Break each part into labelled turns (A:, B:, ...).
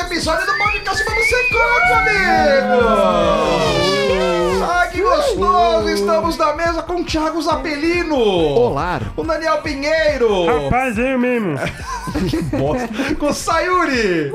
A: episódio do podcast Vamos Ser Corpo, amigos! Ah, que gostoso! Estamos na mesa com o Thiago Zapelino.
B: Olá.
A: O Daniel Pinheiro.
C: Rapaz, eu mesmo.
A: com o Sayuri.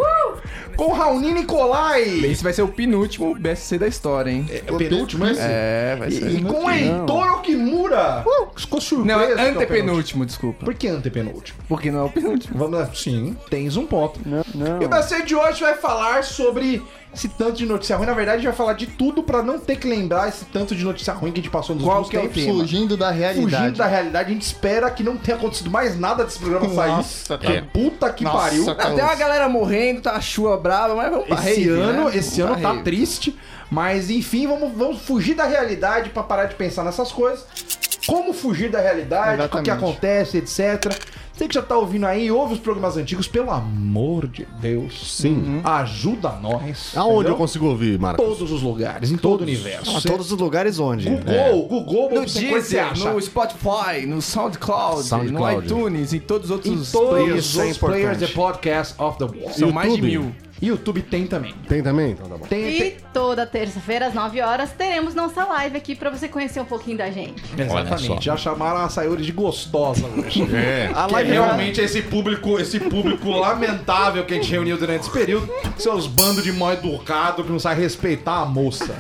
A: Com o Raoni Nicolai.
B: Esse vai ser o penúltimo BSC da história, hein?
A: É o penúltimo esse?
B: É, vai
A: E,
B: ser.
A: e com o Heitor Okimura. Ficou surpreso.
B: Não,
A: que é o
B: é
A: penúltimo.
B: antepenúltimo, desculpa.
A: Por que antepenúltimo?
B: Porque não é o penúltimo.
A: Vamos lá. Sim, tens um ponto.
C: Não,
A: E
C: não.
A: o BC de hoje vai falar sobre esse tanto de notícia ruim. Na verdade, a gente vai falar de tudo pra não ter que lembrar esse tanto de notícia ruim que a gente passou nos
B: Qual
A: últimos
B: que é o
A: tempos.
B: tema?
D: Fugindo da realidade.
A: Fugindo da realidade, a gente espera que não tenha acontecido mais nada desse programa sair.
D: Nossa,
A: que
D: cara.
A: puta que
D: Nossa,
A: pariu.
D: cara.
B: Até uma galera morrendo, tá a chuva brava, mas vamos pra
A: Esse
B: rave,
A: ano,
B: né?
A: esse
B: Vamos
A: ano
B: pra
A: tá
B: rave.
A: triste, mas enfim, vamos, vamos fugir da realidade pra parar de pensar nessas coisas. Como fugir da realidade, o que
D: Exatamente.
A: acontece, etc. Você que já tá ouvindo aí, ouve os programas antigos, pelo amor de Deus. Uhum.
E: Sim.
A: Ajuda nós.
E: Aonde
A: entendeu?
E: eu consigo ouvir, Marcos?
A: todos os lugares, em todo o universo.
E: Ah, todos os lugares onde?
A: Google, Google,
B: No
A: você conhece, você
B: Deezer,
A: acha.
B: no Spotify, no SoundCloud, no
E: SoundCloud.
B: iTunes, em todos os
A: Em
B: outros players.
A: todos
E: isso é
A: os players
E: importante.
A: de podcast of the world.
B: São mais de
E: YouTube.
B: mil.
A: YouTube tem também.
E: Tem também? Então tá bom.
A: Tem,
F: E toda terça-feira, às 9 horas, teremos nossa live aqui pra você conhecer um pouquinho da gente.
A: tem- Exatamente. Já chamaram a Sayuri de gostosa hoje.
E: É.
A: A live realmente é esse público, esse público lamentável que a gente reuniu durante esse período. Seus bandos de mal educado que não sabe respeitar a moça.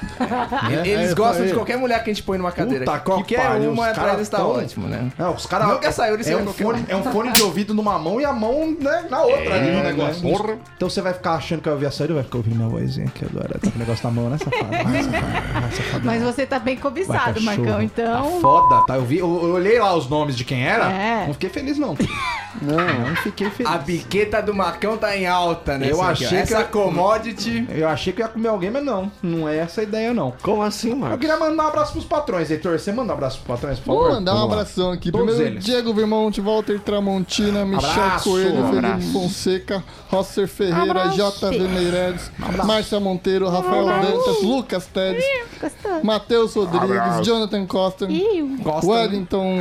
B: Eles
E: é,
B: gostam
E: é.
B: de qualquer mulher que a gente põe numa cadeira.
A: Puta, qual
B: Qualquer
A: pariu,
B: uma
A: os
B: atrás
A: caras
B: está
A: tão-
B: ótimo, né?
A: Não, os caras.
B: Não que a Sayuri
A: é
B: seja
A: um,
B: qualquer
A: fone, é um fone de ouvido numa mão e a mão né, na outra ali no negócio.
E: porra.
A: Então você vai ficar achando que eu ouvi a Sayuri, vai ficar ouvindo minha vozinha aqui agora. Tá com o negócio na mão, né, safada? Vai, safada. Vai, safada.
F: Mas você tá bem
A: Vai,
F: cobiçado,
A: cachorro.
F: Marcão,
A: Tá
F: então.
A: foda, tá? Eu, vi, eu, eu olhei lá os nomes de quem era,
F: É.
A: não fiquei feliz, não.
C: Não.
A: Não fiquei feliz.
B: A biqueta do Marcão tá em alta, né?
A: Eu
B: Essa
A: achei que
B: Essa
A: eu-
B: commodity.
A: Eu achei que eu ia comer alguém, mas não. Não é essa a ideia, não.
E: Como assim,
A: Eu
E: Marcos?
A: queria mandar um abraço pros patrões, Heitor. Você manda um abraço pros patrões, por favor?
D: Vou mandar um
A: Vamos lá.
D: abração aqui.
A: Todos
D: Primeiro,
A: eles.
D: Diego Vermonte, Walter Tramontina, Michel
A: Abraço,
D: Coelho, Felipe
E: abraço.
D: Fonseca, Rosser Ferreira,
F: Abraço.
D: JV Meireles,
A: Um
D: Márcia Monteiro, Rafael Dantas, Lucas Teles,
F: Gostoso.
D: Matheus Rodrigues, Jonathan Costa,
F: Ih,
D: Wellington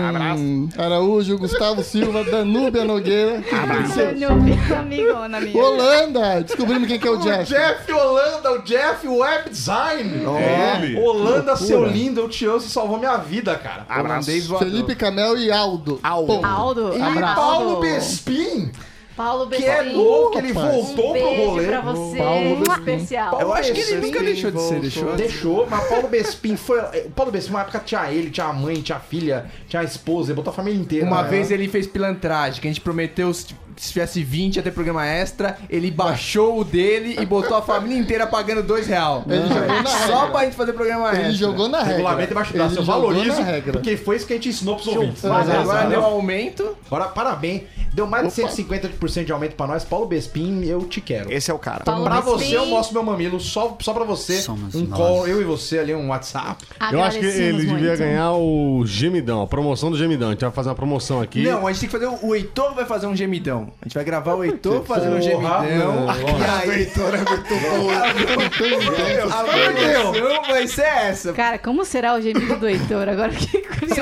D: Araújo, Gustavo Silva, Danúbia Nogueira,
F: Danube, amigona minha.
D: Holanda! Descobrimos quem que é o
A: O
D: Jeff.
A: Jeff Holanda, o Jeff Web Design. É. Holanda, seu lindo, eu te amo, você salvou minha vida, cara.
D: Ah,
B: Holandês voador.
D: Felipe Camel e Aldo. Aldo.
F: Aldo.
A: E
F: Aldo.
A: Paulo Bespin,
F: Paulo
A: que é
F: Bessin.
A: louco, ele
D: rapaz.
A: voltou
F: Um
A: pro
F: beijo
A: rolê.
F: pra você.
D: Paulo Bessin.
F: especial.
A: Paulo
B: Eu acho que ele
A: Bespin
B: nunca deixou de ser,
A: voltou.
B: deixou?
A: Deixou, mas Paulo Bespin foi. O Paulo Bespin, uma época, tinha ele, tinha a mãe, tinha a filha, tinha a esposa, ele botou a família inteira.
B: Uma
A: né?
B: vez ele fez pilantragem, que a gente prometeu se se tivesse 20 ia ter programa extra, ele baixou o dele e botou a família inteira pagando dois real.
D: Ele jogou na
B: Só
D: regra.
B: pra gente fazer programa extra.
D: Ele jogou na
A: O
D: regra.
A: regulamento é baixo braço, eu
D: Ele jogou
A: valorizo,
D: na regra. É,
A: porque foi isso que a gente ensinou pros ouvintes.
D: Mas
B: Mas agora
D: exato.
B: deu aumento.
A: Agora, parabéns. Deu mais de 150% de aumento pra nós. Paulo Bespin, eu te quero.
E: Esse é o cara.
F: Paulo
A: Pra
F: Bespin,
A: você, é eu mostro meu mamilo. Só, só pra você.
G: Somos
A: um
G: nós.
A: call, eu e você ali, um WhatsApp.
E: Eu acho que ele
F: agradecemos
E: devia
F: muito.
E: ganhar o gemidão, a promoção do gemidão. A gente vai fazer uma promoção aqui.
B: Não, a gente tem que fazer. o- O Heitor vai fazer um gemidão. A gente vai gravar o Heitor fazendo um
A: Porra,
B: gemidão.
A: mano.
B: E aí, Heitor é muito bom. A variação vai ser essa.
F: Cara, como será o gemido do Heitor? Agora que curioso.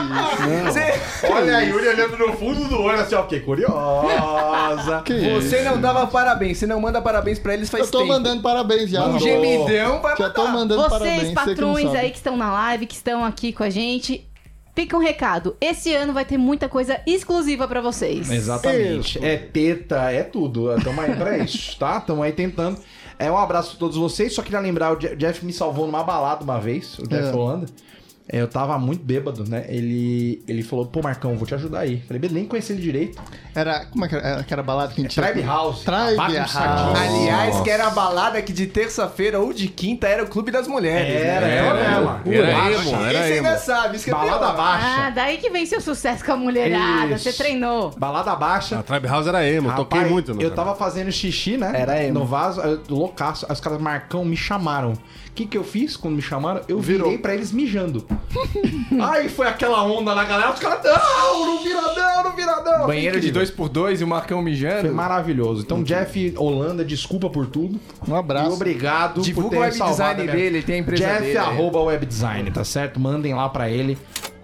B: Você,
A: Olha a Yuri olhando no fundo do olho assim, ó. Que curiosa.
D: Que isso?
B: você não dava parabéns, você não manda parabéns pra
A: é
B: eles faz
D: Eu tô
B: tempo.
D: mandando parabéns já.
B: Um
D: Aldo.
B: gemidão vai
D: Já tô
B: mandar.
D: mandando
F: Vocês,
D: parabéns. você que não
F: patrões
D: sabe.
F: aí que estão na live, que estão aqui com a gente, fica um recado. Esse ano vai ter muita coisa exclusiva pra vocês.
A: Exatamente. É teta, é tudo. Tamo aí pra isso, tá? Tamo aí tentando. É um abraço pra todos vocês. Só queria lembrar, o Je- Jeff me salvou numa balada uma vez, o Jeff
D: É.
A: Holanda. É, Eu tava muito bêbado, né? Ele, ele falou, pô, Marcão, vou te ajudar aí. Falei, beleza, nem conheci ele direito.
D: Era. Como é que era? Era Aquela balada que a gente tinha?
A: Tribe House.
D: Tribe
A: bagunçadinho.
D: House.
B: Aliás, que era a balada que de terça-feira ou de quinta era o Clube das Mulheres.
A: Era,
B: né?
A: era, ela.
E: Era emo,
B: Isso
E: era
B: ainda
E: emo.
B: sabe, isso que é
A: Balada
B: pior.
F: Ah,
A: baixa.
F: daí que vem seu sucesso com a mulherada.
A: Isso.
F: Você treinou.
A: Balada baixa.
E: A Tribe House era emo, toquei
A: Rapaz,
E: muito. no
A: Eu
E: Tribe
A: tava fazendo xixi, né?
B: Era emo.
A: No vaso, eu, loucaço. Aí os caras, Marcão, me chamaram. O que que eu fiz quando me chamaram? Eu virei pra eles mijando. Aí foi aquela onda na galera. Os caras, não, não vira não, não vira não. Foi
B: Banheiro de
A: incrível.
B: 2x2 e o Marcão
A: Foi
B: mijando.
A: maravilhoso. Então, Jeff Holanda, desculpa por tudo.
D: Um
A: E
D: abraço.
A: obrigado por
B: Divulga
A: ter
B: o webdesign
A: salvado a minha-
B: dele, tem a empresa
A: Jeff
B: dele.
A: arroba webdesign, tá certo? Mandem lá pra ele.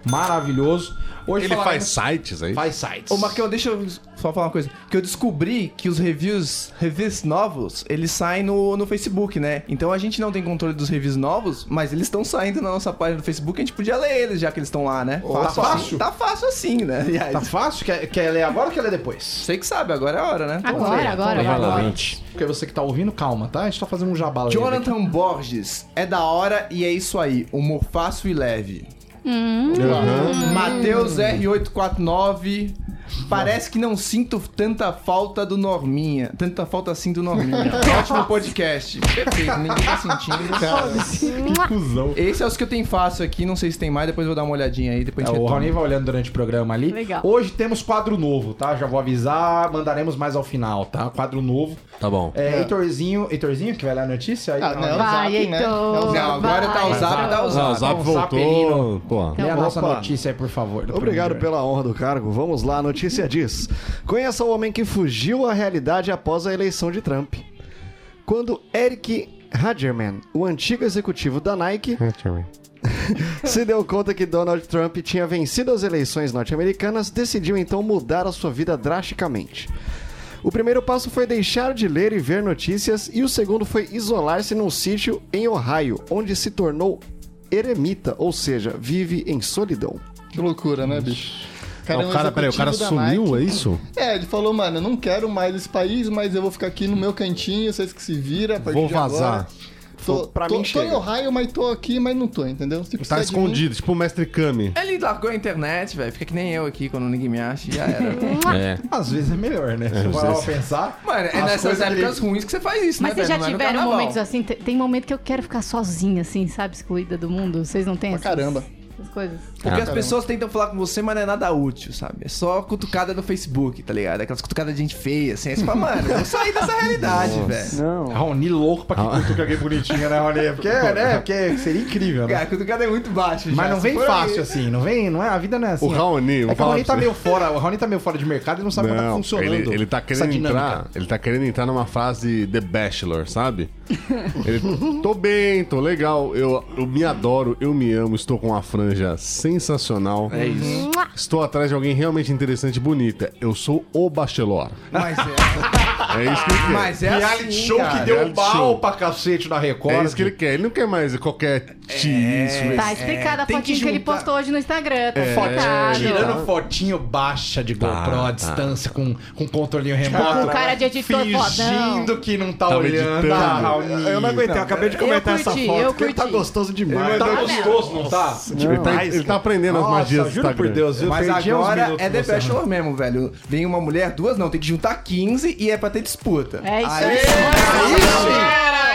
A: Maravilhoso. Hoje
E: Ele
A: falaram-
E: faz sites aí?
A: Faz sites.
B: Ô, Marquinhos, deixa eu só falar uma coisa. Que eu descobri que os reviews, reviews novos, eles saem no, no Facebook, né? Então a gente não tem controle dos reviews novos, mas eles estão saindo na nossa página do Facebook. A gente podia ler eles, já que eles estão lá, né?
A: Ô, tá
B: assim.
A: fácil?
B: Tá fácil assim, né? Aliás,
A: Tá fácil? Quer, quer ler agora ou quer ler depois?
B: Você que sabe, agora é a hora, né?
F: Agora, agora,
E: Vai lá,
F: agora.
E: gente.
A: Porque você que tá ouvindo, calma, tá? A gente tá fazendo um jabá. livre aqui.
B: Jonathan Borges, é da hora e é isso aí. Humor fácil e leve.
F: Hum.
E: Aham.
B: Matheus R849. Parece que não sinto tanta falta do Norminha. Tanta falta assim do Norminha. Ótimo podcast. Perfeito, ninguém tá sentindo.
A: Cusão.
B: Esse é os que eu tenho fácil aqui, não sei se tem mais, depois eu vou dar uma olhadinha aí, depois
A: É,
B: a gente
A: o
B: retorna.
A: Rony vai olhando durante o programa ali.
F: Legal.
A: Hoje temos quadro novo, tá? Já vou avisar, mandaremos mais ao final, tá? Quadro novo.
E: Tá bom.
A: É, Heitorzinho, Heitorzinho, que vai lá a notícia aí.
D: Ah,
A: ó,
F: Vai,
D: não. Zap, né?
F: Heitor.
B: Não, agora tá o
F: vai,
B: zap, tá o
E: Ah, o
B: zap.
E: Zap
A: um
E: voltou.
A: sapelino. Lê
E: Pô.
A: a
G: Então,
A: nossa
G: opa.
A: notícia aí, por favor. do
G: Obrigado
A: programa.
G: pela honra do cargo. Vamos lá, a notícia diz: Conheça o homem que fugiu à realidade após a eleição de Trump. Quando Eric Hagerman, o antigo executivo da Nike, se deu conta que Donald Trump tinha vencido as eleições norte-americanas, decidiu então mudar a sua vida drasticamente. O primeiro passo foi deixar de ler e ver notícias, e o segundo foi isolar-se num sítio em Ohio, onde se tornou eremita, ou seja, vive em solidão.
D: Que loucura, né, bicho?
E: Ah,
D: é um
E: o cara, peraí, o cara
D: executivo da Nike.
E: sumiu, é isso?
D: É, ele falou, mano, eu não quero mais esse país, mas eu vou ficar aqui no meu cantinho, vocês que se viram. a partir
E: Vou
D: de
E: vazar.
D: Agora. Tô,
G: Pô, pra
D: tô,
G: mim
D: tô
G: chega.
D: em Ohio, mas tô aqui, mas não tô, entendeu? Se
E: Tá
D: precisar de mim-
E: escondido, tipo o mestre Kami.
B: Ele largou a internet, velho. Fica que nem eu aqui, quando ninguém me acha, já era. velho.
E: É.
A: Às vezes é melhor, né? Se
E: às
A: você
E: vezes.
A: pensar.
B: Mano, é
A: as
B: nessas
A: coisas que-
B: épocas ruins que você faz isso,
F: Mas
B: né,
F: vocês já
B: velho? Não é no
F: tiveram
B: carnaval.
F: momentos assim? Te- Tem momento que eu quero ficar sozinha, assim, sabe? Excluída do mundo. Vocês não têm
D: Pra
F: essas,
D: caramba.
F: essas coisas?
B: Porque as pessoas tentam falar com você, mas não é nada útil, sabe? É só cutucada no Facebook, tá ligado? Aquelas cutucadas de gente feia, assim. Aí você fala, mano, eu saí dessa realidade, velho.
C: Não.
A: Raoni Ah, louco pra que
E: Ah.
A: cutuca alguém bonitinha, né, Raoni? Porque, é, né? Porque seria incrível, né?
B: Cara, cutucada é muito baixo,
A: Mas
B: já,
A: não
B: se
A: vem
B: for aí-
A: fácil assim, não vem, não é? A vida não é assim.
E: O Raoni,
A: é
E: vou
A: que o
E: falar
A: Raoni
E: pra
A: tá
E: você.
A: meio fora, o Raoni tá meio fora de mercado, ele não sabe como tá funcionando.
E: Ele, ele tá
A: essa
E: querendo
A: dinâmica.
E: entrar. Ele tá querendo entrar numa fase The Bachelor, sabe? Ele, tô bem, tô legal. Eu, eu me adoro, eu me amo, estou com uma franja sensacional. É isso. Estou atrás de alguém realmente interessante e bonita. Eu sou o Bachelor.
B: Mas é,
E: É isso que ele quer.
B: mas é assim,
A: Reality show
B: cara.
A: que deu
E: Reality
A: mal
E: show.
A: pra cacete na Record.
E: É isso que ele quer. Ele não quer mais qualquer tiço.
F: Tá explicada a
B: tem
F: fotinho
B: que
F: que, ele
B: juntar.
F: postou hoje no Instagram. Tá
A: Tirando
F: explicado.
A: fotinho baixa de
E: Tá,
A: GoPro à distância, com, Tipo, com controlinho remoto.
F: Com cara de editor
A: Fingindo
F: fodão.
A: que não tá
E: Tava
A: olhando.
E: editando.
A: Ah, Raoni.
G: Eu não aguentei, eu acabei de comentar
F: eu curti,
G: essa foto.
F: eu
G: porque ele tá
F: curti.
G: gostoso demais.
A: Tá
G: Tá-
A: gostoso, não tá?
E: Ele, tá, ele tá aprendendo as magias do
A: juro por
E: Instagram.
A: Deus, eu
B: Mas
A: perdi uns
B: agora
A: minutos
B: é
A: com
B: The
A: você, né?
B: Bachelor mesmo, velho. Vem uma mulher, duas não, tem que juntar 15 e é pra ter disputa.
F: É isso
B: Aí-
F: aí.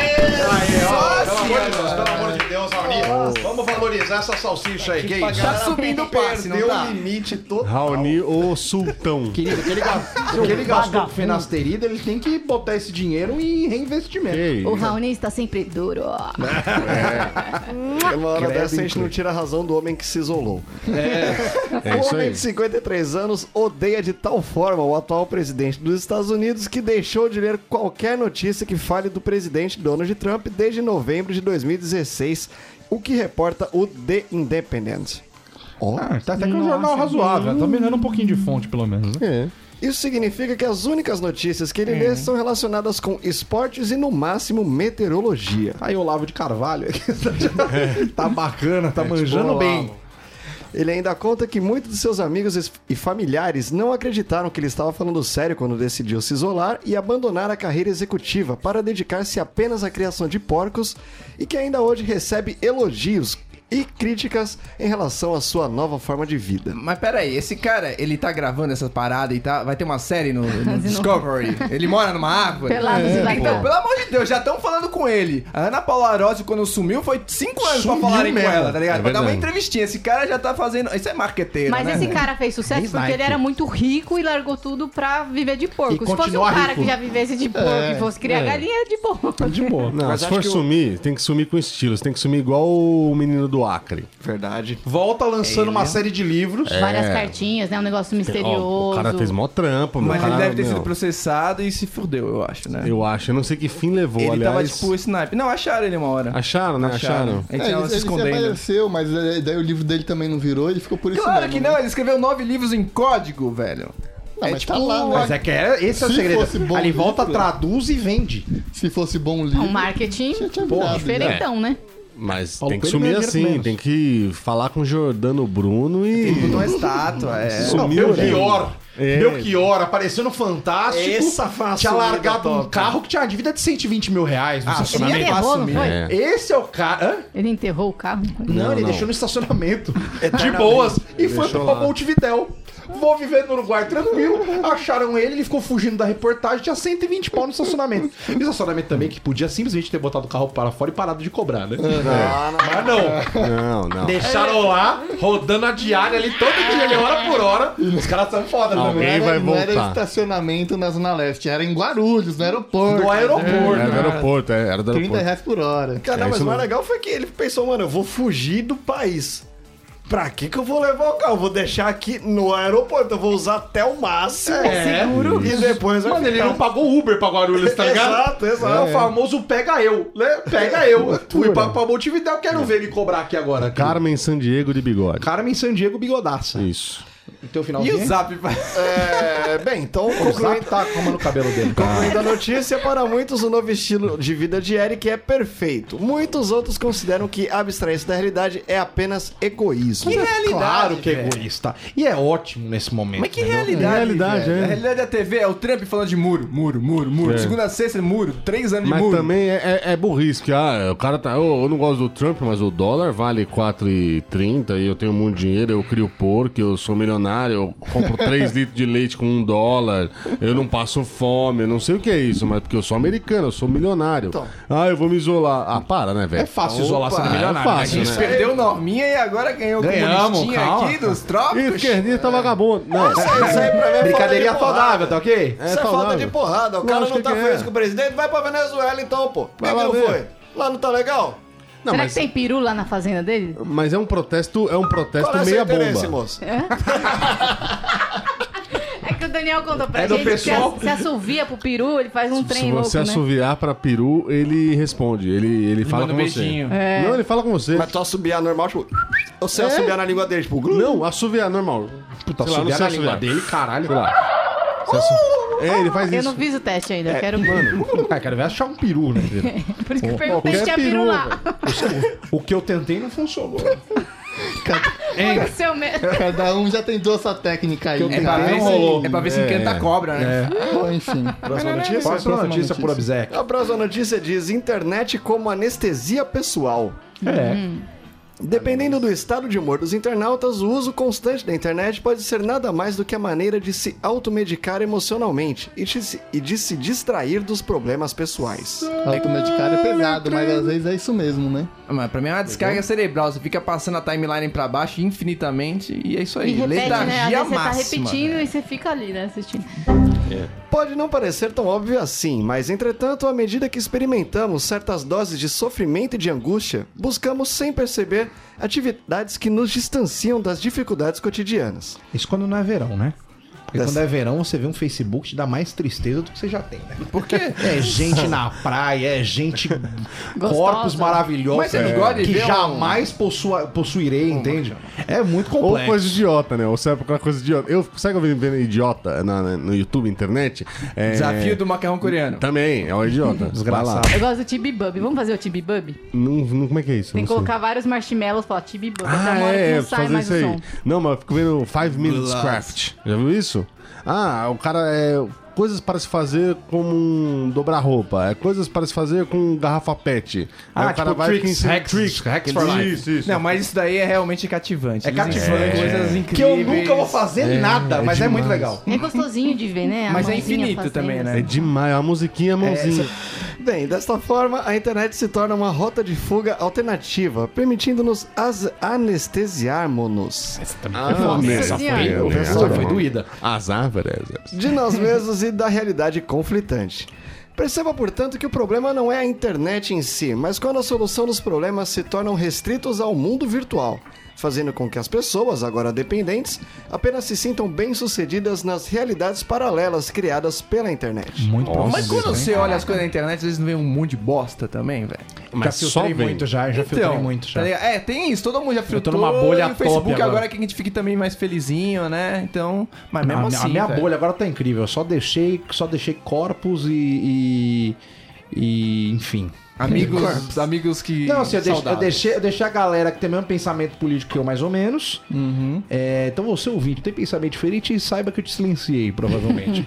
A: Aí, assim, ó,
B: Nossa,
A: pelo amor de Deus,
B: senhora.
A: pelo amor de Deus, Raoni. Vamos valorizar essa salsicha aí, que é isso?
B: Tá subindo o passe, não
A: Perdeu
B: tá?
A: o limite total.
E: Raoni, o sultão.
A: Querido, aquele gasto, se ele gastou com finasterida, ele tem que botar esse dinheiro em reinvestimento.
E: Ei,
F: O Raoni está sempre duro. ó.
G: Uma hora
A: Credo,
G: dessa a gente
A: incrível.
G: não tira a razão do homem que se isolou.
E: é
G: o
E: isso
G: homem
E: aí.
G: de 53 anos odeia de tal forma o atual presidente dos Estados Unidos que deixou de ler qualquer notícia que fale do presidente Donald Trump desde novembro de 2016, o que reporta o The Independent. Ó.
A: Tá até que é um jornal razoável. Tá melhorando um pouquinho de fonte, pelo menos. Né?
E: É.
G: Isso significa que as únicas notícias que ele lê são relacionadas com esportes e, no máximo, meteorologia.
A: Aí o Lavo de Carvalho. tá bacana,
G: É, tipo,
A: tá manjando
G: Olavo.
A: bem.
G: Ele ainda conta que muitos de seus amigos es- e familiares não acreditaram que ele estava falando sério quando decidiu se isolar e abandonar a carreira executiva para dedicar-se apenas à criação de porcos e que ainda hoje recebe elogios e críticas em relação à sua nova forma de vida.
B: Mas peraí, esse cara, ele tá gravando essa parada e tá. Vai ter uma série no, no Discovery. Ele mora numa árvore.
F: Pelados e
B: É. Então,
F: largados.
B: pelo amor de Deus, já estão falando com ele. A Ana Paula Arósio, quando sumiu, foi cinco anos pra falarem
A: mesmo.
B: com ela, tá ligado?
E: É
B: pra dar uma
E: verdade.
B: entrevistinha. Esse cara já tá fazendo. Isso é marqueteiro.
F: Mas
B: né,
F: esse
B: velho?
F: cara fez sucesso
A: Nem
F: porque
A: like.
F: ele era muito rico e largou tudo pra viver de porco.
A: E
F: Se fosse um
A: continua
F: cara
A: rico.
F: que já vivesse de porco e fosse criar galinha, é de boa.
A: De boa.
E: Não,
G: Mas
E: se
G: acho
E: for
G: que o-
E: sumir, tem que sumir com estilo. Você tem que sumir igual o menino do do Acre.
D: Verdade.
A: Volta lançando uma série de livros.
F: Várias cartinhas, né? Um negócio misterioso.
E: É. Ó, o cara fez mó trampo,
B: Mas
E: cara,
B: ele deve ter
E: meu,
B: sido processado e se fudeu, eu acho, né?
E: Eu acho, eu não sei que fim levou,
B: ele
E: aliás.
B: tava tipo snipe. Não, acharam ele uma hora.
E: Acharam, né? Acharam.
B: Ele
D: É,
B: tava se
D: ele, ele se
E: né?
B: escondendo.
D: apareceu, mas é, daí o livro dele também não virou, ele ficou por isso
B: Claro
D: mesmo,
B: que
D: né?
B: não, ele escreveu nove livros em código, velho.
D: Não,
B: É
D: mas
B: tipo
D: tá lá, né?
A: Mas é que é, esse é o
D: Se fosse
A: segredo.
D: bom
A: Ali volta,
D: livro.
A: traduz e vende.
D: Se fosse bom
F: É
D: livro...
F: um marketing
D: tinha- tinha
F: Porra,
D: virado,
F: diferentão, né?
E: Mas
A: Paulo
E: tem que
A: Coelho
E: sumir
A: ganha dinheiro
E: assim,
A: menos.
E: tem que falar com o Jordano Bruno
B: Ele botou
E: e.
B: uma estátua, é.
E: Sumiu,
A: Meu
E: né?
A: Belchior.
E: É.
A: Belchior apareceu no Fantástico.
B: Essa foi a
A: tinha
B: sumida
A: largado um
B: top.
A: carro que tinha uma dívida de 120 mil reais no
B: Ah,
F: Ele
B: Também
A: estacionamento.
F: enterrou, não
B: assumi,
F: foi?
E: é.
A: Esse é o cara. Hã?
F: Ele enterrou o carro. não foi?
A: Não, ele
E: não.
A: deixou no estacionamento. De boas. E foi
E: deixou
A: pra
E: lá.
A: Montevidéu. Vou viver no Uruguai tranquilo. Acharam ele, ele ficou fugindo da reportagem, tinha 120 pau no estacionamento. E estacionamento também que podia simplesmente ter botado o carro para fora e parado de cobrar, né? Mas não.
E: Não, não.
A: Deixaram lá, rodando a diária ali todo dia, ali, hora por hora. Os caras são foda né?
D: Não
E: Alguém
A: também.
D: era,
E: vai
D: não era
E: voltar.
D: estacionamento na Zona Leste, era em Guarulhos, no aeroporto.
A: Do aeroporto.
E: Era do aeroporto, é, era do
D: 30
E: aeroporto.
D: reais por hora.
G: Cara,
E: É
G: mas
E: isso
G: o mais
E: mesmo.
G: legal foi que ele pensou, mano, eu vou fugir do país. Pra que que eu vou levar o carro? Eu Vou deixar aqui no aeroporto, eu vou usar até o máximo.
A: É.
G: seguro. E depois vai
A: Mano, ele
G: ficar- um
A: não pagou Uber pra Guarulhos, tá ligado?
G: Exato,
A: É o
G: exato.
A: famoso pega eu, né? Pega eu. Fui pra, pra Montevidéu, quero ver me cobrar aqui agora.
E: Carmen San Diego de bigode.
A: Carmen San Diego bigodaça.
E: Isso.
A: O teu final
B: E o zap?
G: É, bem, então concluindo,
A: tá arrumando o cabelo dele.
G: concluindo a notícia, para muitos o novo estilo de vida de Eric é perfeito. Muitos outros consideram que abstrair-se da realidade é apenas egoísmo.
A: Que realidade, claro que é
B: velho.
A: egoísta. E é ótimo nesse momento.
B: Mas que
A: entendeu?
B: realidade,
E: Realidade,
B: velho.
E: é.
B: A realidade da TV é o Trump falando de muro, muro, muro, muro.
E: É.
B: Segunda a sexta, muro. Três anos
E: Mas
B: de muro.
E: também é, é, é burrice, que ah, o cara tá. Eu, eu não gosto do Trump, mas o dólar vale 4,30 e eu tenho muito dinheiro, eu crio porco, eu sou milionário, eu compro 3 litros de leite com um dólar, eu não passo fome, eu não sei o que é isso, mas porque eu sou americano, eu sou milionário. Ah, eu vou me isolar. Ah, para, né, velho?
A: É fácil isolar sendo
E: Opa, é
A: milionário.
E: fácil,
A: né?
B: A
A: gente?
B: gente
E: né?
B: perdeu norminha e agora ganhou o
A: Ganhamos,
B: comunistinha
A: calma,
B: aqui
A: calma.
B: dos trópicos.
E: Esquerdista tá vagabundo. Não.
G: Isso aí pra mim é
A: Brincadeirinha
G: falta de
A: saudável, tá ok?
G: Isso é falta de porrada. O cara
E: Lógico
G: não tá
E: que é.
G: feliz com o presidente, vai pra Venezuela então, pô. Por
E: Vai
G: que, que
E: lá
G: não
E: ver.
G: foi? Lá não tá legal?
E: Não,
F: Será
E: mas,
F: que tem peru lá na fazenda dele?
E: mas é um protesto, é um protesto meia bomba.
G: moço?
F: É que o Daniel conta pra
A: É do
F: gente que se,
A: pessoal.
F: a- se assovia pro peru, ele faz um trem
E: Se
F: louco,
E: você
F: né?
E: assoviar pra peru, ele responde. Ele, ele fala
B: manda
E: com
B: um
E: você.
B: beijinho.
F: É.
E: Não, ele fala com você.
G: Mas tu assobiar normal, tipo. Ou você
E: É?
G: assobiar na língua dele, tipo. glu.
E: Não, assoviar normal.
A: Puta,
E: Sei lá, não
A: subir
E: sei
A: na língua
E: assoviar.
A: dele, caralho.
E: Sei lá. Se assu- É, ele faz
F: Eu
E: isso.
F: não fiz o teste ainda, eu quero
E: Mano,
A: Ah, cara, vai achar um peru, né? filho?
F: Por isso que eu perguntei
E: qualquer
F: se tinha peru
E: peru,
F: lá.
E: velho.
A: o que eu tentei não funcionou.
F: Aconteceu mesmo.
D: Cada um já tentou essa técnica aí.
B: É
D: cara.
B: pra,
A: Não
B: ver
A: rolou.
B: se, é pra ver se encanta a cobra, né?
E: É.
D: Bom, enfim.
G: Próxima notícia?
A: Próxima notícia por obsequio.
G: A próxima notícia diz: internet como anestesia pessoal.
A: É.
G: Dependendo do estado de humor dos internautas, o uso constante da internet pode ser nada mais do que a maneira de se automedicar emocionalmente e de se, e de se distrair dos problemas pessoais.
D: Automedicar é pesado, mas às vezes é isso mesmo, né?
B: Mas pra mim é uma descarga cerebral. Você fica passando a timeline pra baixo infinitamente e é isso
F: E
B: aí.
F: repete, né? Às
B: Letargia
F: vezes você tá
B: máxima.
F: repetindo e você fica ali, né, assistindo.
G: Pode não parecer tão óbvio assim, mas entretanto, à medida que experimentamos certas doses de sofrimento e de angústia, buscamos sem perceber atividades que nos distanciam das dificuldades cotidianas.
A: Isso quando não é verão, né? Porque
G: Dessa-
A: quando é verão, você vê um Facebook te dá mais tristeza do que você já tem, né?
B: Por quê?
A: É gente na praia, é gente. corpos maravilhosos.
B: Mas você não gosta de
A: que
B: ver um-
A: jamais possua, possuirei, entende? É muito
E: Ou
A: complexo.
E: coisa idiota, né? Ou sabe qualquer coisa idiota. Eu, sabe o que eu venho vendo idiota na- na- no YouTube, internet? É,
B: Desafio do macarrão coreano.
E: Também, é um idiota.
A: Desgraçado.
E: Vai lá.
F: Eu gosto do tibibub. Vamos fazer o tibibub?
E: Não, não- como é que é isso?
F: Tem
E: Não
F: que
E: sei.
F: colocar vários marshmallows e falar tibibub. até
E: Ah,
F: uma hora que
E: é,
F: não sai
E: fazer
F: mais
E: isso
F: o
E: aí.
F: som.
E: Não, mas eu fico vendo 5 Minutes Craft. Já viu isso? Ah, o cara é. Coisas para se fazer como um dobrar roupa. É coisas para se fazer com garrafa pet.
A: Ah,
E: Aí o cara
A: tipo
E: vai
A: tricks,
E: que ensina
A: hacks,
E: tricks.
A: hacks for
E: Isso,
A: life.
E: Isso,
B: Não, mas isso daí é realmente cativante.
A: É
B: Eles ensinam
A: cativante.
E: é.
B: coisas incríveis.
A: Que eu nunca vou fazer nada, mas é muito legal.
F: É gostosinho de ver, né? A
B: Mas é
F: mãozinha
B: infinito
F: fazendo. assim.
B: também, né?
E: É demais, a musiquinha, a
A: É,
E: mãozinha.
G: Bem, desta forma, a internet se torna uma rota de fuga alternativa, permitindo-nos as- anestesiarmos-nos
E: Ah,
F: essa foi-
E: né?
A: Essa foi doída.
E: As árvores.
G: de nós mesmos e da realidade conflitante. Perceba, portanto, que o problema não é a internet em si, mas quando a solução dos problemas se tornam restritos ao mundo virtual, fazendo com que as pessoas, agora dependentes, apenas se sintam bem-sucedidas nas realidades paralelas criadas pela internet.
A: Muito bom.
B: Mas quando
E: né?
B: você olha as coisas na internet, às vezes não vem um monte de bosta também, velho.
A: já filtrei
E: vem.
A: muito já, já filtrei muito já.
B: tá ligado? é, tem isso, todo mundo já
A: tô
B: filtrou.
A: numa bolha
B: e o Facebook
A: top
B: agora.
A: agora
B: que a gente fica também mais felizinho, né? Então, mas
A: a,
B: mesmo
A: a
B: assim,
A: minha
B: velho.
A: bolha agora tá incrível. Eu só deixei, só deixei corpos e. e, e, enfim.
B: amigos, amigos que
A: Não, assim, eu deixei, eu,
B: saudáveis.
A: deixei, eu deixei a galera que tem o mesmo pensamento político que eu, mais ou menos.
B: Uhum.
A: É, então você ouvinte tem pensamento diferente, saiba que eu te silenciei, provavelmente.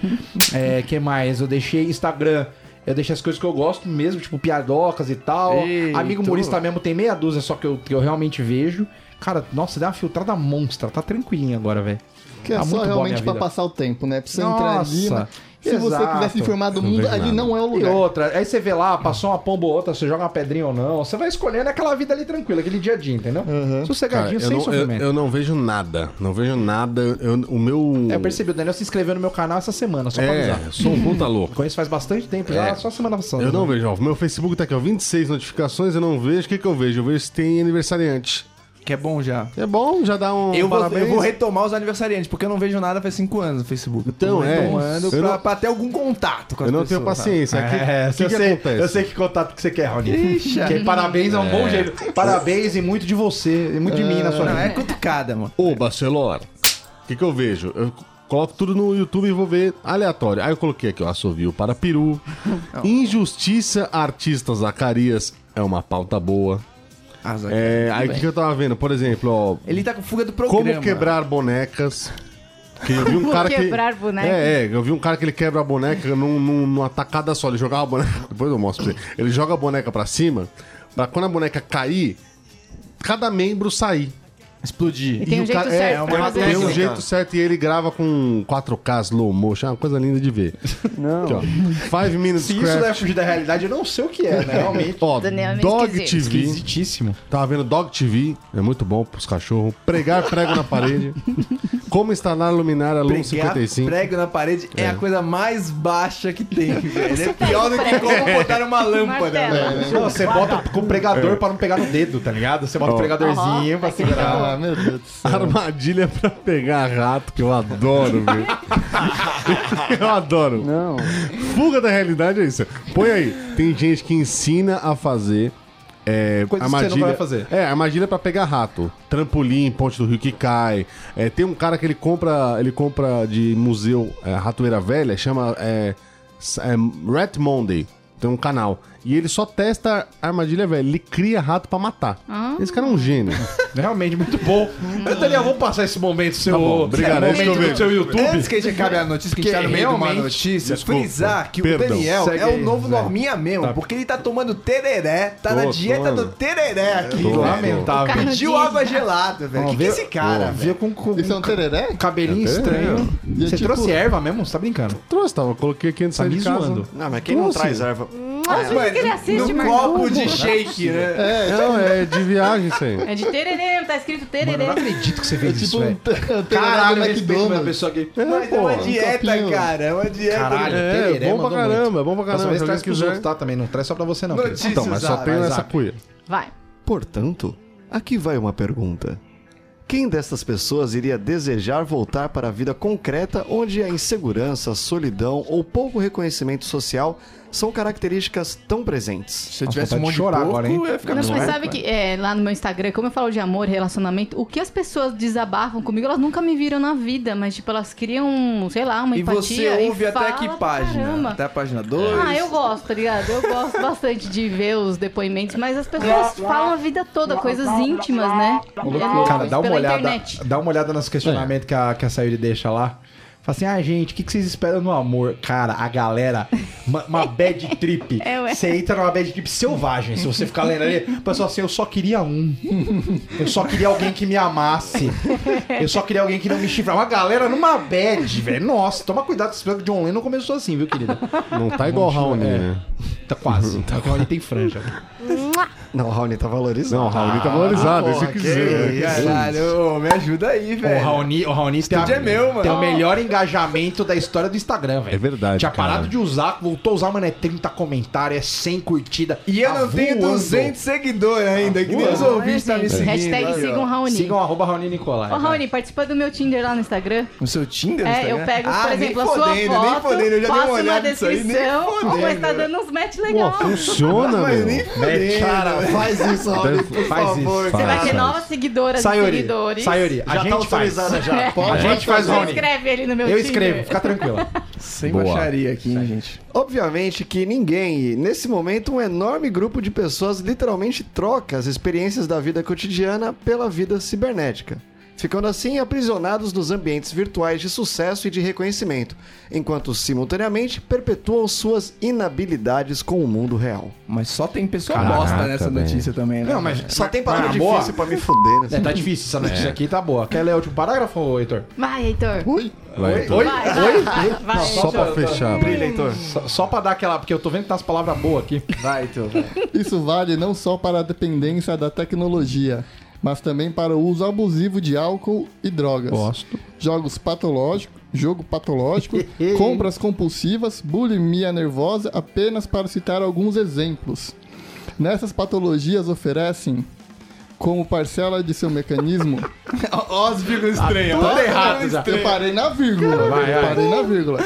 A: é, que mais? Eu deixei Instagram. Eu deixei as coisas que eu gosto mesmo, tipo piadocas e tal.
B: Eita.
A: Amigo humorista mesmo tem meia dúzia só que eu, que eu realmente vejo. Cara, nossa, deu uma filtrada monstra. Tá tranquilinho agora, velho.
D: Que é
A: Tá muito
D: só
A: boa
D: realmente
A: minha
D: pra
A: vida.
D: passar o tempo, né? Pra você entrar ali.
A: Nossa,
D: né? Se você
A: exato.
D: quiser se informar do
E: Não
D: mundo,
E: vejo nada.
D: ali não é
A: E
D: o lugar.
A: outra, aí você vê lá, passou uma pomba ou outra, você joga uma pedrinha ou não, você vai escolhendo aquela vida ali tranquila, aquele dia a dia, entendeu?
B: Uhum.
E: Cara,
A: Sossegadinho,
E: eu,
A: sem
E: não, eu,
A: sofrimento.
E: eu não vejo nada. Não vejo nada. Eu- o meu.
A: É, Eu percebi, o Daniel se inscreveu no meu canal essa semana, só pra
E: É,
A: avisar.
E: sou um puta louco.
A: Conheço faz bastante tempo
E: É.
A: já, só semana passada.
E: Eu não
A: né?
E: vejo, ó. Meu Facebook tá aqui, ó. 26 notificações, eu não vejo. O que, que eu vejo? Eu vejo se tem aniversariante.
B: que é bom já.
E: É bom, já dá um.
B: Eu vou, eu
E: parabéns.
B: vou retomar os aniversariantes, porque eu não vejo nada faz 5 anos no Facebook.
E: Então,
B: eu tô
E: é.
B: retomando
E: Eu
B: pra,
E: não-
B: pra ter algum contato com as
E: Eu não
B: pessoas.
E: tenho paciência. O que,
A: É,
E: que,
A: eu,
E: que
A: sei,
E: acontece?
A: eu sei que contato que você quer, Raoni.
B: Ixi,
A: Que parabéns é um bom jeito. Parabéns e muito de você, e muito de mim na sua
B: Sabe? Não, é
A: vida.
B: cutucada, mano.
E: Ô, Barcelona, o que, que eu vejo? Eu coloco tudo no YouTube e vou ver aleatório. Aí eu coloquei aqui, ó, assovio para peru. Injustiça, artista Zacarias. É uma pauta boa.
B: Ah, Zac,
E: É,
B: tudo
E: aí o
B: bem.
E: que, que eu tava vendo? Por exemplo, ó.
B: Ele tá com fuga do programa.
E: Como quebrar bonecas. Que eu vi um cara que...
F: quebrar bonecas.
E: É, é, eu vi um cara que ele quebra a boneca num, num- numa tacada só. Ele jogava a boneca. Depois eu mostro pra você. Ele joga a boneca pra cima, pra quando a boneca cair, cada membro sair.
B: Explodir.
F: E tem
E: E
F: um
E: o
F: jeito
E: cara- é,
F: certo
E: é
F: pra
E: uma-
F: fazer
E: Tem um
F: isso.
E: jeito certo e ele grava com 4K slow motion. É uma coisa linda de ver. Não. Aqui, ó. Five Minutes
A: Se isso não é
E: Craft.
A: fugir da realidade, eu não sei o que é, né? Realmente.
E: Ó,
F: Daniel é meio
E: Dog
F: esquisito.
E: TV.
A: Esquisitíssimo.
E: Tava vendo Dog TV. É muito bom pros cachorros. Pregar prego na parede. Como instalar luminária Lum
B: Pregar
E: 55.
B: prego na parede é. a coisa mais baixa que tem, velho. É
F: pega
B: pior do que
F: prego.
B: como botar uma lâmpada. né,
F: Martelo.
B: velho.
A: Não, você bota com o
E: É.
A: pregador pra não pegar no dedo, tá ligado? Você bota o pregadorzinho pra segurar.
D: Ah, meu Deus do céu.
E: Armadilha pra pegar rato, que eu adoro, velho. eu adoro. Não. Fuga da realidade é isso. Põe aí. Tem gente que ensina a fazer. É,
A: Coisas que você não
E: armadilha,
A: vai fazer.
E: É, armadilha pra pegar rato. Trampolim, ponte do rio que cai. É, tem um cara que ele compra. Ele compra de museu é, ratoeira velha, chama. É, s- é, Rat Monday. Tem um canal. E ele só testa armadilha velha. Ele cria rato pra matar.
A: Ah.
E: Esse cara é um gênio.
A: Realmente muito bom. Mas, Daniel, vamos passar esse momento seu.
E: Tá bom, obrigado.
A: esse
E: Deixa eu
A: momento
E: ver.
A: do seu YouTube.
B: Antes que a gente acabe a notícia, que a gente tá no
A: Porque
B: meio de uma
A: realmente-
B: notícia,
E: Desculpa.
B: frisar que
E: Perdão.
B: o Daniel
A: Segue
B: é o
A: aí, Zé.
B: novo norminha mesmo, porque ele tá tomando tereré, tá
E: Tô,
B: na dieta
E: tô.
B: do tereré aqui.
E: Tô,
A: Lamentável.
F: Cara,
B: Pediu água gelada, velho.
A: Ó,
B: Que que é
A: vê-
B: esse cara, velho?
A: Viu com, com
D: Isso é um tereré?
A: um cabelinho estranho.
D: E é
A: Você
D: tipo-
A: trouxe erva mesmo? Você tá brincando?
E: Trouxe, tava. Coloquei aqui antes
A: Tá
E: de sair
A: me
E: de casa.
A: zoando.
G: Não, mas quem não traz erva?
F: Às vezes que ele assiste,
B: Num
F: Marcão.
B: É, copo de shake, né?
E: É, não, é de viagem isso aí.
F: É de tererê, tá escrito
A: Mano, eu
F: tererê.
A: não acredito que você fez isso,
D: Tipo um
E: é.
A: velho.
D: tereré do
A: eu respeito pra
D: McDonald's. Um
A: pessoa que...
B: Mas é uma dieta,
D: copinho.
B: cara. É uma dieta.
A: Caralho,
E: É,
A: tereré,
E: bom pra
A: mandou
E: caramba,
A: muito.
E: é bom pra
A: Dessa
E: caramba,
A: vez
E: se
A: traz
E: alguém
A: pros
E: quiser.
A: outros, tá? Ah, Também não traz só pra você, não.
B: Notícias,
E: Então, mas só
B: Zara,
E: tem nessa
B: Zara.
E: cuia.
F: Vai.
G: Portanto, aqui vai uma pergunta. Quem destas pessoas iria desejar voltar para a vida concreta onde a insegurança, solidão ou pouco reconhecimento social são características tão presentes?
B: Se eu tivesse um monte de
A: chorar
B: porco,
A: agora, hein?
B: eu ia ficar
F: Não,
B: com
F: mas
B: raiva,
F: sabe
B: velho.
F: que é, lá no meu Instagram, como eu falo de amor, relacionamento, o que as pessoas desabafam comigo, elas nunca me viram na vida, mas tipo, elas criam, sei lá, uma
B: E você
F: empatia.
B: ouve até
F: fala
B: que
F: pra
B: página?
F: caramba.
B: Até a página 2?
F: Ah, eu gosto, tá ligado? Eu gosto bastante de ver os depoimentos, mas as pessoas falam a vida toda, coisas íntimas, né? É,
A: Cara, dá uma
F: pela
A: olhada,
F: internet. É.
A: dá uma olhada nos questionamentos que a, que a Sayuri deixa lá. Fala assim, ah, gente, o que, que vocês esperam no amor? Cara, a galera, uma, uma bad trip.
F: É, ué.
A: Você entra numa bad trip selvagem, se você ficar lendo ali. Pessoal, assim, eu só queria um. Eu só queria alguém que me amasse. Eu só queria alguém que não me chifrasse. Uma galera numa bad, velho. Nossa, toma cuidado, esse de John Lennon começou assim, viu, querida?
E: Não tá igual o
A: Continua,
E: Raoni,
A: é.
E: né?
A: Tá quase. Tá quase tem franja.
G: Não, o Raoni tá valorizado.
E: Não, o Raoni tá valorizado, isso eu quis dizer. né?
B: Caralho, ô, me ajuda aí,
A: O
B: velho.
A: Raoni, o Raoni tem,
B: Estúdio
A: a-
B: é meu, mano.
A: tem o melhor engajamento da história do Instagram, velho.
E: É verdade,
A: Tinha
E: cara.
A: parado de usar, voltou a usar, mano. É 30 comentários, é Tá 100 curtidas.
B: E eu não tenho 200 seguidores ainda, que nem os ouvintes tá me seguindo.
F: Hashtag
B: aí, ó.
F: sigam o Raoni.
A: Sigam arroba Raoni Nicolai.
F: Ô, Raoni, participa do meu Tinder lá no Instagram.
B: No seu Tinder? no
F: É,
B: Instagram?
F: eu pego, por
B: Ah, nem
F: exemplo, a sua
B: fodendo, Nem
F: foto,
B: fodendo, eu já dei uma
F: faço uma
B: olhada nisso aí, nem
F: descrição,
B: fodendo.
F: mas tá dando uns match
E: Pô,
F: legal.
E: funciona,
B: Mas
E: meu.
B: nem fodendo.
G: Cara, faz isso, Raoni,
E: Deve-
G: por
A: faz
G: favor.
E: isso,
F: Você vai
E: faz.
F: ter novas seguidoras e
A: Sayori,
F: seguidores.
A: Sayori, a
G: Já tá
A: gente faz.
G: autorizada já.
A: A gente faz,
F: Você
A: Raoni.
F: escreve ele no meu
A: Eu
F: Tinder.
A: escrevo, fica tranquila.
B: Sem
E: Boa.
B: baixaria aqui, hein, gente.
G: Obviamente que ninguém, e nesse momento, um enorme grupo de pessoas literalmente troca as experiências da vida cotidiana pela vida cibernética, ficando assim aprisionados nos ambientes virtuais de sucesso e de reconhecimento, enquanto simultaneamente perpetuam suas inabilidades com o mundo real.
B: Mas só tem pessoa
E: Caraca,
B: bosta nessa
E: velho.
B: notícia também, né?
A: Não, mas
G: Só tem palavra
B: é
A: Ah, boa.
G: difícil pra me fuder, né?
A: É, tá difícil essa notícia aqui, tá boa. Quer ler o último parágrafo, ô, Heitor?
F: Vai, Heitor.
D: Ui,
E: Vai, então.
A: Oi?
F: Vai, vai, vai. vai.
E: Só pra fechar.
G: Brilha, Heitor.
A: Só, só pra dar aquela, porque eu tô vendo que tá as palavras boas aqui.
B: Vai, teu.
D: isso vale não só para a dependência da tecnologia, mas também para o uso abusivo de álcool e drogas.
A: Gosto.
D: Jogos patológicos, jogo patológico, compras compulsivas, bulimia nervosa, apenas para citar alguns exemplos. Nessas patologias oferecem, como parcela de seu mecanismo,
B: Ó, as vírgulas estranhas.
A: Tudo errado já.
D: Eu parei na vírgula.
A: Vai, vai.
D: Parei na vírgula.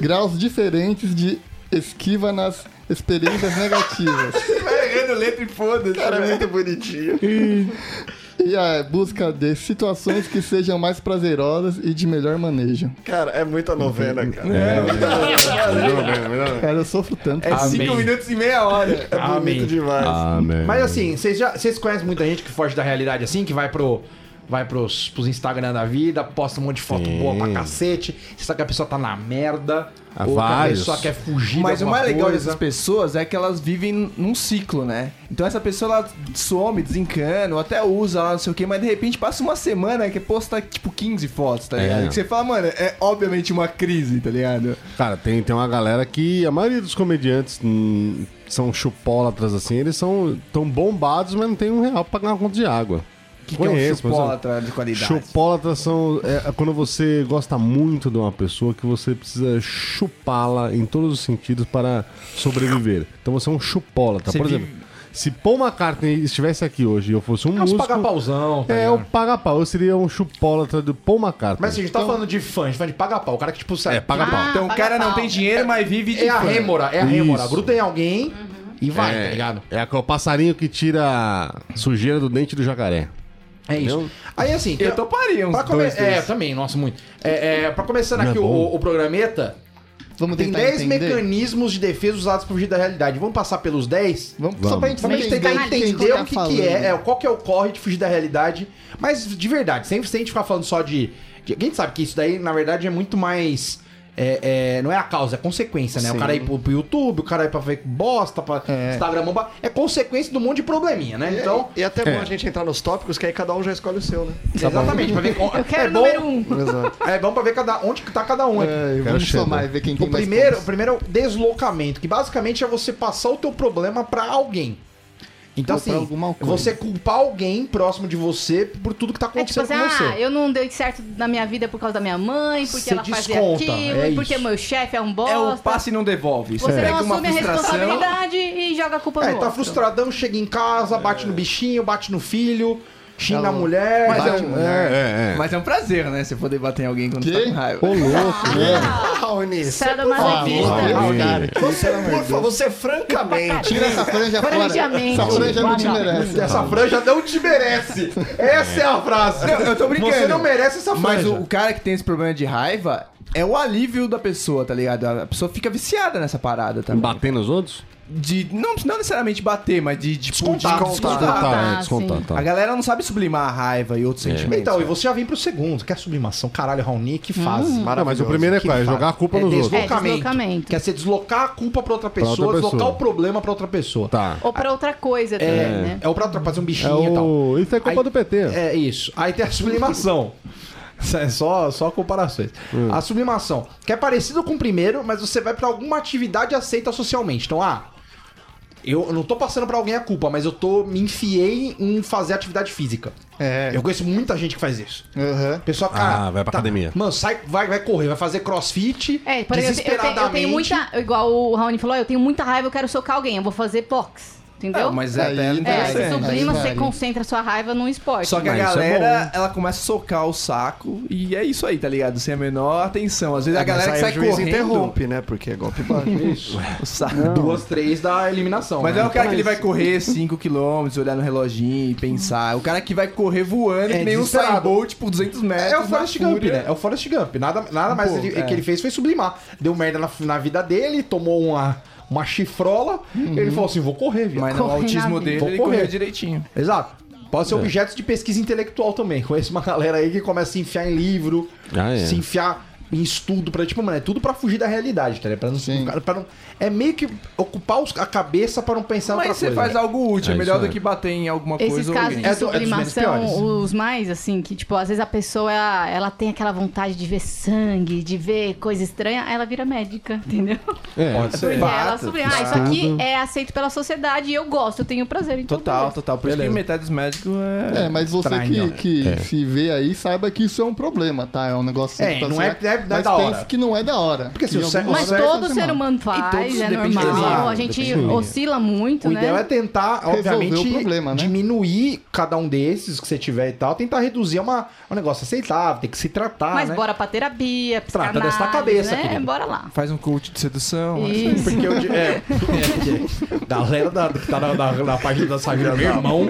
D: Graus diferentes de esquiva nas experiências negativas.
B: Vai errando letra e foda-se. velho.
G: É
D: bonitinho. E a busca de situações que sejam mais prazerosas e de melhor manejo.
G: Cara, é muita novena, cara. É
D: Cara, eu sofro tanto.
B: É 5
A: Amém.
B: minutos e meia hora.
G: É bonito
A: Amém.
G: demais.
E: Ah. Amém.
A: Mas assim, vocês já vocês conhecem muita gente que foge da realidade assim, que vai pro vai pros, pros Instagram da vida, posta um monte de foto
E: Sim.
A: boa pra cacete, você sabe que a pessoa tá na merda,
E: Há
A: ou que a
E: vários.
A: pessoa quer fugir
B: Mas
A: de
B: o
A: alguma
B: mais legal
A: é coisa. Ah,
B: dessas pessoas é que elas vivem num ciclo, né? Então essa pessoa ela some, desencana, ou até usa lá, não sei o que, mas de repente passa uma semana que posta tipo 15 fotos, tá
E: É.
B: ligado? Que você fala, mano, é obviamente uma crise, tá ligado?
E: Cara, tem, tem uma galera que a maioria dos comediantes hum, são chupólatras assim, eles são tão bombados, mas não tem um real pra pagar uma conta de água.
B: Que que é um
E: mas-
B: chupólatra de qualidade.
E: Chupólatra são é, é quando você gosta muito de uma pessoa que você precisa chupá-la em todos os sentidos para sobreviver. Então você é um chupólatra.
B: Você
E: Por
B: vive-
E: exemplo, se Paul McCartney estivesse aqui hoje e eu fosse um
A: É uns
E: músico,
A: paga-pauzão. tá
E: é
A: ligado?
E: o paga-pau. Eu seria um chupólatra do Paul McCartney. Então,
A: Mas assim, a gente tá falando de fã, a gente tá falando de paga-pau. O cara que, tipo, sabe.
E: É, paga-pau.
B: Então o
F: Ah, paga
B: cara não
F: pau.
B: tem dinheiro, mas vive de
A: É a
B: fã.
A: rêmora, é a rêmora.
E: Isso.
A: Gruda em alguém e vai, tá ligado?
E: É o passarinho que tira a sujeira do dente do jacaré.
A: É isso. Aí assim,
B: Eu toparia uns
A: pra come...
B: dois,
A: É,
B: três.
A: eu também, nossa, muito. É, é, pra começar
E: Não é
A: aqui o-
E: bom?
A: o, o programeta,
D: Vamos
A: tem
D: tentar
A: 10
D: entender?
A: mecanismos de defesa usados pra fugir da realidade. Vamos passar pelos 10?
D: Vamos,
E: Vamos.
D: só pra gente,
A: Pra gente tentar
D: entender,
A: entender,
D: de quem
A: o
D: tá
A: que,
D: falando.
A: que é, é, qual que é o corre de fugir da realidade. Mas de verdade, sempre sem a gente ficar falando só de, de- A gente sabe que isso daí, na verdade, é muito mais. é, é, não é a causa, é consequência, né? O cara ir pro, pro YouTube, o cara ir pra ver bosta, pra Instagram bomba. É consequência do monte de probleminha, né?
D: É.
A: Então.
G: E é até bom a gente entrar nos tópicos, que aí cada um já escolhe o seu, né?
D: É.
A: exatamente, pra ver.
F: Eu quero
A: é
F: o
A: bom,
F: número um.
G: Exato.
A: É bom pra ver cada, onde que tá cada um aqui.
D: É,
E: Quero
D: vamos
E: cheddar.
D: somar e ver quem tem
A: O
D: mais
A: primeiro, o
D: pontos.
A: primeiro é o deslocamento, que basicamente é você passar o teu problema pra alguém. Então,
D: Ou pra
A: assim,
D: alguma coisa.
A: você culpar alguém próximo de você por tudo que tá
F: É tipo
A: acontecendo com
F: assim,
A: você.
F: ah, eu não dei certo na minha vida por causa da minha mãe, porque
A: Você
F: ela fazia
A: desconta,
F: aquilo,
A: é
F: e porque
A: isso.
F: meu chefe é um
B: É o
F: bosta.
B: passe e não devolve.
F: Você
B: pega
F: não
B: uma
F: assume a
B: frustração-
F: responsabilidade e joga a culpa no
A: É, tá
F: outro.
A: frustradão, chega em casa, bate no bichinho, bate no filho, xinga a mulher.
B: Mas é,
A: bate-
B: um,
E: É, é, é.
B: Mas é um prazer, né? Você poder bater em alguém quando
D: Que?
B: tá com raiva.
E: Ô, louco, né?
G: Raoni,
F: é
A: é
E: Ah,
F: Sadomasoquista.
D: Ah,
E: Raoni.
D: cara,
G: Você, por favor, você francamente.
D: Tira essa franja fora.
F: Franjamente.
D: Essa franja não te merece.
A: Essa franja não te merece. Essa é a frase.
B: Não, eu tô brincando.
A: Você não merece essa
B: Mas
A: franja.
B: o, o cara que tem esse problema de raiva é o alívio da pessoa, tá ligado? A pessoa fica viciada nessa parada também.
E: Bater nos outros?
B: De, não, não necessariamente bater, mas de, de tipo,
A: Descontar,
B: de
A: descontar.
E: Descontar, é,
F: tá,
E: descontar,
F: sim.
E: tá.
B: A galera não sabe sublimar a raiva e outros sentimentos.
A: Então, e você já vem pro segundo, que é a sublimação. Caralho, Raoni, que fase.
E: Não, mas o primeiro é qual? É jogar a culpa
A: É
E: nos outros.
A: deslocamento.
F: É, deslocamento.
A: Quer ser deslocar a culpa pra outra pessoa,
E: outra
A: deslocar
E: pessoa.
A: o problema pra outra pessoa.
E: Tá.
F: Ou pra outra coisa
A: É,
F: também, né?
A: é o pra fazer um
E: É
A: bichinho e tal.
E: o... Isso é culpa
A: Aí-
E: do PT.
A: É isso. Aí tem a sublimação. Isso é só, só comparações.
E: Hum.
A: A sublimação, que é parecido com o primeiro, mas você vai pra alguma atividade aceita socialmente. Então, ah, Eu eu não tô passando pra alguém a culpa, mas eu tô me enfiei em fazer atividade física.
D: É.
A: Eu conheço muita gente que faz isso.
D: Aham.
A: Pessoal, cara. tá,
E: Ah, vai pra academia.
A: Mano, sai, vai, vai correr, vai fazer crossfit.
F: É, por exemplo, eu tenho, eu tenho muita. Igual o Raoni falou, eu tenho muita raiva, eu quero socar alguém, eu vou fazer box. Entendeu?
A: Então, Ah,
B: Não, mas é
D: Aí-
B: até
D: É,
F: É,
B: interessante.
F: você sublima,
D: Aí
F: você
D: vale.
F: concentra sua raiva num esporte.
B: Só que a
E: Mas isso é
B: galera, ela começa a socar o saco e é isso aí, tá ligado? Sem a menor atenção. Às vezes
A: É,
B: a galera que sai
G: o juiz
B: correndo...
G: interrompe, né? Porque é golpe baixo.
A: Isso.
B: O saco.
A: Duas, três da eliminação.
B: Mas
A: né?
B: não é o cara que ele vai correr 5km, olhar no reloginho e pensar. É O cara que vai correr voando,
G: É
B: que nem um
G: desesperado.
B: Usain Bolt por 200 metros.
A: É o
B: na
A: Forrest Gump,
B: fúria.
A: né? É o Forrest Gump. Nada, nada mais
B: Pô,
A: ele-
B: é.
A: que ele fez foi sublimar. Deu merda na, na vida dele, tomou uma, uma chifrola. Ele falou assim: vou correr, viu?
B: Mas não, o
F: Corre na
B: autismo
F: vida.
B: dele,
A: Vou
B: ele
A: correr. É
B: correu direitinho.
A: Exato. Pode ser objeto de pesquisa intelectual também. Conheço uma galera aí que começa a se enfiar em livro,
E: Ah, é.
A: se enfiar em estudo, pra, tipo, mano, é tudo pra fugir da realidade, tá ligado? Pra não,
D: Sim.
A: cara, pra não- é meio que ocupar os- a cabeça pra não pensar em outra
B: Mas você
A: coisa. né?
B: faz algo útil,
E: É
B: é melhor
E: isso
B: do
E: aí.
B: que bater em alguma
F: Esses
B: coisa ou
F: casos
B: alguém.
F: de
A: É do- é dos menos
F: sublimação,
A: piores.
F: os mais, assim, que, tipo, às vezes a pessoa, ela, ela tem aquela vontade de ver sangue, de ver coisa estranha, ela vira médica, entendeu?
E: É,
A: Pode ser.
F: Porque ela
B: Fato,
F: sublima, ah, isso aqui é aceito pela sociedade e eu gosto, eu tenho prazer em
B: Total, total. Por isso que
A: Então, Beleza.
B: metade dos médicos é...
D: É, mas você
A: Estranho. né?
D: que, que se vê aí, saiba que isso é um problema, tá? É um negócio
A: É,
D: que tá
A: não é-
D: certo,
A: não é- não é
D: mas
A: da
D: pense
A: hora.
D: que é não é da hora.
A: Porque se
D: Em
A: o
D: algum
A: sexo-
D: momento
F: Mas
A: Nossa,
D: vai
F: todo
D: fazer
F: ser
D: mal.
F: humano faz,
B: todos
F: é
B: dependem de
F: normal,
A: mim.
F: a gente
A: Depende de mim.
F: oscila muito,
A: O
F: né?
A: ideal é tentar,
D: Resolver
A: obviamente,
D: o problema, né?
A: diminuir cada um desses que você tiver e tal, tentar reduzir a uma, um negócio aceitável, tem que se tratar,
F: Mas
A: né?
F: bora pra terapia, psicanálise,
A: Trata dessa cabeça,
F: né?
A: querido.
F: Bora lá.
B: Faz um coach de sedução.
F: Isso.
A: Porque eu. di- É, é porque galera da, que tá na, na, na página da Sagrada, meu irmão.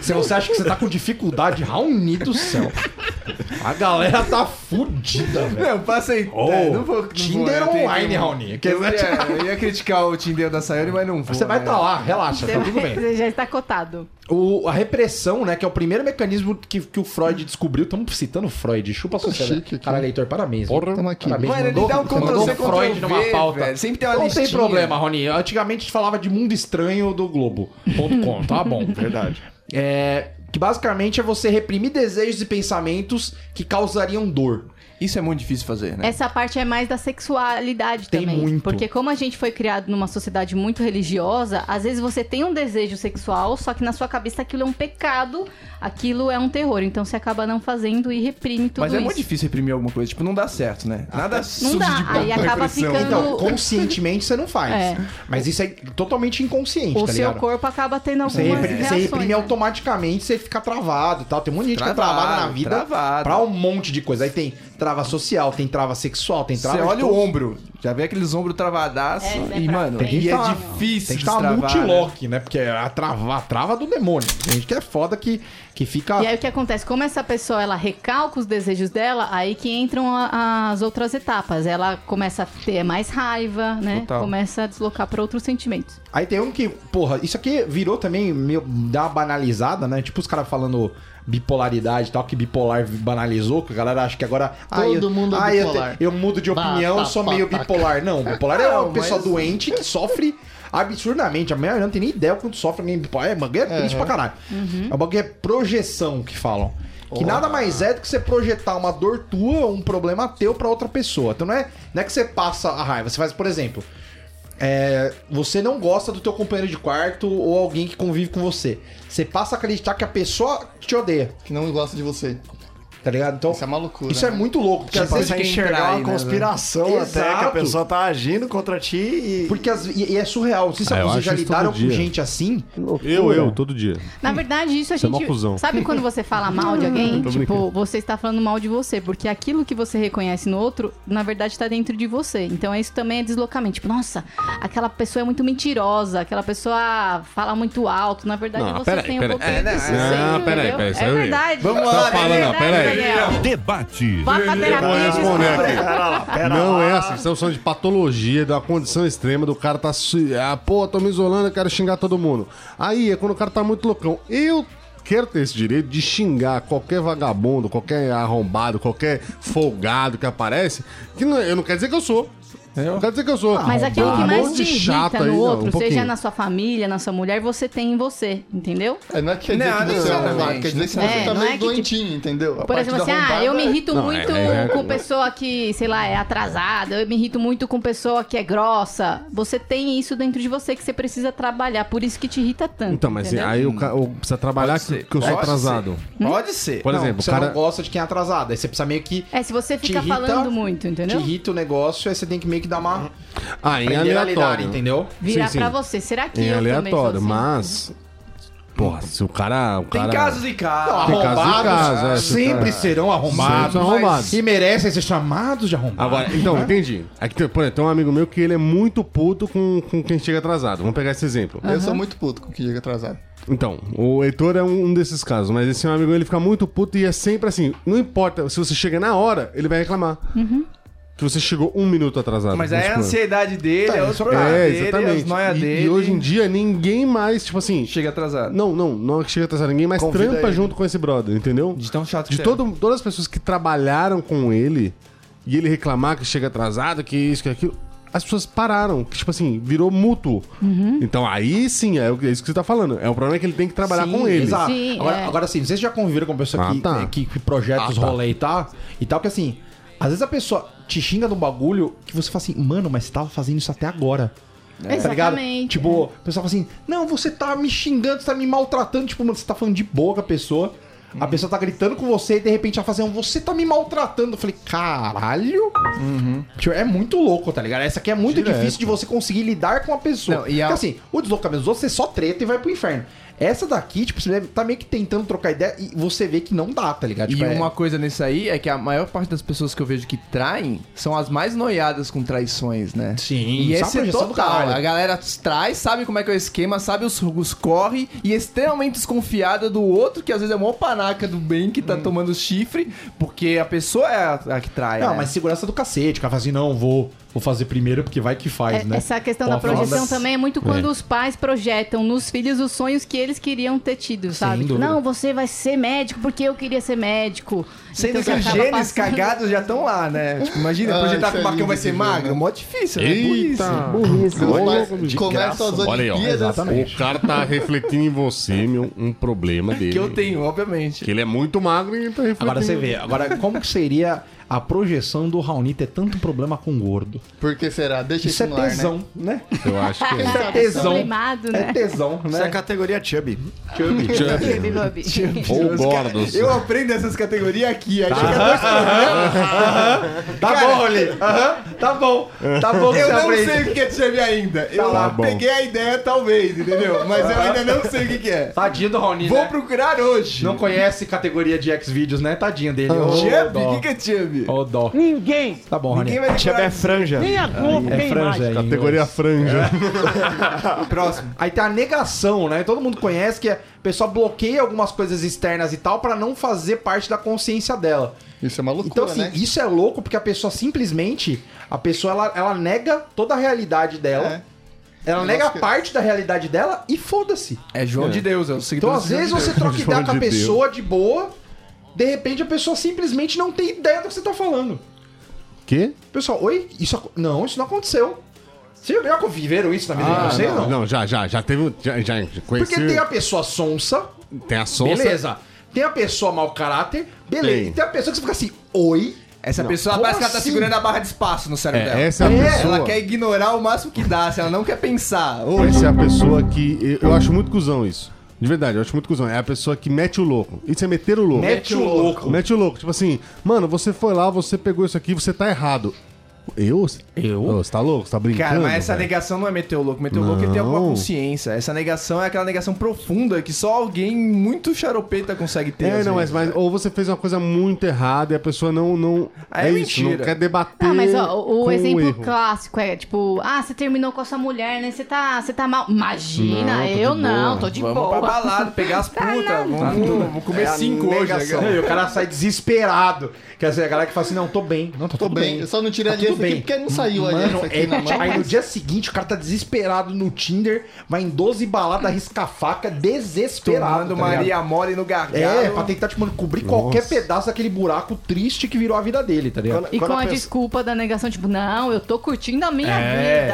A: Se você acha que você tá com dificuldade, Raoni do céu. A galera tá fudida, velho.
B: Não, passei.
A: Oh, Tinder
B: eu tenho-
A: online,
B: eu-
A: Raoni. Quer
B: Eu
A: dizer,
B: ia, eu ia criticar o Tinder da Sayori, mas não vou.
A: Você vai
B: né?
A: tá lá, relaxa,
F: Você
A: tá tudo
F: vai-
A: bem.
F: você já está cotado.
A: O- a repressão, né, que é o primeiro mecanismo que, que o Freud descobriu. Estamos citando o Freud, chupa a sociedade.
D: chique aqui.
A: Caralho, Heitor, parabéns.
D: Porra. Tamo
A: Tamo
D: aqui.
A: Parabéns,
B: Mano, ele dá um Ctrl
A: mandou
B: C,
A: Freud
B: Ctrl
A: numa
B: V,
A: pauta.
B: velho. Sempre tem uma
A: Não
B: listinha.
A: tem problema, Rony. Antigamente falava de mundo estranho do Globo.com. tá bom. Verdade. É, que basicamente é você reprimir desejos e pensamentos que causariam dor.
B: Isso é muito difícil fazer, né?
F: Essa parte é mais da sexualidade
A: Tem
F: também.
A: muito.
F: Porque como a gente foi criado numa sociedade muito religiosa, às vezes você tem um desejo sexual, só que na sua cabeça aquilo é um pecado, aquilo é um terror. Então você acaba não fazendo e reprime tudo
B: Mas é
F: isso. Ah,
B: muito difícil reprimir alguma coisa. Tipo, não dá certo, né? Nada surge
F: Não dá,
B: de
F: aí acaba
B: repressão.
F: ficando-
A: Então, conscientemente você não faz.
F: É.
A: Mas isso é totalmente inconsciente,
F: O
A: tá
F: seu
A: ligado?
F: corpo acaba tendo algumas
A: Você reprime,
F: reações.
A: você reprime
F: né?
A: automaticamente, você fica travado e tal. Tem um monte de gente que é
B: Travado,
A: travada na vida
B: travado.
A: pra um monte de coisa. Aí tem trava social, tem trava sexual, tem trava.
B: Você
A: de
B: olha
A: todo-
B: o ombro, já vê aqueles ombros travadaço
F: É, isso é
B: e,
F: pra
B: mano,
F: frente. Tem
B: e
A: que
B: é
A: tá-
B: difícil
A: Tem que estar
B: destravar, né?
A: multilock, né? Porque é a trava, a trava do demônio. Tem gente que é foda que, que fica.
F: E aí o que acontece? Como essa pessoa ela recalca os desejos dela, aí que entram a- as outras etapas. Ela começa a ter mais raiva, né?
B: Total.
F: Começa a deslocar pra outros sentimentos.
A: Aí tem um que, porra, isso aqui virou também, meio, dá uma banalizada, né? Tipo os caras falando bipolaridade e tal, que bipolar banalizou, que a galera acha que agora. ah,
D: Todo
A: eu-
D: mundo é
A: ah, eu
D: bipolar.
A: te- Eu, mudo de opinião,
D: Batata,
A: sou meio
D: pataca.
A: bipolar. Não, bipolar é
B: Não,
A: uma pessoa
B: mas-
A: doente que sofre absurdamente. A maioria não tem nem ideia quando sofre alguém bipolar. É, bagulho é triste pra caralho. É um bagulho é projeção que falam. Que nada mais é do que você projetar uma dor tua, um problema teu pra outra pessoa. Então não é, não é que você passa a raiva. Você faz, por exemplo, é, você não gosta do teu companheiro de quarto ou alguém que convive com você. Você passa a acreditar que a pessoa te odeia,
D: Que não gosta de você.
A: tá ligado? Então,
D: Isso é uma loucura.
A: isso é
D: né?
A: muito louco, porque
G: Tipo, Você
A: às vezes...
G: passa
B: de quem
G: a enxergar
B: trai,
G: uma
B: né?
G: conspiração até que a
A: Exato.
G: pessoa tá agindo contra ti e.
A: Porque às- e, e é surreal. Não sei se
E: Ah, eu
A: vocês
E: acho
A: já
E: isso
A: lidaram
E: todo
A: com
E: dia.
A: gente assim.
E: Eu, eu, todo dia.
F: Na verdade, isso a
E: Você é mó
F: gente.
E: cuzão.
F: sabe quando você fala mal de alguém?
E: Tô
F: tipo,
E: brincando.
F: você está falando mal de você, porque aquilo que você reconhece no outro, na verdade, está dentro de você. Então, isso também é deslocamento. Tipo, nossa, aquela pessoa é muito mentirosa, aquela pessoa fala muito alto. Na verdade,
E: Não,
F: você
E: peraí,
F: tem um
E: peraí.
F: pouquinho
B: É, né?
F: disso.
E: Não,
F: dentro,
E: peraí, um
F: entendeu?
E: peraí,
F: É
E: peraí.
F: verdade.
B: Vamos
F: é
B: lá,
F: verdade,
E: não, Tá peraí.
F: Daniel.
H: Debate.
F: Vá pra
E: Eu vou
F: terapia.
E: responder
F: desculpa.
E: aqui. não é assim, estamos falando de patologia, da condição extrema do cara tá. su- Ah, pô, tô me isolando, eu quero xingar todo mundo. Aí é quando o cara tá muito loucão. Eu quero ter esse direito de xingar qualquer vagabundo, qualquer arrombado, qualquer folgado que aparece, que não- eu não quero dizer que eu sou. Não quer dizer que eu sou.
F: Mas aquilo que
E: um
F: mais
E: monte
F: te
E: de chato
F: irrita
E: aí,
F: no
E: não, um
F: outro, seja
E: pouquinho.
F: na sua família, na sua mulher, você tem em você, entendeu?
D: É, não é que quer dizer
B: Não,
D: que você é um
B: necessariamente,
D: vaca, quer dizer que
F: necessariamente.
D: você
F: É,
D: tá
F: não
D: meio
F: é que, tipo,
D: doentinho, entendeu? A
F: Por
D: parte
F: exemplo,
D: da
F: assim, ah,
D: arrombada
F: eu me
D: é-
F: irrito
E: Não,
F: muito
E: é- é-
F: com pessoa que, sei lá, é atrasada, eu me irrito muito com pessoa que é grossa. Você tem isso dentro de você que você precisa trabalhar, por isso que te irrita tanto.
E: Então, mas
F: entendeu?
E: aí o cara o- precisa trabalhar
B: Pode
E: que,
B: ser.
E: que eu sou
B: Pode
E: atrasado.
F: Uhum.
B: ser. né? Pode ser.
E: Por
A: Não,
E: exemplo, o
A: você
E: cara.
A: não gosta de quem é atrasado. Aí você precisa meio que.
F: É, se você
A: Te
F: ficar
A: irrita,
F: falando muito,
A: Te
F: entendeu?
A: irrita o negócio, aí você tem que meio que dar
B: Uhum.
A: uma.
E: Ah, em
A: Aprender a lidar,
E: aleatório.
A: entendeu?
F: Virar
E: Sim, sim.
F: pra você. Será que
E: Em
F: eu também sou
E: aleatório,
F: assim?
E: mas. Porra, se o cara. O
B: Tem
E: cara...
B: casos e casos.
E: Tem casos e casos, é, se o
A: sempre
B: tá-
E: cara-
A: serão arrombados.
E: Sempre são arrombados.
A: E merecem ser chamados de arrombados.
E: Agora, então, entendi. Aqui tem, por exemplo, tem um amigo meu que ele é muito puto com, com quem chega atrasado. Vamos pegar esse exemplo.
D: Eu sou muito puto com o que chega atrasado.
E: Então, o Heitor é um um desses casos, mas esse meu amigo ele fica muito puto e é sempre assim. Não importa, se você chega na hora, ele vai reclamar.
F: Uhum.
E: Que você chegou um minuto atrasado.
B: Mas
E: vamos
B: aí é a
E: supor.
B: ansiedade dele, é os problemas
E: É,
B: dele, é
E: exatamente.
B: as noias
E: E-
B: dele.
E: E hoje em dia ninguém mais, tipo assim.
B: Chega atrasado.
E: Não, não, não é que chega atrasado, ninguém mais
G: Convida
E: trampa
G: ele.
E: junto com esse brother, entendeu?
B: De tão chato que
E: De
B: você é.
E: todo, todas as pessoas que trabalharam com ele e ele reclamar que chega atrasado, que isso, que aquilo, as pessoas pararam. Que, tipo assim, virou mútuo. Então aí sim, é, o- é isso que você tá falando. É o problema é que ele tem que trabalhar
A: Sim,
E: com ele.
A: Exato.
F: Sim,
A: agora,
F: é.
A: agora, assim, vocês já conviveram com pessoa
E: Ah,
A: que, né,
E: tá.
A: que, que projeta os
E: Ah, tá.
A: rolê e tal, e tal, porque assim, às vezes a pessoa te xinga de um bagulho que você fala assim, mano, mas você tava fazendo isso até agora. Tá ligado?
F: É. Exatamente. É.
A: Tipo, o pessoal fala assim: Não, você tá me xingando, você tá me maltratando. Tipo, mano, você tá falando de boa com a pessoa. A pessoa tá gritando com você e de repente ela fala assim: Você tá me maltratando. Eu falei: Caralho.
E: Uhum.
A: Tipo, é muito louco, tá ligado? Essa aqui é muito difícil de você conseguir lidar com a pessoa.
B: Não, e a-
A: Porque assim, o deslocamento dos outros, você só treta e vai pro inferno. Essa daqui, tipo, você deve- tá meio que tentando trocar ideia e você vê que não dá, tá ligado? Tipo,
B: e
A: é-
B: uma coisa nisso aí é que a maior parte das pessoas que eu vejo que traem são as mais noiadas com traições, né?
A: Sim,
B: E
A: isso é
B: esse
A: uma
B: é
A: projeção do
B: total.
A: caralho.
B: A galera trai, sabe como é que é o esquema, sabe os, os corre e é extremamente desconfiada do outro, que às vezes é mó panaca do bem que tá tomando chifre, porque a pessoa é a, a que trai.
A: Não,
B: né?
A: mas segurança do cacete. O cara fala assim: Não, vou, vou fazer primeiro porque vai que faz,
F: É,
A: né?
F: Essa questão
A: Porra,
F: da projeção
A: foda-se.
F: também é muito quando os pais projetam nos filhos os sonhos que eles queriam ter tido, sabe?
A: dúvida.
F: Não, você vai ser médico porque eu queria ser médico.
B: Sendo
F: Então,
B: que os
F: você acaba
B: genes
F: passando-
B: cagados já estão lá, né? Tipo, imagina,
D: Ah,
B: projetar
D: isso
B: que
D: é
B: o Marcão vai
D: lindo
B: ser
D: de ver, né?
B: magro, mó difícil, né?
E: Eita,
D: Meus pais
E: louco, de
D: começam as
E: Olha aí, ó.
D: Olimpíadas.
E: O cara tá refletindo em você, meu, um problema dele.
B: Que eu tenho, obviamente.
E: Que ele é muito magro e tá
F: é
E: refletindo.
A: Agora você vê, agora como que seria a projeção do Raoni ter tanto problema com gordo?
D: Por que será? Deixa
A: Isso
D: isso
A: é
D: no ar, né?
A: tesão, né?
E: Eu acho que
A: Isso
E: é.
A: é tesão.
F: Sublimado,
A: É
F: um né?
A: tesão,
G: Isso é a
A: né?
G: categoria Chubby.
F: Baby, baby.
E: Ou bordos.
B: é Eu aprendo essas categorias aqui. Aí chega
A: Tá bom, Raoni. Aham, Tá bom.
B: É.
A: Tá bom que
B: Eu
A: você
B: não
A: aprende.
B: sei o que é chame ainda. Eu
E: Tá bom.
B: peguei a ideia, talvez, entendeu? Mas eu ainda não sei o que, que é.
A: Tadinho do Raoni,
B: Vou
A: né?
B: procurar hoje.
A: Não conhece categoria de X-Vídeos, né? Tadinho dele. Ô,
B: Chame?
A: dó.
B: O que, que é chame?
A: Ô, dó.
C: Ninguém.
A: Tá bom, Raoni.
B: Ninguém vai
G: Chubby
B: decorar
G: é
B: isso.
G: franja.
C: Nem a Globo
A: É
C: tem mais.
A: franja aí.
E: Categoria franja.
B: Próximo.
A: Aí tem a negação, né? Todo mundo conhece que a pessoa bloqueia algumas coisas externas e tal pra não fazer parte da consciência dela.
D: Isso é uma loucura,
A: Então, assim,
D: né?
A: isso é louco porque a pessoa simplesmente. A pessoa ela, ela nega toda a realidade dela. Ela
D: É. Eu
A: nega
D: acho que-
A: parte da realidade dela e foda-se.
B: É João de Deus, é o seguidor.
A: Então, às vezes, você troca
E: Pelo
A: ideia
E: amor
A: com a
E: de Deus.
A: pessoa de boa, de repente a pessoa simplesmente não tem ideia do que você tá falando.
E: Que?
A: Pessoal, oi? Isso ac- Não, isso não aconteceu. Vocês já conviveram isso na vida de vocês, Ah, não?
E: Não, já, já, já teve. Já, já conheci.
A: Porque tem a pessoa sonsa,
E: tem a sonsa.
A: beleza. Tem a pessoa mau caráter, beleza.
E: Tem.
A: E tem a pessoa que você fica assim, oi?
B: Essa pessoa
A: Como
B: parece que ela tá
A: assim?
B: segurando a barra de espaço no cérebro
E: É,
B: dela.
E: essa é a pessoa.
B: Ela quer ignorar o máximo que dá, se ela não quer pensar. Ô,
E: Essa é a pessoa que. eu- Eu acho muito cuzão isso. De verdade, eu acho muito cuzão. É a pessoa que mete o louco. Isso é meter o louco.
A: Mete o louco.
E: Mete o louco. Tipo assim, mano, você foi lá, você pegou isso aqui, você tá errado. Eu? Eu? Você tá louco? Você tá brincando?
B: Cara, mas essa
E: velho?
B: negação não é meter o louco. Meter o louco ele tem alguma
E: Não.
B: consciência. Essa negação é aquela negação profunda que só alguém muito xaropeita consegue ter.
E: É,
B: às
E: não, mas,
B: vezes.
E: mas ou você fez uma coisa muito errada e a pessoa não. não
B: Aí é
E: isso, não
B: mentira.
E: quer debater.
F: Ah, mas ó, o
E: com
F: exemplo
E: erro.
F: clássico é tipo, ah, você terminou com a sua mulher, né? Você tá, você tá mal. Imagina,
E: Não, tô de
F: eu
E: boa.
F: não, tô de
B: Vamos
F: boa.
B: pra balada, pegar as putas.
A: Tá
B: vamos, vamos comer
G: É a
B: cinco hoje.
G: negação.
B: né, cara?
A: E o cara sai desesperado. Quer dizer, a galera que fala assim, não, tô bem. Não, tô,
D: Tô bem. Eu só não tirei a linha
A: tudo
D: esse aqui,
A: bem.
D: porque não saiu ainda
A: Mano,
D: esse aqui
A: é-
D: na mão.
A: aí no dia seguinte o cara tá desesperado no Tinder, vai em 12 baladas, arrisca a faca, desesperado.
B: Tomando
A: tá ligado?
B: Maria Mole no gargalo.
A: É, pra tentar tipo, mano, cobrir qualquer pedaço daquele buraco triste que virou a vida dele, tá ligado?
F: E
G: Quando
F: com a
G: a pessoa-
F: desculpa da negação, tipo, não, eu tô curtindo a minha
A: É.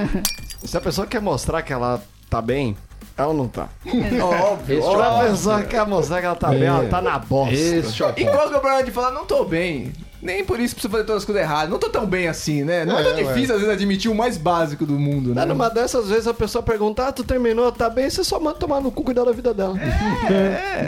F: vida.
G: Se a pessoa quer mostrar que ela tá bem, ela não tá.
B: Óbvio.
G: Se a pessoa quer mostrar que ela tá bem,
F: É.
G: ela tá na bosta.
A: tipo Esse, tipo ó.
B: E qual que é o problema de falar, não tô bem? Nem por isso precisa fazer todas as coisas erradas. Não tô tão bem assim, né? Não é, tão difícil, às vezes, admitir o mais básico do mundo,
A: Tá
B: né?
G: Né, Numa dessas vezes a pessoa pergunta, ah, tu terminou, tá bem, você só manda tomar no cu cuidar da vida dela.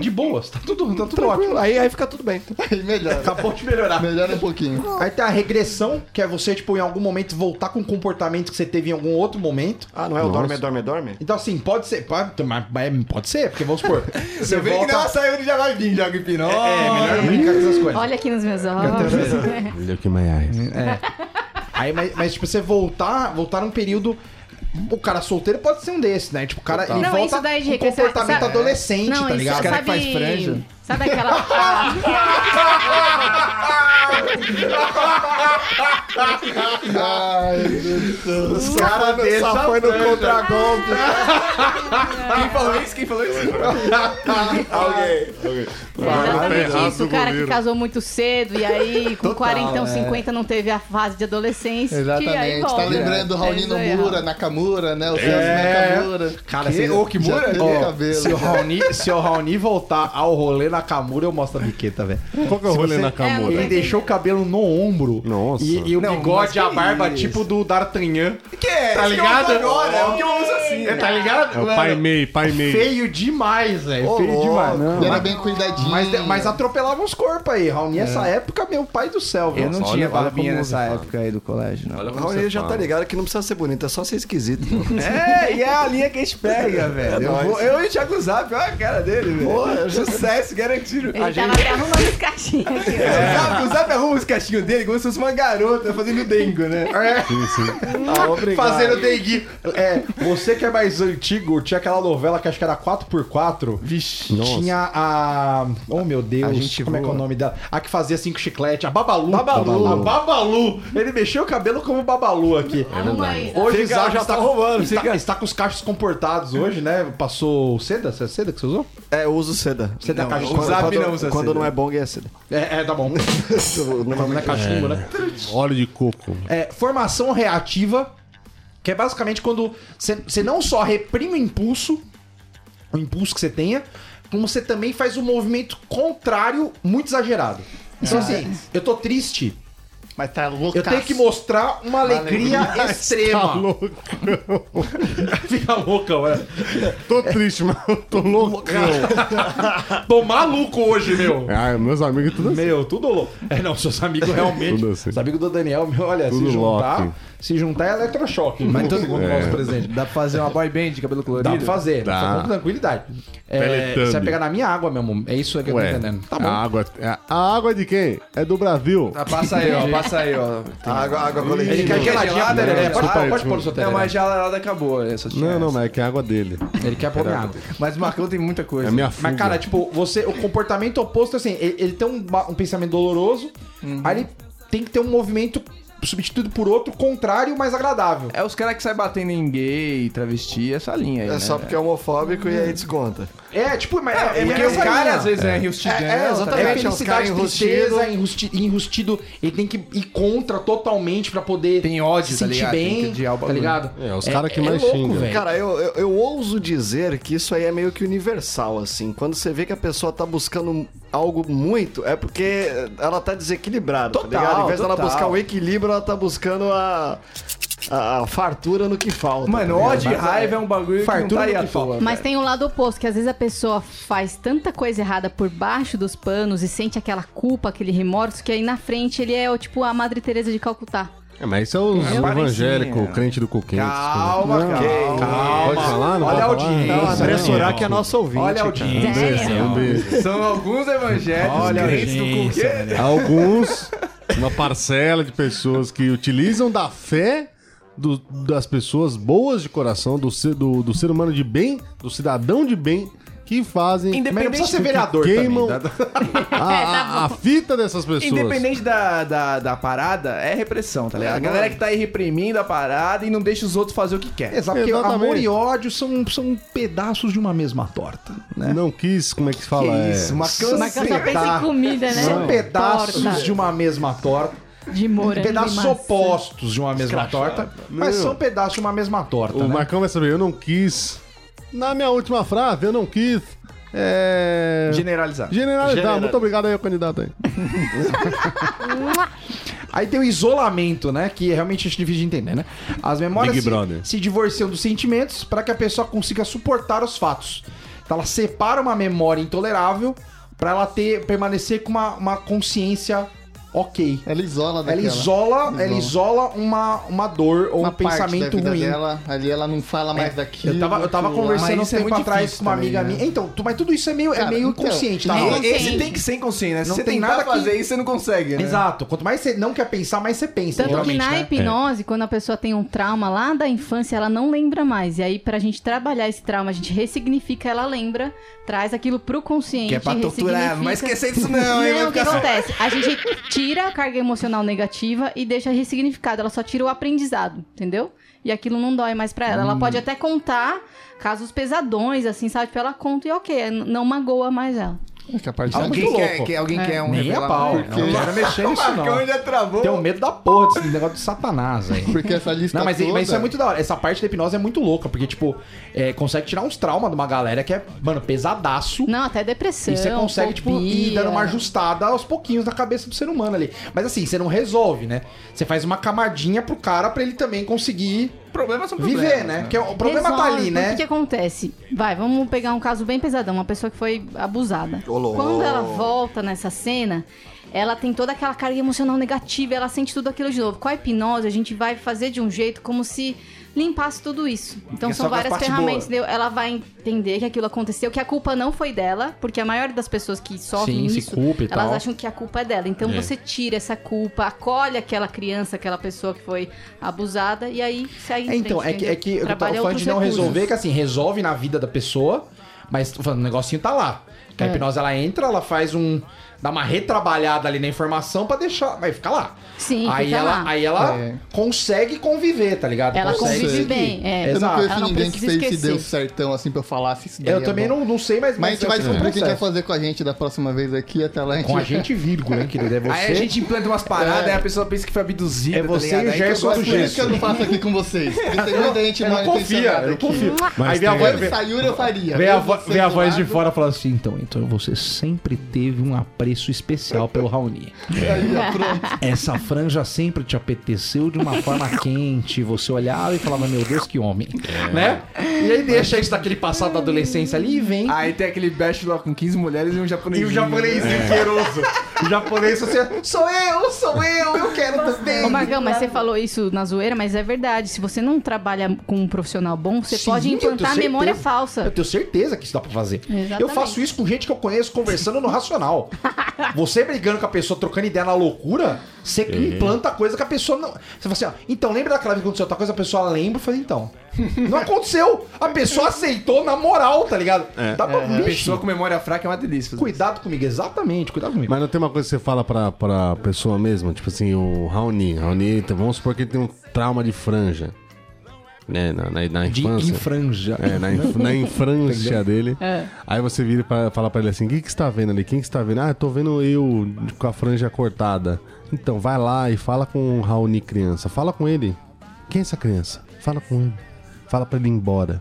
A: De boas, tá tudo, tá tudo ótimo.
G: Tranquilo. Aí, aí fica tudo bem.
D: Aí melhora.
A: Acabou de melhorar.
D: Melhora um pouquinho.
A: Aí tem a regressão, que é você, tipo, em algum momento voltar com um comportamento que você teve em algum outro momento.
G: Ah, não é o dorme, é dorme, é dorme?
A: Então, assim, pode ser. Pode, mas- mas é, pode ser, porque vamos supor.
B: Você
A: Você
B: vê que dá uma
A: volta.
B: saiu, ele já vai vir, joga hipnose.
A: É, melhor não brincar com essas coisas.
F: Olha aqui nos meus olhos.
E: Olha que maior.
A: Aí, mas, mas, tipo, você voltar, voltar num período. O cara solteiro pode ser um desses, né? Tipo, o cara. Ele
F: Não,
A: volta
F: isso daí
A: com
F: de
A: um
F: regressão,
A: comportamento
F: sabe-
A: adolescente,
F: Não,
A: tá
F: isso,
A: ligado?
B: cara
F: sabe...
B: que faz franja.
F: Sabe aquela...
G: Os caras só foi no contragolpe.
B: Quem falou isso? Quem falou isso?
F: Exatamente
E: errado
F: isso,
E: o
F: o cara que
E: goleiro.
F: casou muito cedo e aí com 40 ou 50 não teve a fase de adolescência. E aí
D: Exatamente.
F: volta.
D: Tá lembrando do
F: É isso
D: Raulino
F: aí,
D: Mura,
F: Raul.
D: Nakamura, né? O Celso
A: É.
D: Nakamura.
A: Cara,
B: Que? Ô, que
D: Já
B: mura?
D: teve
A: Ó,
D: cabelo.
A: se, o Raoni, se o Raoni voltar ao rolê na Kamura, eu mostro a biqueta, velho.
E: Qual que é o rolê
A: você-
E: na
F: É,
E: Camura?
A: Ele deixou o cabelo no ombro.
E: Nossa.
A: E, e o
B: Não, mas
A: bigode,
B: que
A: a barba,
B: isso?
A: tipo do D'Artagnan.
B: Que
A: Tá
B: é? Esse que eu uso
A: ligado?
B: Agora, é o que eu uso assim.
A: É, tá ligado?
E: É o
A: Mano,
E: Pai Mei, Pai Mei.
A: Feio demais, velho. Feio demais.
D: Ele era bem cuidadinho.
A: Mas, mas atropelava uns corpos aí. Raoni, essa época, meu pai do céu,
B: Eu
A: velho.
B: não
E: Nossa,
B: tinha
E: É. olha- olha
B: barbinha
E: como
B: nessa
E: usa,
B: época aí do colégio, não.
E: Olha como
G: Raul
E: você
G: ele já tá
E: fala.
G: ligado que não precisa ser bonito, é só ser esquisito.
B: É, e é a linha que a gente
E: É
B: pega, velho. eu, vou, eu e o Thiago Zap, olha a cara dele, velho. Sucesso garantido.
F: Ele tava até arrumando os caixinhos aqui. ó.
A: É.
B: O Zap, o Zap arruma os cachinhos dele como se fosse uma garota fazendo dengo, né?
G: Ah, obrigado.
A: Fazendo dengue. É, você que é mais antigo, tinha aquela novela que acho que era 4x4. Vixe. Tinha a. Oh, meu Deus.
B: A gente
A: como é que é o
B: voa.
A: nome dela? A que fazia cinco chiclete. A Babalu.
G: Babalu.
A: A Babalu. Ele mexeu o cabelo como Babalu aqui.
F: Arruma aí.
B: então.
A: Hoje o
G: Fica,
A: Zap
G: já
A: está,
G: tá roubando,
A: está,
G: fica.
A: está com os cachos comportados hoje, né? Passou seda? Essa é seda que você usou?
G: É, eu uso seda.
A: Seda caixa de
B: o Zap
G: quando,
B: não usa
G: Quando
B: seda.
G: não é bom, é seda.
A: É, é, tá bom. não é cachimbo, né?
E: Óleo de coco.
A: É, formação reativa, que é basicamente quando você você não só reprime o impulso, o impulso que você tenha, como você também faz um movimento contrário muito exagerado. Então, assim, eu tô triste,
C: Mas tá louco.
A: eu tenho que mostrar uma alegria
E: Tá
A: extrema.
E: louco.
A: Fica é. louca, ué.
E: Tô triste, mas eu tô louco.
A: Tô maluco hoje, meu.
E: Ah, meus amigos tudo assim.
A: Meu, tudo louco. É, não, seus amigos realmente.
E: Tudo assim.
A: Os amigos do Daniel, meu, olha,
E: Tudo
A: se juntar,
E: louco.
A: se juntar é eletrochoque. Mas todo mundo
E: É.
A: nosso presente.
B: Dá pra fazer uma boy band de cabelo colorido?
A: Dá pra fazer,
E: Dá.
A: só com tranquilidade. É,
E: Teletubbies.
A: você vai pegar na minha água, meu amor. É isso que eu tô
E: Ué,
A: entendendo. Tá
E: a
A: bom.
E: água, a- a água é de quem? É do Brasil.
B: Ah, passa aí, ó. Passa aí, ó.
G: Água, água
A: Ele
G: coletiva.
A: quer geladinha,
B: Gelada,
A: tereré.
B: né?
A: Pode,
E: Desculpa aí,
A: pode pôr no seu
B: Não,
A: tereré.
B: mas já a larada acabou. Essa
E: Não, não, mas é que é a água dele.
A: Ele quer pôr minha água.
B: Mas o Marcão tem muita
E: É
B: coisa.
E: a minha fuga.
A: Mas, cara, tipo, você, o comportamento oposto, assim, ele, ele tem um, ba- um pensamento doloroso,
B: Uhum.
A: aí ele tem que ter um movimento substituído por outro contrário, mais agradável.
B: É os caras que saem batendo em gay, travesti, essa linha aí.
G: É
B: né,
G: só
B: velho?
G: porque é homofóbio e aí desconta.
A: É, tipo, mas
B: É, porque
A: essa
B: o cara
A: linha.
B: às vezes é enrustigão.
G: É, é,
B: tá
G: exatamente.
A: É
B: ligado?
A: felicidade,
G: É um cara
A: tristeza, enrusti- enrustido. Ele tem que ir contra totalmente pra poder
B: Tem ódio,
A: se
B: tá
A: sentir
B: ligado? Tem que
A: bem,
B: odiar o
A: tá
B: bagulho.
A: ligado?
E: É, os cara que mais xingam.
A: É,
G: Cara,
A: então.
G: eu, eu, eu ouso dizer que isso aí é meio que universal, assim. Quando você vê que a pessoa tá buscando algo muito, é porque ela tá desequilibrada,
A: Total,
G: tá ligado? Em vez dela
A: total.
G: buscar o equilíbrio, ela tá buscando a, a, a fartura no que falta.
B: Mano,
G: tá ligado?
B: ódio e raiva é um bagulho que não
A: Fartura
B: tá aí
A: do
B: à
A: que fala.
B: toa.
F: Mas tem um lado oposto, que às vezes a pessoa faz tanta coisa errada por baixo dos panos e sente aquela culpa, aquele remorso, que aí na frente ele é o tipo a Madre Teresa de Calcutá.
E: É, mas isso é os
B: É uma
E: evangélicos,
B: parecinha.
E: crente do é coquinho.
B: Calma,
E: essas coisas.
B: calma.
E: Pode falar, não
A: Olha a
E: pode falar?
A: audiência.
G: Então,
A: Isso,
G: André
A: né?
G: Surak é nosso ouvinte.
A: Olha a
F: É.
A: audiência.
E: Um beijo, um beijo.
B: São alguns evangélicos
A: Olha,
B: crentes do
A: gente,
B: quê?
E: Alguns, uma parcela de pessoas que utilizam da fé do- das pessoas boas de coração, do ser, do, do ser humano de bem, do cidadão de bem, que fazem.
A: Mas não precisa ser vereador
E: Queimam-
A: também. né?
E: tá? a, a- a fita dessas pessoas.
B: É, tá Independente da, da, da parada, é repressão, tá ligado? A galera que tá aí reprimindo a parada e não deixa os outros fazer o que quer.
A: Exato, porque
E: Exatamente.
A: amor e ódio são, são pedaços de uma mesma torta, né?
E: Não quis, como é que fala?
B: Que
E: É-
B: isso, uma
A: São
F: Mas eu só pensa em
A: peda-
F: comida, né?
A: São pedaços
F: Torta.
A: de uma mesma torta.
B: um
F: De morango.
A: pedaços
F: e maçã.
A: opostos de uma mesma torta, mas
E: Meu.
A: são pedaços de uma mesma torta.
E: O
A: né?
E: Marcão vai saber, eu não quis. Na minha última frase, eu não quis. É.
B: Generalizar.
E: Generalizar,
G: General.
E: muito obrigado aí, ao candidato aí.
A: Aí tem o isolamento, né? Que é realmente difícil de entender, né? As memórias
E: Big
A: se,
E: Brother.
A: se divorciam dos sentimentos para que a pessoa consiga suportar os fatos. Então ela separa uma memória intolerável para ela ter permanecer com uma, uma consciência ok.
D: Ela isola
A: Ela
D: daquela.
A: isola, ela
D: Isola.
A: isola uma, uma dor ou
D: uma
A: um
D: parte
A: pensamento
D: da vida
A: ruim. É,
D: dela. Ali ela não fala mais daquilo. tipo,
A: Eu tava, eu tava
D: aquilo lá.
A: conversando
B: Mas
A: um
B: isso é
A: tempo
B: muito
A: atrás
B: difícil
A: com uma amiga
B: também, né?
A: minha. Então, tu- mas tudo isso é meio,
D: Cara,
A: é meio
D: então,
A: inconsciente,
D: tá
A: tá?
F: bom.
B: Esse
F: Sim.
B: tem que ser inconsciente, né? Se
A: Não
B: você
A: tem
B: tentar
A: nada que-
B: fazer isso, você não consegue, né?
A: Exato. Quanto mais você não quer pensar, mais você pensa.
F: Tanto que
A: realmente,
F: na
A: né?
F: hipnose, quando a pessoa tem um trauma lá da infância, ela não lembra mais. E aí, pra gente trabalhar esse trauma, a gente ressignifica, ela lembra, traz aquilo pro consciente.
B: Que é pra torturar. Não vai
F: ressignifica.
B: esquecer disso, assim. não, hein?
F: Não,
B: Vai
F: o que
B: ficar só-
F: acontece? A gente tira a carga emocional negativa e deixa ressignificado. Ela só tira o aprendizado, entendeu? E aquilo não dói mais pra ela.
A: Hum.
F: Ela pode até contar casos pesadões, assim, sabe? Tipo, ela conta e ok, não magoa mais ela.
D: É que a parte da-
B: Alguém
A: muito
B: quer,
A: louco. É.
B: que, alguém quer um
A: Nem a pau.
B: revelador?
A: Não quero mexer nisso,
B: O Marcão
A: não.
G: é
B: já travou.
A: Tenho medo da porra desse negócio de satanás aí.
D: Porque essa lista
A: Não, mas,
D: tá toda...
A: mas isso é muito da hora. Essa parte da hipnose é muito louca, porque, tipo, é, consegue tirar uns traumas de uma galera que é, mano, pesadaço.
F: Não, até depressão.
A: E você consegue, tipo, ir
F: fobia.
A: dando uma ajustada aos pouquinhos na cabeça do ser humano ali. Mas assim, você não resolve, né? Você faz uma camadinha pro cara pra ele também conseguir
B: Problemas são problemas.
A: viver, né? Porque o problema tá
F: Resolve,
A: ali,
F: porque
A: né?
F: O que acontece? Vai, vamos pegar um caso bem pesadão, uma pessoa que foi abusada.
G: Ô, louco.
F: Quando ela volta nessa cena, ela tem toda aquela carga emocional negativa, ela sente tudo aquilo de novo. Com a hipnose, a gente vai fazer de um jeito como se limpasse tudo isso. Então
B: Fica só
F: são
B: com as
F: várias
B: partes
F: ferramentas,
B: boas.
F: entendeu? Ela vai entender que aquilo aconteceu, que a culpa não foi dela, porque a maioria das pessoas que sofrem
A: Sim, se
F: isso,
A: culpa e
F: elas
A: tal.
F: acham que a culpa é dela. Então você tira essa culpa, acolhe aquela criança, aquela pessoa que foi abusada e aí segue
A: É,
F: em
A: então, é
F: frente,
A: que, é que
F: entendeu?
A: eu tava
F: Trabalha
A: falando de
F: outros
A: não
F: recursos.
A: resolver, que assim, resolve na vida da pessoa, mas tô falando, o negocinho tá lá.
F: É.
A: Que a hipnose ela entra, ela faz um. dá uma retrabalhada ali na informação pra deixar. Vai ficar lá.
F: Sim,
A: aí
F: fica
A: ela,
F: lá.
A: aí ela
D: É.
A: consegue conviver, tá ligado?
F: Ela
A: consegue
F: convive
A: seguir.
F: bem, é.
D: Eu não
A: Exato.
D: conheço
F: Ela não
D: ninguém que
F: precisa
D: fez se
F: esquecer.
D: deu certão assim pra eu falar se isso daí
A: Eu
D: é
A: também
D: bom.
A: não, não sei, mas.
D: Mas a gente vai
A: assim, é um
D: descobrir quem
A: processo.
D: vai fazer com a gente da próxima vez aqui. Até lá a gente...
A: Com a gente, vírgula, hein, querido? É você.
B: Aí a gente implanta umas paradas,
D: É.
B: aí a pessoa pensa que foi abduzida.
A: É
B: tá
A: você
B: ligado?
A: e o
B: Aí que eu
A: Gerson
B: gosto
A: do
D: Por isso
A: gesso.
D: que é eu não faço aqui com vocês. Porque tem muita gente
A: Eu não confia, eu não confio. Aí vem a voz.
D: Se saiu, eu faria.
A: Vem a, vo-
D: Você
A: vem a
D: do
A: voz de
D: lado,
A: fora falando assim, então, então você sempre teve um apreço especial pelo Raoni.
D: aí, ó, pronto.
A: Essa franja sempre te apeteceu de uma forma quente. Você olhava e falava, meu Deus, que homem. Né? E aí deixa isso daquele passado da adolescência ali e vem.
B: Aí tem aquele bachelor com 15 mulheres e um japonês.
A: E o japonês queiroso. O japonês, você, sou eu, sou eu, eu quero também.
F: Ô,
B: é
F: Margão, mas você falou isso na zoeira, mas é verdade. Se você não trabalha com um profissional bom, você
A: Sim,
F: pode
A: eu tenho
F: implantar
A: certeza.
F: memória
A: Eu
F: falsa.
A: tenho certeza que isso dá pra fazer.
F: Exatamente.
A: Eu faço isso com gente que eu conheço conversando no racional. Você brigando com a pessoa, trocando ideia na loucura, você implanta coisa que a pessoa não. Você fala assim, ó, então lembra daquela vez que aconteceu tal coisa, a pessoa lembra, eu falei, então. Não aconteceu! A pessoa aceitou na moral, tá ligado? Dá
F: é.
A: pra.
B: A
A: Vixe,
B: pessoa com memória fraca é uma delícia.
A: Cuidado comigo, exatamente, cuidado comigo.
E: Mas não tem uma coisa que você fala pra, pra pessoa mesma? Tipo assim, o Raoni. Raoni, então, vamos supor que ele tem um trauma de franja. Né? Na, na, na
A: De
E: infância.
A: infranja.
E: É, na, inf- na infância dele.
A: É.
E: Aí você vira e fala pra ele assim: o que, que você tá vendo ali? Quem que você tá vendo? Ah, eu tô vendo eu com a franja cortada. Então, vai lá e fala com o Raoni criança. Fala com ele. Quem é essa criança? Fala com ele. Fala pra ele ir embora.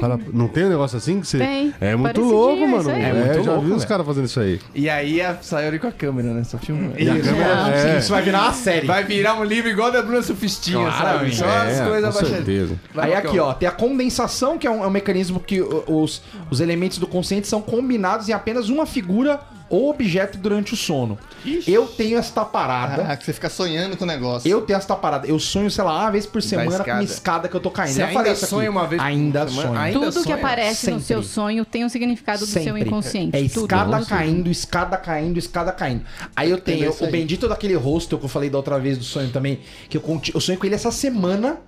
E: Fala- Não tem um negócio assim que você.
F: Tem.
E: É muito
F: Parecidinho,
E: louco,
F: é isso
E: mano.
F: aí.
E: É,
A: É muito
E: eu já
A: louco,
E: vi os
A: velho.
E: caras fazendo isso aí.
B: E aí a Sayori com a câmera, né? Só filma.
A: E a
F: Não.
A: câmera- Isso vai virar uma série.
B: Vai virar um livro igual da Bruna Sufistinha,
A: Claramente.
B: sabe? Só as coisas
E: É, com
B: baixando.
E: certeza.
B: Vai,
A: é, aí
B: Marcão.
A: aqui, ó, tem a condensação, que é um, é um mecanismo que o- os, os elementos do consciente são combinados em apenas uma figura ou objeto durante o sono. Eu tenho esta parada.
D: Ah, que você fica sonhando com o negócio.
A: Eu tenho esta parada. Eu sonho, sei lá, uma vez por semana com uma
B: escada.
A: escada que eu tô caindo.
B: Você
A: Já
B: ainda
A: falei isso aqui.
B: sonha uma vez por
A: Ainda
B: semana?
A: sonho.
B: Ainda
F: Tudo que
B: sonha?
F: aparece no
A: Sempre.
F: seu sonho tem um significado do seu
A: Sempre.
F: inconsciente.
A: É
F: tudo.
A: escada caindo, escada caindo, escada caindo.
B: É
A: Aí eu tenho
D: isso
A: o
D: aí.
A: bendito daquele rosto que eu falei da outra vez do sonho também, que eu, conti- eu sonhei com ele essa semana,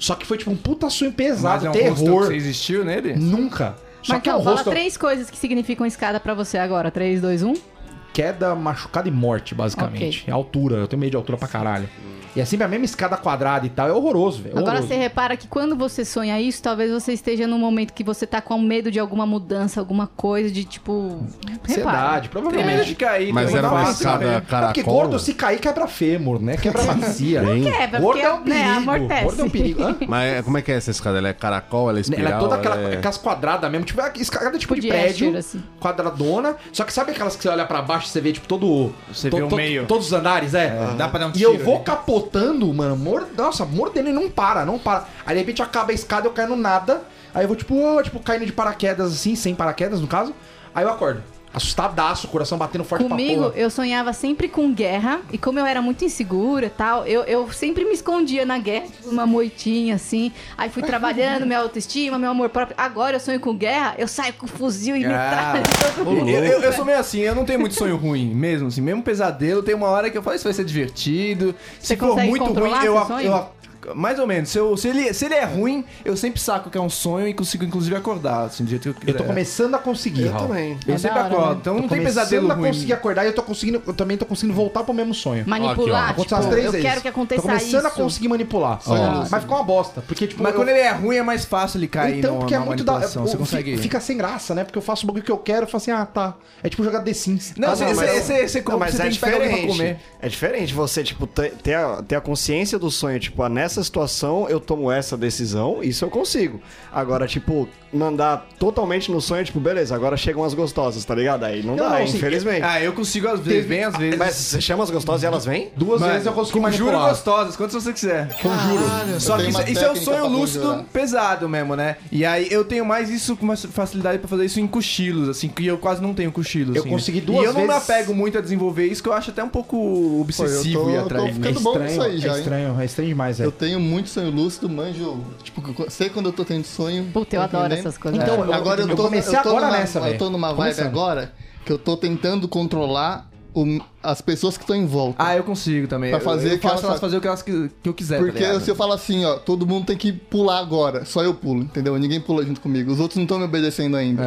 A: só que foi tipo um puta sonho
B: Mas
A: pesado,
B: é um rosto que
A: terror.
B: Você existiu nele?
A: Nunca. Só que é um
F: Marcão, fala
A: rosto
F: três coisas que significam escada pra você agora. um. 3, 2, 1.
A: queda, machucada e morte, basicamente. É altura, eu tenho medo de altura pra caralho. E é sempre a mesma escada quadrada e tal, é horroroso, velho. é
F: Agora
A: horroroso.
F: você repara que quando você sonha isso, talvez você esteja num momento que você tá com medo de alguma mudança, alguma coisa, de tipo. Repara. É.
A: Ansiedade,
B: Tem medo
A: provavelmente.
B: de cair.
E: Mas
B: é tem né?
E: era
B: medo
E: uma
B: de
E: escada
B: cair.
A: É porque
E: caracol.
A: gordo, se cair, quebra fêmur, né? Quebra bacia.
E: Bem.
F: Quebra,
A: Gordo é um
F: porque, né,
A: perigo.
F: amortece.
A: Gordo é um perigo. Hã?
E: Mas é- como é que é essa escada? Ela é caracol? Ela é espiral?
A: Ela é toda aquela,
E: ela é-
A: aquelas quadradas mesmo, tipo, é a escada tipo de,
F: Tipo de
A: prédio,
F: Escher, assim.
A: quadradona. Só que sabe aquelas que você olha pra baixo e você vê, tipo, todo.
B: Você vê o meio.
A: Todos os andares, é.
B: Dá pra dar um
A: E
B: tiro
A: eu vou
B: ali.
A: capotando, mano, mor... nossa, mordendo e não para, não para. Aí de repente acaba a escada, eu caio no nada. Aí eu vou, tipo, ah, tipo, caindo de paraquedas, assim, sem paraquedas, no caso. Aí eu acordo. Assustadaço, coração batendo forte pra
F: Comigo,
A: porra.
F: eu sonhava sempre com guerra. E como eu era muito insegura e tal, eu, eu sempre me escondia na guerra, tipo, uma moitinha assim. Aí fui trabalhando minha autoestima, meu amor próprio. Agora eu sonho com guerra, eu saio com fuzil e
A: Ah,
E: Ah,
F: metralha.
B: Eu, eu- eu sou meio assim, eu não tenho muito sonho ruim mesmo, assim, mesmo pesadelo, tem uma hora que eu falo, isso vai ser divertido. Se
F: Você
B: for
F: consegue
B: muito ruim,
F: controlar
B: eu,
F: seu sonho?
B: eu- Mais ou menos, se, eu- se ele, se ele é ruim, eu sempre saco que é um sonho e consigo, inclusive, acordar, assim, do jeito que eu quiser.
A: Eu tô começando a conseguir, Raul.
G: também.
B: Eu
F: É
B: sempre
F: da hora,
B: acordo,
F: né?
B: então não
A: Tô
B: tem
A: começando
B: pesadelo
A: a
B: ruim.
A: conseguir acordar e eu tô conseguindo, eu também tô conseguindo voltar pro mesmo sonho.
F: Manipular,
A: Aconteceu
F: tipo,
A: umas três
F: eu
A: vezes.
F: quero que aconteça
A: Tô começando
F: isso.
A: a conseguir manipular. Mas ficou uma bosta. Porque, tipo,
B: Mas
A: eu-
B: quando ele é ruim, é mais fácil ele cair
A: Então,
B: numa-
A: porque é
B: numa
A: muito da.
B: manipulação,
A: o-
B: Você
A: fi-
B: consegue...
A: Fica sem graça, né? Porque eu faço o bagulho que eu quero e falo assim, ah, tá. É tipo jogar The Sims.
B: Não,
A: Ah,
B: você-
A: mas-
B: você- você- você
G: Não,
B: compra,
G: Tá mas
B: você
G: é
B: tem que pegar alguém pra
G: diferente.
B: comer.
G: É diferente você, tipo, ter, ter a, ter a consciência do sonho. Tipo, ah, nessa situação eu tomo essa decisão, isso eu consigo. Agora, tipo, mandar totalmente no sonho, tipo, beleza, agora chegam as gostosas, tá ligado? Aí não,
A: Não,
G: dá,
A: não, assim,
G: infelizmente.
B: Ah, eu consigo às vezes, bem às vezes.
G: mas você chama as gostosas e elas vêm?
A: Duas
B: Mano,
A: vezes eu consegui
B: Juro
A: manipular.
B: gostosas, quantas você quiser.
D: Ah, Conjuro.
B: Só que isso, isso é um sonho lúcido pesado mesmo, né? E aí eu tenho mais isso com mais facilidade pra fazer isso em cochilos, assim, que eu quase não tenho cochilos.
A: Eu
B: assim,
A: consegui
B: né?
A: duas
B: E eu não me
A: vezes.
B: apego muito a desenvolver isso, que eu acho até um pouco obsessivo
D: Pô, eu tô-
B: e
D: eu tô
B: atraente.
D: ficando bom nisso aí já,
A: é
D: hein?
A: estranho, é estranho demais, é.
D: Eu tenho muito sonho lúcido, manjo. Tipo, eu sei quando eu tô tendo sonho.
F: Puta, eu
D: tá
F: adoro
D: entendendo?
F: essas coisas.
A: Então, eu-
D: agora eu,
A: eu
D: tô,
A: comecei
D: eu tô
A: agora
D: numa,
A: nessa,
D: Eu tô
A: velho.
D: numa vibe
A: Começando.
D: agora que eu tô tentando controlar o- as pessoas que estão em volta.
B: Ah, eu consigo também.
D: Pra
B: Eu-
D: fazer
B: eu,
D: aquela
B: faço elas
D: sua-
B: fazer o que elas que, que eu quiser.
D: Porque
B: tá ligado?
D: se eu falar assim, ó, todo mundo tem que pular agora, só eu pulo, entendeu? Ninguém pula junto comigo. Os outros não estão me obedecendo ainda.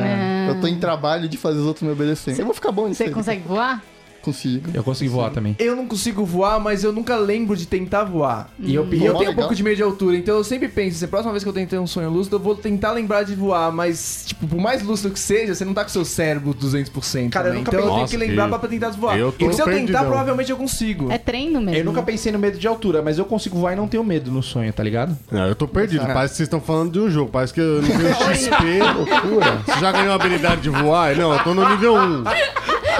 D: Eu tô em trabalho de fazer os outros me obedecendo. Eu vou ficar bom nisso.
F: Você
D: aí.
F: consegue voar?
D: Consigo.
A: Eu consegui voar também.
B: Eu não consigo voar, mas eu nunca lembro de tentar voar.
A: E eu
D: Pô,
A: pedi.
B: E eu
D: mó
B: tenho um
D: legal.
B: pouco de medo de altura, então eu sempre penso, se a próxima vez que eu tentei um sonho lúcido, eu vou tentar lembrar de voar, mas, tipo, por mais lúcido que seja, você não tá com seu cérebro 200%.
A: Cara, eu
B: né?
A: nunca
B: Então eu
E: pensei-
B: tenho que lembrar
E: Nossa,
B: pra tentar voar.
E: eu tô
B: e se eu tentar,
E: perdidão.
B: provavelmente eu consigo.
F: É treino mesmo.
A: Eu nunca pensei no medo de altura, mas eu consigo voar e não tenho medo no sonho, tá ligado?
E: Não, eu tô perdido. Parece que vocês estão falando de um jogo. Parece que eu não tenho XP. Loucura. Você já ganhou a habilidade de voar? Não, eu tô no nível 1.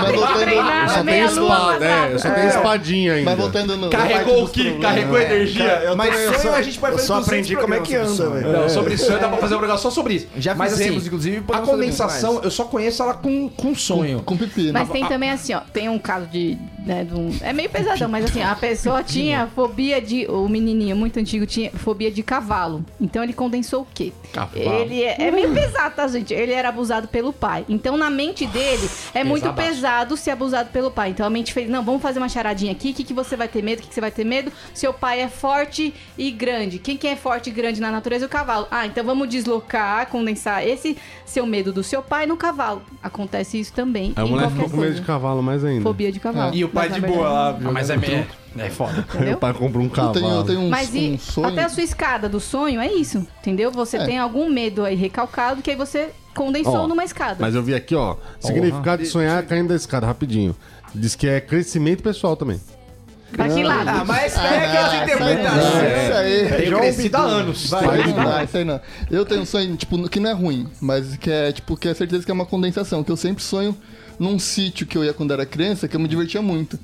D: Mas voltando,
E: Eu só tenho espada, é. Eu só tenho espadinha ainda.
D: mas voltando no.
A: Carregou o que? Carregou a energia?
B: Mas
G: também, eu
B: sonho
G: só-
B: a gente pode
G: eu
B: fazer
G: só
B: 200
G: aprendi como é que
B: programas sobre
G: anda,
B: sonho.
G: velho.
A: Não, sobre isso dá pra fazer um negócio só sobre isso. assim,
B: Já fizemos, inclusive, e
A: a
B: podemos fazer
A: condensação,
B: muito mais.
A: eu só conheço ela com, com sonho.
D: Com pepino.
F: Mas tem também assim, ó, tem um caso de, né, de um- é meio pesadão, mas assim, a pessoa tinha fobia de, o menininho muito antigo tinha fobia de cavalo. Então ele condensou o quê?
A: Cavalo.
F: Ele é, é meio pesado, tá, gente? Ele era abusado pelo pai. Então na mente dele é muito
A: Pesadaço.
F: pesado ser abusado pelo pai. Então a mente fez, não, vamos fazer uma charadinha aqui, o que, que você vai ter medo, o que, que você vai ter medo? Seu pai é forte e grande. Quem que é forte e grande na natureza? O cavalo. Ah, então vamos deslocar, condensar esse seu medo do seu pai no cavalo. Acontece isso também
E: Aí o
F: em
E: moleque
F: qualquer
E: ficou com medo de
F: coisa.
E: cavalo mais ainda.
F: Fobia de cavalo.
B: E o pai
F: Mas,
B: de
F: na
B: boa
F: verdade,
B: lá.
A: mas é meio. É foda.
E: Meu
F: Entendeu?
E: pai comprou um
D: Eu
E: cavalo.
D: tenho, eu tenho um,
F: Mas e
D: um sonho.
F: até a sua escada do sonho é isso, entendeu? Você
D: É.
F: tem algum medo aí recalcado que aí você condensou
E: Ó,
F: numa escada.
E: Mas eu vi aqui, ó. Significado de sonhar caindo da escada, rapidinho. Diz que é crescimento pessoal também.
F: Pra que lado?
B: Ah,
A: é
B: mas pega essa
A: né?
B: interpretação.
D: Isso aí.
A: Tem crescido há anos.
D: Vai, vai, sei não. Eu tenho um sonho, tipo, que não é ruim, mas que é, tipo, que é certeza que é uma condensação, que eu sempre sonho num sítio que eu ia quando era criança, que eu me divertia muito.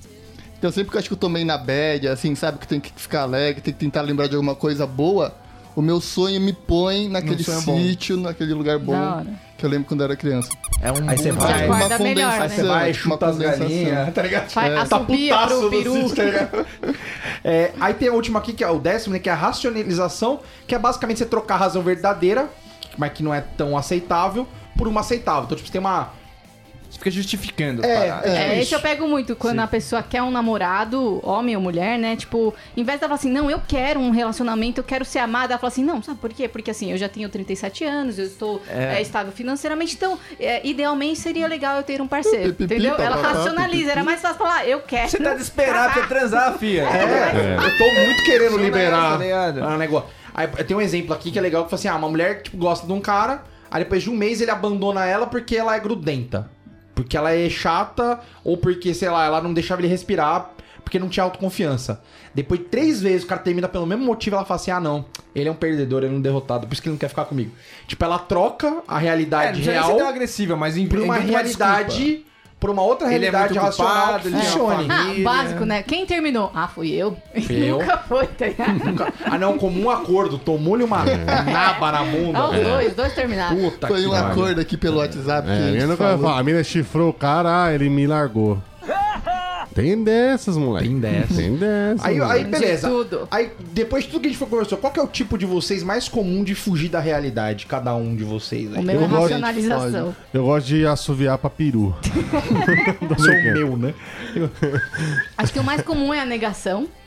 D: Então sempre que eu acho que eu tomei na bad, assim, sabe, que tem que ficar alegre, tem que tentar lembrar de alguma coisa boa, o meu sonho me põe naquele
B: sonho bom.
D: sítio, naquele lugar bom
F: hora.
D: que eu lembro quando era criança.
A: É um aí você
F: Você
A: vai,
D: uma
F: acorda melhor,
D: condensação.
F: né?
A: aí você vai,
D: Uma
A: chuta as
D: condensação.
A: galinhas, tá ligado?
F: Faz assobia
A: putaço
F: pro
A: no
F: peru.
A: sítio, tá ligado? É, aí tem a última aqui, que é o décimo, né, que é a racionalização, que é basicamente você trocar a razão verdadeira, mas que não é tão aceitável, por uma aceitável. Então, tipo, você tem uma
B: Você fica justificando.
D: É,
B: parada.
D: é.
F: É,
D: isso.
F: isso eu pego muito. Quando a pessoa quer um namorado, homem ou mulher, né? Tipo, em vez dela falar assim, não, eu quero um relacionamento, eu quero ser amada, ela fala assim, não, sabe por quê? Porque assim, eu já tenho 37 anos, eu estou é, estável financeiramente, então, é, idealmente seria legal eu ter um parceiro.
D: Pipipi,
F: entendeu? Ela
D: papapá,
F: racionaliza, era mais fácil falar, eu quero.
B: Você tá desesperado pra transar, fia. É.
A: Eu tô muito querendo liberar
B: tá ligado?
A: ah, negócio. Aí, tem um exemplo aqui que é legal, que fala assim, ah, uma mulher que tipo, gosta de um cara, aí depois de um mês ele abandona ela porque ela é grudenta. Porque ela é chata, ou porque, sei lá, ela não deixava ele respirar, porque não tinha autoconfiança. Depois de três vezes o cara termina pelo mesmo motivo, ela fala assim, ah não, ele é um perdedor, ele é um derrotado, por isso que ele não quer ficar comigo. Tipo, ela troca a
B: É,
A: realidade
B: não precisa nem ser tão
A: real
B: agressiva, mas
A: por
B: inventa
A: uma realidade, por uma outra
B: Ele é muito
A: realidade racional
B: culpado,
A: que
B: ele tem uma
A: funcione.
F: Ah,
B: Família.
F: básico, né? Quem terminou? Ah, fui eu.
A: Fui eu.
F: Nunca foi, tá ligado?
A: Nunca. Ah, não, comum acordo. Tomou-lhe uma naba na
F: Ah, os
A: bunda.
F: dois, os dois terminaram.
A: é. Puta
D: É. Foi
A: Tá que
D: um
A: pariu.
D: acordo aqui pelo WhatsApp. que a
E: É,
D: gente
E: eu nunca
D: falou.
E: ia falar. A mina chifrou o cara, ah, ele me largou. Tem dessas, moleque.
A: Tem dessas.
E: Tem dessas.
A: é Aí, aí
F: De
A: beleza.
F: tudo.
A: Aí, depois de tudo que a gente foi conversou, qual que é o tipo de vocês mais comum de fugir da realidade, cada um de vocês
F: O
A: aí?
F: meu é
E: Eu gosto-
F: racionalização.
E: Eu gosto de assoviar pra peru. Tô
A: Sou
E: brincando.
A: meu, né?
F: Acho que o mais comum é a negação.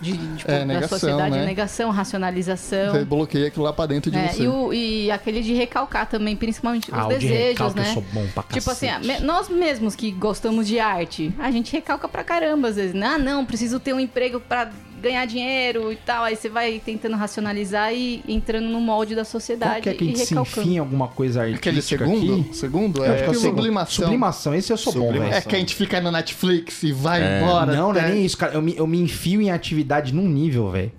F: De, tipo,
D: É,
F: da
D: negação,
F: sociedade,
D: né?
F: a negação, a racionalização.
A: é
D: Você bloqueia aquilo lá pra dentro de
F: É,
D: você.
F: e, o- e aquele de recalcar também, principalmente os
A: Ah, o de
F: desejos,
A: recalque eu
F: né?
A: sou bom pra
F: tipo assim,
A: cacete.
F: ah, me- nós mesmos que gostamos de arte, a gente recalca pra caramba às vezes. né? Ah, não, preciso ter um emprego pra ganhar dinheiro e tal. Aí você vai tentando racionalizar e entrando no molde da
A: Qual
F: sociedade
A: que é que a
F: e
A: gente se
F: recalcando.
A: enfia em alguma coisa artística
D: Aquele segundo?
A: aqui?
D: Segundo?
A: Eu
D: É,
A: acho que é o segundo.
D: sublimação.
A: Sublimação, esse eu sou bom, né?
D: É
A: velho.
D: que a gente fica na Netflix e vai embora.
A: Não, não é
D: até-
A: nem isso, cara. Eu me, eu me enfio em atividade num nível, velho.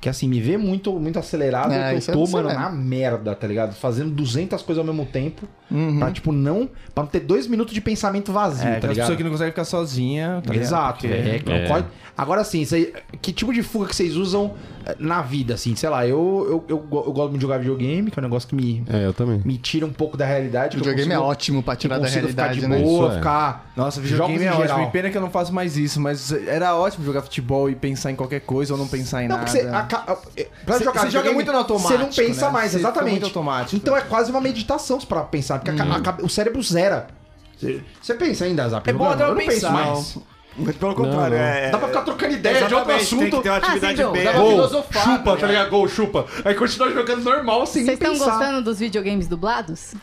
A: Que assim, me vê muito, muito acelerado,
D: É,
A: que
D: isso
A: eu
D: é
A: tô,
D: você
A: mano,
D: mesmo.
A: na merda, tá ligado? Fazendo 200 coisas ao mesmo tempo.
D: Uhum.
A: Pra, tipo, não. Pra não ter dois minutos de pensamento vazio,
B: É,
A: tá
B: tá
A: ligado?
B: pessoa que não consegue ficar sozinha. tá ligado?
A: Exato.
B: Porque-
A: é, é. Qual- Agora sim, isso aí- que tipo de fuga que vocês usam eh, na vida, assim? Sei lá, eu, eu, eu, go- eu gosto muito de jogar videogame, que é um negócio que me,
E: É, eu também.
A: me tira um pouco da realidade. que eu
D: Videogame é
A: consigo-
D: ótimo pra tirar
A: eu
D: da
A: consigo
D: realidade,
A: ficar de
D: né?
A: boa,
E: Isso é.
A: ficar.
B: Nossa,
A: Jogos
B: videogame
A: em
B: é ótimo.
A: geral.
B: E pena que eu não faço mais isso, mas era ótimo jogar futebol e pensar em qualquer coisa ou não pensar em
A: Não,
B: nada.
A: porque Então, você. aca- é, Pra jogar
B: Você- você joga
A: videogame,
B: muito no automático,
A: Você não pensa
B: né?
A: mais,
B: Você fica
A: exatamente.
B: muito automático.
A: Então é quase uma meditação pra pensar, porque a ca- a cabe- o cérebro zera. Você- Você pensa ainda, Zap?
B: É bom
A: jogando?
B: até eu
A: não penso
B: pensar.
A: mais.
G: Muito pelo contrário, é.
A: Dá pra ficar trocando ideia de outro
H: Exatamente, Tem
A: assunto.
H: que ter uma
B: Ah,
H: atividade
F: Sandro,
B: então,
H: bem.
F: dá
A: Gol,
B: filosofar,
A: chupa,
B: né?
A: tá ligado? Gol, chupa. Aí continua jogando normal, sem
F: Vocês
A: nem
F: estão
A: pensar.
F: gostando dos videogames dublados?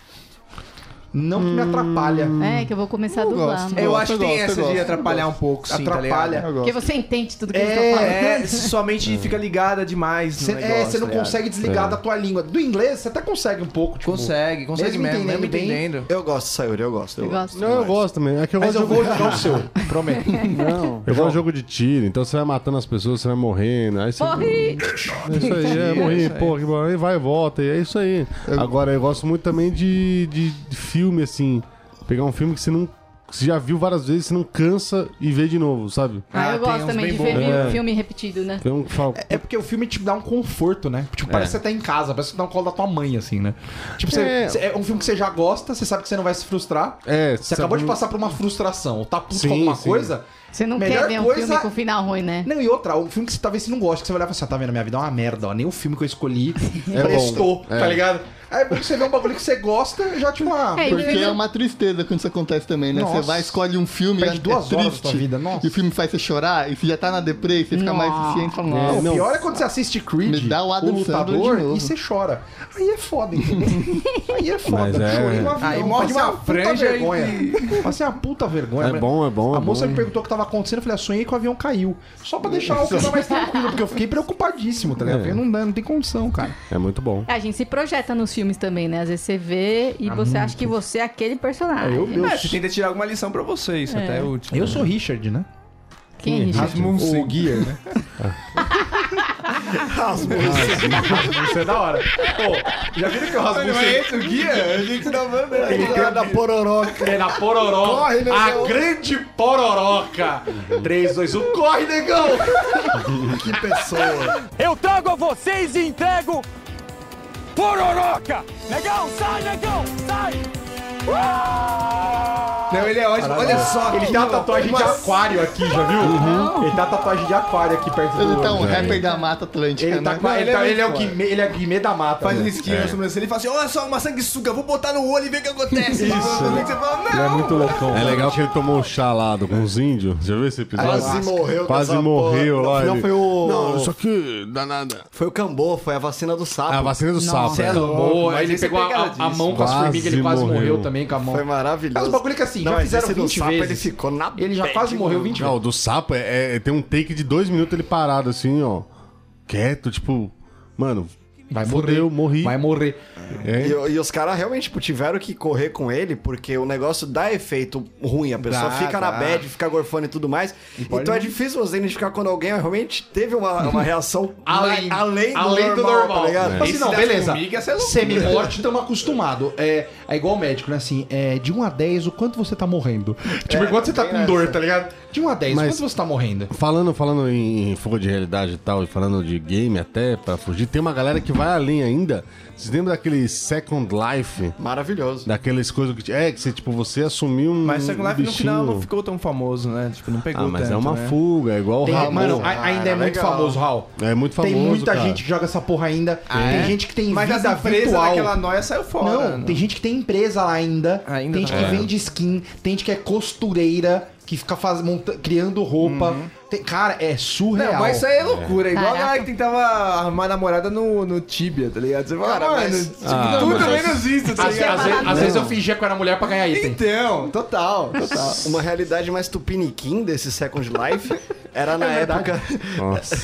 A: Não que me atrapalha.
F: É, que eu vou começar a
D: Eu
F: dublar.
D: gosto.
B: Eu
D: Gosto,
B: acho que
D: gosto,
B: tem essa
D: gosto,
B: de atrapalhar um pouco, sim, tá ligado?
A: Atrapalha.
D: Eu
F: Porque
D: gosto.
F: você entende tudo que eles
A: É,
F: estão falando.
B: É, sua mente fica ligada demais no
A: Cê- é,
B: negócio,
A: você não
B: tá ligado?
A: consegue desligar da tua língua. Do inglês, você até consegue um pouco, tipo...
B: Consegue, consegue
A: Mesmo
B: mesmo, mesmo
A: entendendo bem,
B: entendendo.
G: Eu gosto, Sayuri, eu gosto. Eu
F: Eu gosto.
G: gosto.
E: Não, eu gosto também. É que eu
A: Mas
E: gosto
A: eu
E: de
A: vou jogar o seu, prometo.
E: Não. Eu gosto de jogo de tiro, então você vai matando as pessoas, você vai morrendo. Aí você...
F: Morri!
E: É isso aí, é morri, pô, que bom. Aí vai e volta, e é isso aí. Agora, eu gosto muito também de, de, de filme, assim. Pegar um filme que você não. que Você já viu várias vezes, você não cansa e vê de novo, sabe?
F: Ah,
B: Ah, tem
F: eu gosto
B: uns
F: também
B: bem
F: de
B: bons.
F: ver
E: É.
F: filme repetido, né?
E: Tem um que fala.
A: É porque o filme te dá um conforto, né? Tipo, parece que você tá em casa, parece que você tá no colo da tua mãe, assim, né? Tipo, você-
E: É.
A: você- é. um filme que você já gosta, você sabe que você não vai se frustrar.
E: É,
A: Você acabou de
E: sabe-
A: passar por uma frustração, ou tá puto
E: Sim,
A: com alguma
E: sim.
A: coisa.
F: Você não
A: Melhor
F: quer ver um
A: coisa-
F: filme com final ruim, né?
A: Não, e outra, um filme que você talvez você não goste, que você vai olhar e falar assim, ah, tá vendo, minha vida é uma merda, ó. Nem o filme que eu escolhi
E: É
A: prestou,
E: bom.
A: tá
E: É.
A: ligado? Aí você vê um bagulho que você gosta, já tipo, ah,
F: É, e
D: Porque
F: filme-
D: é uma tristeza quando isso acontece também, né?
A: Nossa.
D: Você vai, escolhe um filme,
A: Perde
D: é
A: duas
D: é
A: horas da
D: triste,
A: tua vida, nossa.
D: E o filme faz você chorar, e você já tá na deprê, você fica mais eficiente e fala,
A: Não,
D: nossa.
A: o
E: não.
A: pior é quando você assiste Creed,
D: Me dá o
A: o,
D: Adam Sandler de
A: lutador,
D: novo.
A: e você chora. Aí é foda, entendeu? Aí é
E: Mas
A: foda.
E: é,
A: Chorei
E: é.
A: no avião,
B: Aí morde
A: passei
B: uma
A: puta
B: franja e-
A: vergonha. Passei uma puta vergonha.
E: É bom, é bom.
A: né? A
E: é
A: moça
E: bom.
A: me perguntou o que tava acontecendo, eu falei, ah, sonhei que o avião caiu. Só pra deixar o clima mais tranquilo, porque eu fiquei preocupadíssimo, tá ligado?
E: É.
A: Porque não dá, não tem condição, cara.
E: É muito bom.
F: A gente se projeta nos filmes também, né? Às vezes você vê e você acha que você é aquele personagem.
A: eu,
B: É, você tenta tirar alguma lição pra vocês, até o último.
A: eu sou Richard, né?
F: Quem é Richard?
A: O Gear, né? Rasmus. Isso é da hora. Pô, já viram que o Rasmus
B: esse o guia? A gente tá mandando.
A: ele tem na pororoca. É na pororoca.
D: Corre, negão.
A: A grande pororoca. 3, 2, 1. Corre, negão.
G: Que pessoa.
H: Eu trago a vocês e entrego. Pororoca! Negão, sai, negão! Sai!
B: Não, Não, ele é ótimo. Olha só.
A: Ele
B: que
A: tem uma tatuagem de
B: Nossa.
A: aquário aqui, já viu? Ele tem uma tatuagem de aquário aqui perto do
D: Ele tá
A: olho.
D: um rapper da Mata Atlântica,
A: Ele, tá
D: né?
A: com a-
B: Não,
A: ele,
B: ele
A: tá-
B: é
A: ele é o
B: muito
A: guimê, ele é guimê da mata.
B: Faz um
A: né?
B: esquinho na sobrancelha. Ele fala assim: olha só, uma sanguessuga, vou botar no olho e ver o que acontece. Isso. Você fala,
A: Ele é
B: não.
A: muito loucão.
E: É legal que ele tomou um chá lá do- com os índios. Já viu esse episódio?
G: Quase morreu
E: Quase
G: dessa
E: morreu
G: porra.
E: lá.
G: Não,
E: ele-
G: foi o-
E: Não, isso aqui dá nada.
G: Foi o Cambô, foi a vacina do sapo.
E: Ah, a vacina do sapo.
B: é
E: é.
B: louco.
A: Boa,
B: mas
A: aí ele
B: esse é
A: pegou a, a
B: pegadíssimo.
A: mão com as
E: Quase
A: formigas, ele quase morreu.
E: morreu
A: também com a mão.
G: Foi maravilhoso.
A: É uns bagulho que assim, já
G: mas
A: fizeram
G: esse do
A: 20
G: sapo,
A: vezes.
G: Ele ficou na
A: Ele já
G: bad,
A: quase morreu um.
G: mano.
A: 20
E: Não,
A: vezes.
E: o do sapo é, é- tem um take de dois minutos ele parado assim, ó. Quieto, tipo. Mano,
A: Vai
E: fudeu, morri.
A: Vai morrer.
E: É.
G: E, e os caras realmente tipo, tiveram que correr com ele, porque o negócio dá efeito ruim. A pessoa
B: Dá,
G: fica na
B: dá.
G: bad, fica gorfando e tudo mais. Então é difícil você identificar quando alguém realmente teve uma, uma reação
A: Além,
G: ma- além do normal, tá ligado?
A: Tipo assim,
B: né? Esse
A: não,
B: das
A: beleza.
B: formigas é loucura.
A: Semi-morte, estamos acostumados. É, é igual médico, né? Assim, é, de 1 a 10, o quanto você tá morrendo?
B: É,
A: Tipo, enquanto você tá com dor, tá ligado? De 1 a 10,
E: Mas-
A: quanto você tá morrendo?
E: Falando, falando em, em fogo de realidade e tal, e falando de game até pra fugir, tem uma galera que vai além ainda. Vocês lembram daquele Second Life?
G: Maravilhoso.
E: Daqueles coisas que. É, que você, tipo, você assumiu um.
B: Mas Second Life no
E: bichinho.
B: final não ficou tão famoso, né? Tipo, não pegou
E: Ah, mas
B: tanto,
E: é uma
B: né?
E: fuga, é igual o
A: Tem-
E: Ramon.
A: mano, a-
G: cara,
A: ainda é muito
G: legal.
A: famoso, Raul.
E: É muito famoso.
A: tem muita
E: cara.
A: gente que joga essa porra ainda. tem
B: é?
A: gente que tem
B: Mas as
A: vida
B: empresas
A: virtual.
B: daquela noia saiu fora.
A: não,
B: é né?
A: tem gente que tem empresa lá ainda.
B: Ainda
A: tem gente
B: não.
A: que vende skin, tem gente que é costureira, que fica faz, monta- criando roupa. Tem- cara, é surreal.
B: Não, mas isso aí é loucura. É igual a galera
F: Caraca.
B: que tentava arrumar namorada no, no Tibia, tá ligado? Você fala,
G: Cara,
B: mano,
G: mas-
B: tipo,
E: Ah,
B: tudo
E: mas-
B: menos isso, tá
A: Às,
B: ligado?
A: às vezes, às vezes eu fingia que eu era mulher pra ganhar item.
B: Então, total, total.
G: Uma realidade mais tupiniquim desse Second Life era na época.
E: Nossa.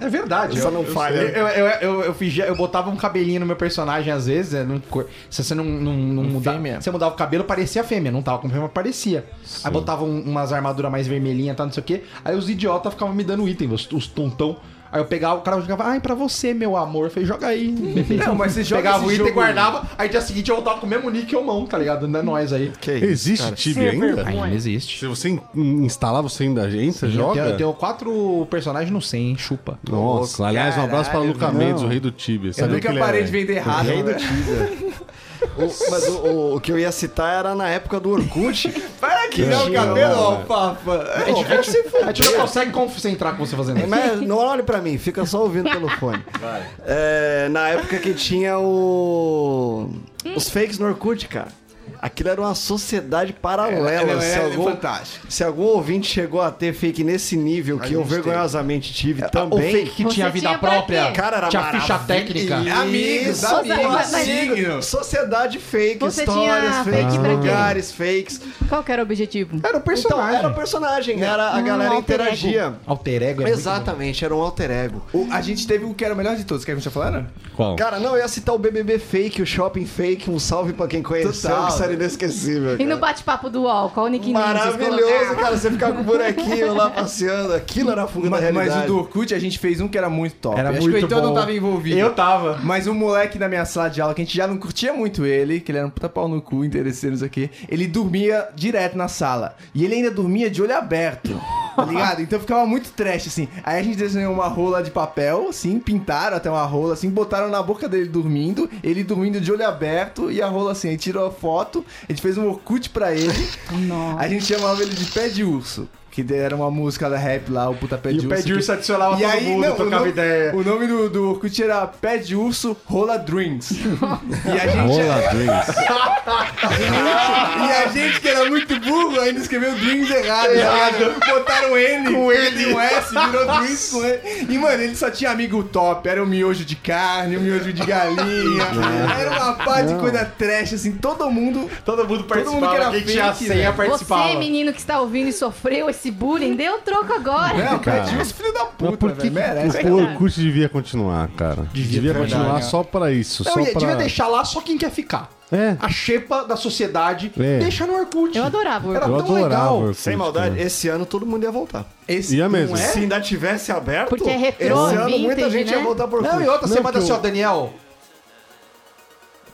A: É verdade.
G: Só
A: eu-
G: não falha.
A: Eu, eu, eu, eu, fingia, eu botava um cabelinho no meu personagem, às vezes. né, não cor- se você não, não, não mudava.
B: Um fêmea.
A: Você mudava o cabelo, parecia fêmea. Não tava com fêmea, parecia. Aí botava um- umas armaduras mais vermelhinhas, tá, não sei o quê. Aí os idiotas ficavam me dando item, os, os tontão. Aí eu pegava, o cara jogava, ai, pra você, meu amor. Eu falei, joga aí. bebê."
B: Não, mas você joga
A: Pegava
B: esse
A: o item,
B: jogo-
A: guardava. Aí dia seguinte eu voltava com o mesmo nick ou mão, tá ligado? Não é nós aí.
G: Que isso,
E: Existe
G: cara.
E: Tibia ainda?
A: Ainda existe.
E: Se você in- instalar, você ainda agência,
A: Eu
E: joga?
A: tenho, eu tenho quatro personagens no 100, hein? Chupa.
E: Nossa, aliás, um abraço para o Luca Mendes, o rei do Tibia.
B: Eu
E: Sabe
B: nunca
E: que ele
B: parei
E: é?
B: de vender errado. né?
G: O- mas o, o- o que eu ia citar era na época do Orkut.
B: Para que não, cabelo,
F: É
B: alfafa. É
A: A gente, a gente- a gente não consegue concentrar com você fazendo isso.
G: Mas não olhe pra mim, fica só ouvindo pelo fone. É, na época que tinha o. Os fakes no Orkut, cara. Aquilo era uma sociedade paralela.
B: Ela
G: se,
B: é
G: algum,
B: fantástica.
G: se algum ouvinte chegou a ter fake nesse nível, que eu vergonhosamente tive
A: O
G: também.
A: fake que
F: Você
A: tinha vida
F: é. tinha pra
A: própria,
F: quê?
G: Cara, era
A: tinha ficha
G: maravilhoso.
A: técnica.
G: E-
B: Amigos,
G: Isso,
B: amigos,
F: mas- mas-
B: signos.
G: Sociedade fake,
F: Você
G: histórias
F: tinha
G: fakes,
F: fake pra quê?
G: lugares fakes.
F: Qual que era o objetivo?
A: Era o personagem.
G: Então, era o personagem, era a
F: Um
G: galera
F: alter ego.
G: interagia.
A: Alter ego. é muito bom.
G: Exatamente, era um alter ego.
B: O- a gente teve o que era o melhor de todos. Quer que tá já falaram?
E: Qual?
G: Cara, não, eu ia citar o BBB fake, o shopping fake, um salve pra quem conheceu,
B: Total.
G: que série inesquecível,
F: E no
G: cara.
F: bate-papo do UOL, qual o Nick Nunes
A: Ah.
G: Maravilhoso,
F: colocaram?
G: cara, você ficar com o bonequinho lá passeando, aquilo era a fuga da
B: Mas, mas
G: realidade.
B: o do Orkut a gente fez um que era muito top.
A: Era
B: Acho
A: muito
B: que o Heitor
A: bom.
B: não tava envolvido.
A: Eu tava.
B: Mas um moleque na minha sala de aula, que a gente já não curtia muito ele, que ele era um puta pau no cu, interesseiro isso aqui, ele dormia direto na sala. E ele ainda dormia de olho aberto. Tá ligado? Então ficava muito trash, assim. Aí a gente desenhou uma rola de papel, assim, pintaram até uma rola, assim, botaram na boca dele dormindo, ele dormindo de olho aberto e a rola assim. Aí tirou a foto, a gente fez um Orkut pra ele.
F: Nossa.
B: A gente chamava ele de Pé de Urso. Que era uma música da rap lá, o puta pé
A: E
B: de
A: o
B: urso.
A: pé de
B: que-
A: urso adicionava
B: e
A: todo
B: aí,
A: mundo,
B: não, o
A: trocava
B: nome-
A: ideia.
B: O nome do, do Orkut era Pé de Urso Rola Drinks. e, a gente,
E: Rola Drinks.
B: e a gente, que era muito burro, ainda escreveu Drinks errado. errado. Botaram N com N e um S, virou Drinks com N. E, mano, ele só tinha amigo top. Era um miojo de carne, um miojo de galinha.
E: É.
B: era uma pá de coisa trash, assim. Todo mundo
A: Todo mundo participava.
B: que era
A: quem tinha a
B: fake,
A: senha
B: velho.
A: participava.
F: Você, menino que está ouvindo e sofreu esse bullying, dê o troco agora.
B: Não,
E: Cara.
B: pediu os filhos da
E: Mas
B: puta,
E: por que
B: velho. Merece.
E: que o Orkut devia continuar, cara? Devia, continuar só pra isso.
A: Não,
E: só
A: ia-
E: pra...
A: devia deixar lá só quem quer ficar.
E: É.
A: A xepa da sociedade
E: É.
A: deixa no Orkut.
F: Eu adorava o
A: Era
F: Orkut.
E: Eu
A: tão
E: adorava
A: legal.
E: o Orkut,
G: Sem maldade,
E: cara.
G: esse ano todo mundo ia voltar.
B: Esse é?
E: Ia mesmo.
G: Se
A: é?
G: ainda tivesse aberto,
F: Porque é retrô,
G: esse ano muita
F: vintage,
G: gente ia
F: né?
G: voltar por
A: Não, e outra,
E: Não,
A: você manda
E: que
A: assim,
E: eu-
A: ó, Daniel.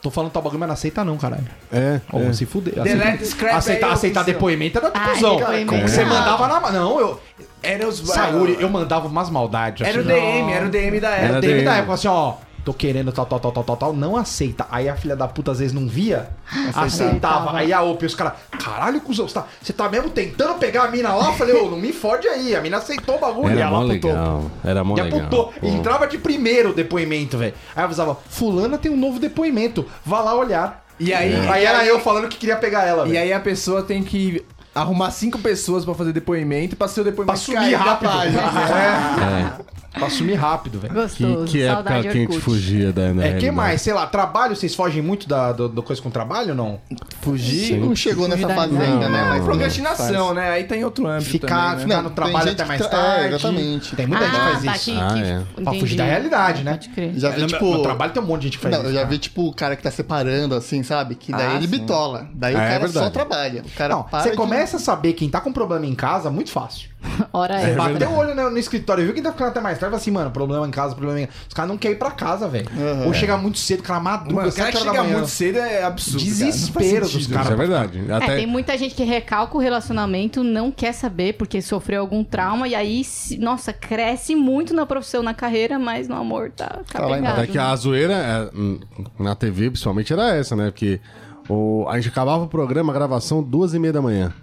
A: Tô falando tal bagulho, mas não aceita não, caralho.
E: É,
A: Ó,
E: é.
A: se fuder.
B: Delete,
A: Aceita-
B: escreve
A: aceitar,
B: aí,
A: aceitar
B: oficial.
A: depoimento era
F: Ai,
A: cuzão.
F: depoimento.
A: Como que Você
F: É.
A: mandava na... ma- Não, eu...
B: Era os
A: Saúde, eu mandava umas maldades.
B: Era o
A: assim,
B: DM, era o DM da
E: Era
B: época.
A: Teve
E: DM.
A: da época assim, ó. tô querendo tal, tal, tal, tal, tal, tal, não aceita. Aí a filha da puta às vezes não via, aceitava. Aí a OP, os caras, caralho, cuzão, você tá, você tá mesmo tentando pegar a mina lá? Eu falei, ô, não me fode aí, a mina aceitou o bagulho. e
E: Era
A: ela
E: mó
A: apontou.
E: legal. Era mó
A: E
E: legal.
A: apontou.
E: Pô.
A: Entrava de primeiro o depoimento, velho. Aí avisava, fulana tem um novo depoimento, vá lá olhar. É.
B: E aí,
A: Aí era eu falando que queria pegar ela,
B: E
A: velho.
B: aí a pessoa tem que arrumar cinco pessoas pra fazer depoimento pra ser o depoimento
A: Pra subir
B: cair da
A: rápido.
B: página.
A: É. Pra sumir rápido, velho.
F: Gostoso.
E: Que, que época
F: Saudade
E: que a gente
F: Orkut.
E: fugia da da
A: É, que
E: realidade.
A: mais? Sei lá, trabalho, vocês fogem muito da, do, do coisa com trabalho ou não?
B: Fugir.
A: um
D: Não chegou nessa fase ainda, né?
B: É
D: Mas
B: procrastinação, né? Aí tem outro âmbito
A: Ficar,
B: também, né?
A: ficar
D: Não,
A: no
D: tem
A: trabalho
D: gente
A: até
D: que
A: mais
D: tra- é,
A: tarde.
D: exatamente.
A: Tem muita gente que faz
F: tá,
A: isso.
F: que-
E: Ah,
F: que-
E: é.
A: Pra
F: entendi.
A: fugir da realidade, né?
F: Pode crer.
D: Já
A: No
D: vi,
A: meu-
D: tipo.
A: meu trabalho tem um monte de gente que faz
D: Não,
A: isso.
D: eu já
A: cara.
D: vi, tipo, o cara que tá separando, assim, sabe? Que daí
A: Ah,
D: ele
A: sim. Ah,
D: bitola. Daí
E: É,
D: o
E: é
D: cara
E: verdade.
D: só trabalha. O cara
A: Não,
D: para
A: você
D: de-
A: começa a saber quem tá com problema em casa, muito fácil.
F: Hora é.
A: Bateu o olho no, no escritório, viu quem tá ficando até mais tarde, fala assim, mano, problema em casa, problema em casa. Os caras não querem ir pra casa, velho. Ou chega muito cedo, cara madruga,
B: Mano, o
A: sete
B: cara que
A: horas da
B: chega
A: manhã.
B: muito cedo é absurdo. cara.
A: Desespero
B: Não faz
A: dos
B: sentido.
E: Isso é
A: caras.
E: verdade.
F: É,
E: Até
F: tem muita gente que recalca o relacionamento, não quer saber porque sofreu algum trauma e aí, se- nossa, cresce muito na profissão, na carreira, mas no amor tá
D: lá embaixo. Uhum.
F: capengado.
E: Até que a zoeira é, hum, na TV, principalmente, era essa, né? Porque o, a gente acabava o programa, a gravação, duas e meia da manhã.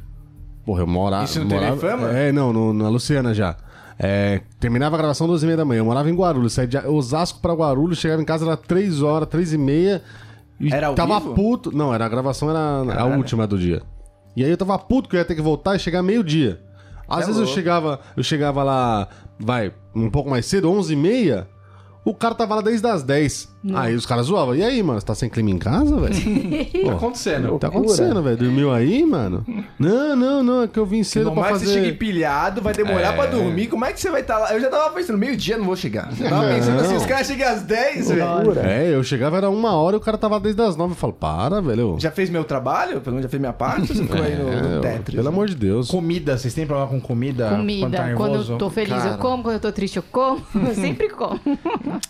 E: Porra, eu morava...
B: Isso no
E: morava,
B: Telefama?
E: É, não, no- na Luciana já. É, terminava a gravação duas e meia da manhã. Eu morava em Guarulhos, saía de Osasco pra Guarulhos, chegava em casa, era três horas, três e meia. E
B: Era ao
E: Tava
B: vivo?
E: puto... Não, era a gravação era a última do dia. E aí eu tava puto que eu ia ter que voltar e chegar meio-dia. Às
B: é
E: vezes eu chegava, eu chegava lá, vai, um pouco mais cedo, 11h30, o cara tava lá desde as 10. Aí os caras zoavam. E aí, mano, você tá sem clima em casa, velho?
A: Tá acontecendo.
E: O que tá acontecendo, velho? Dormiu aí, mano? Não, não, não, é que eu vim cedo
B: Não
E: pra
B: mais você chega
E: fazer...
B: empilhado, vai demorar pra dormir. Como é que você vai estar lá? Eu já tava pensando, meio-dia não vou chegar. Eu tava pensando assim, os caras chegam às 10, velho.
E: É, eu chegava, era uma hora e o cara tava desde as 9. Eu falo, para, velho.
B: Já fez meu trabalho? Pelo menos já fez minha parte? Ou Você ficou aí no, no
A: um
E: É,
B: Tetris?
A: né?
E: pelo amor de Deus.
A: Comida, vocês têm problema com comida?
F: Comida,
A: tá
F: quando, eu tô feliz eu como, quando eu tô triste eu como, eu sempre como.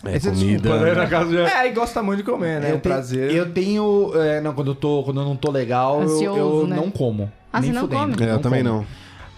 E: É,
A: Quando eu ia na casa, eu ia-
B: É, e gosta muito de comer, né? É
A: eu
B: um prazer.
A: Tenho, eu tenho. é, não, quando eu, tô, quando eu não tô legal, eu-
F: Ansioso,
A: eu,
F: né?
A: não como.
F: Ah,
A: nem
F: você não
A: fudendo.
F: come?
E: É, eu também
A: como.
E: não.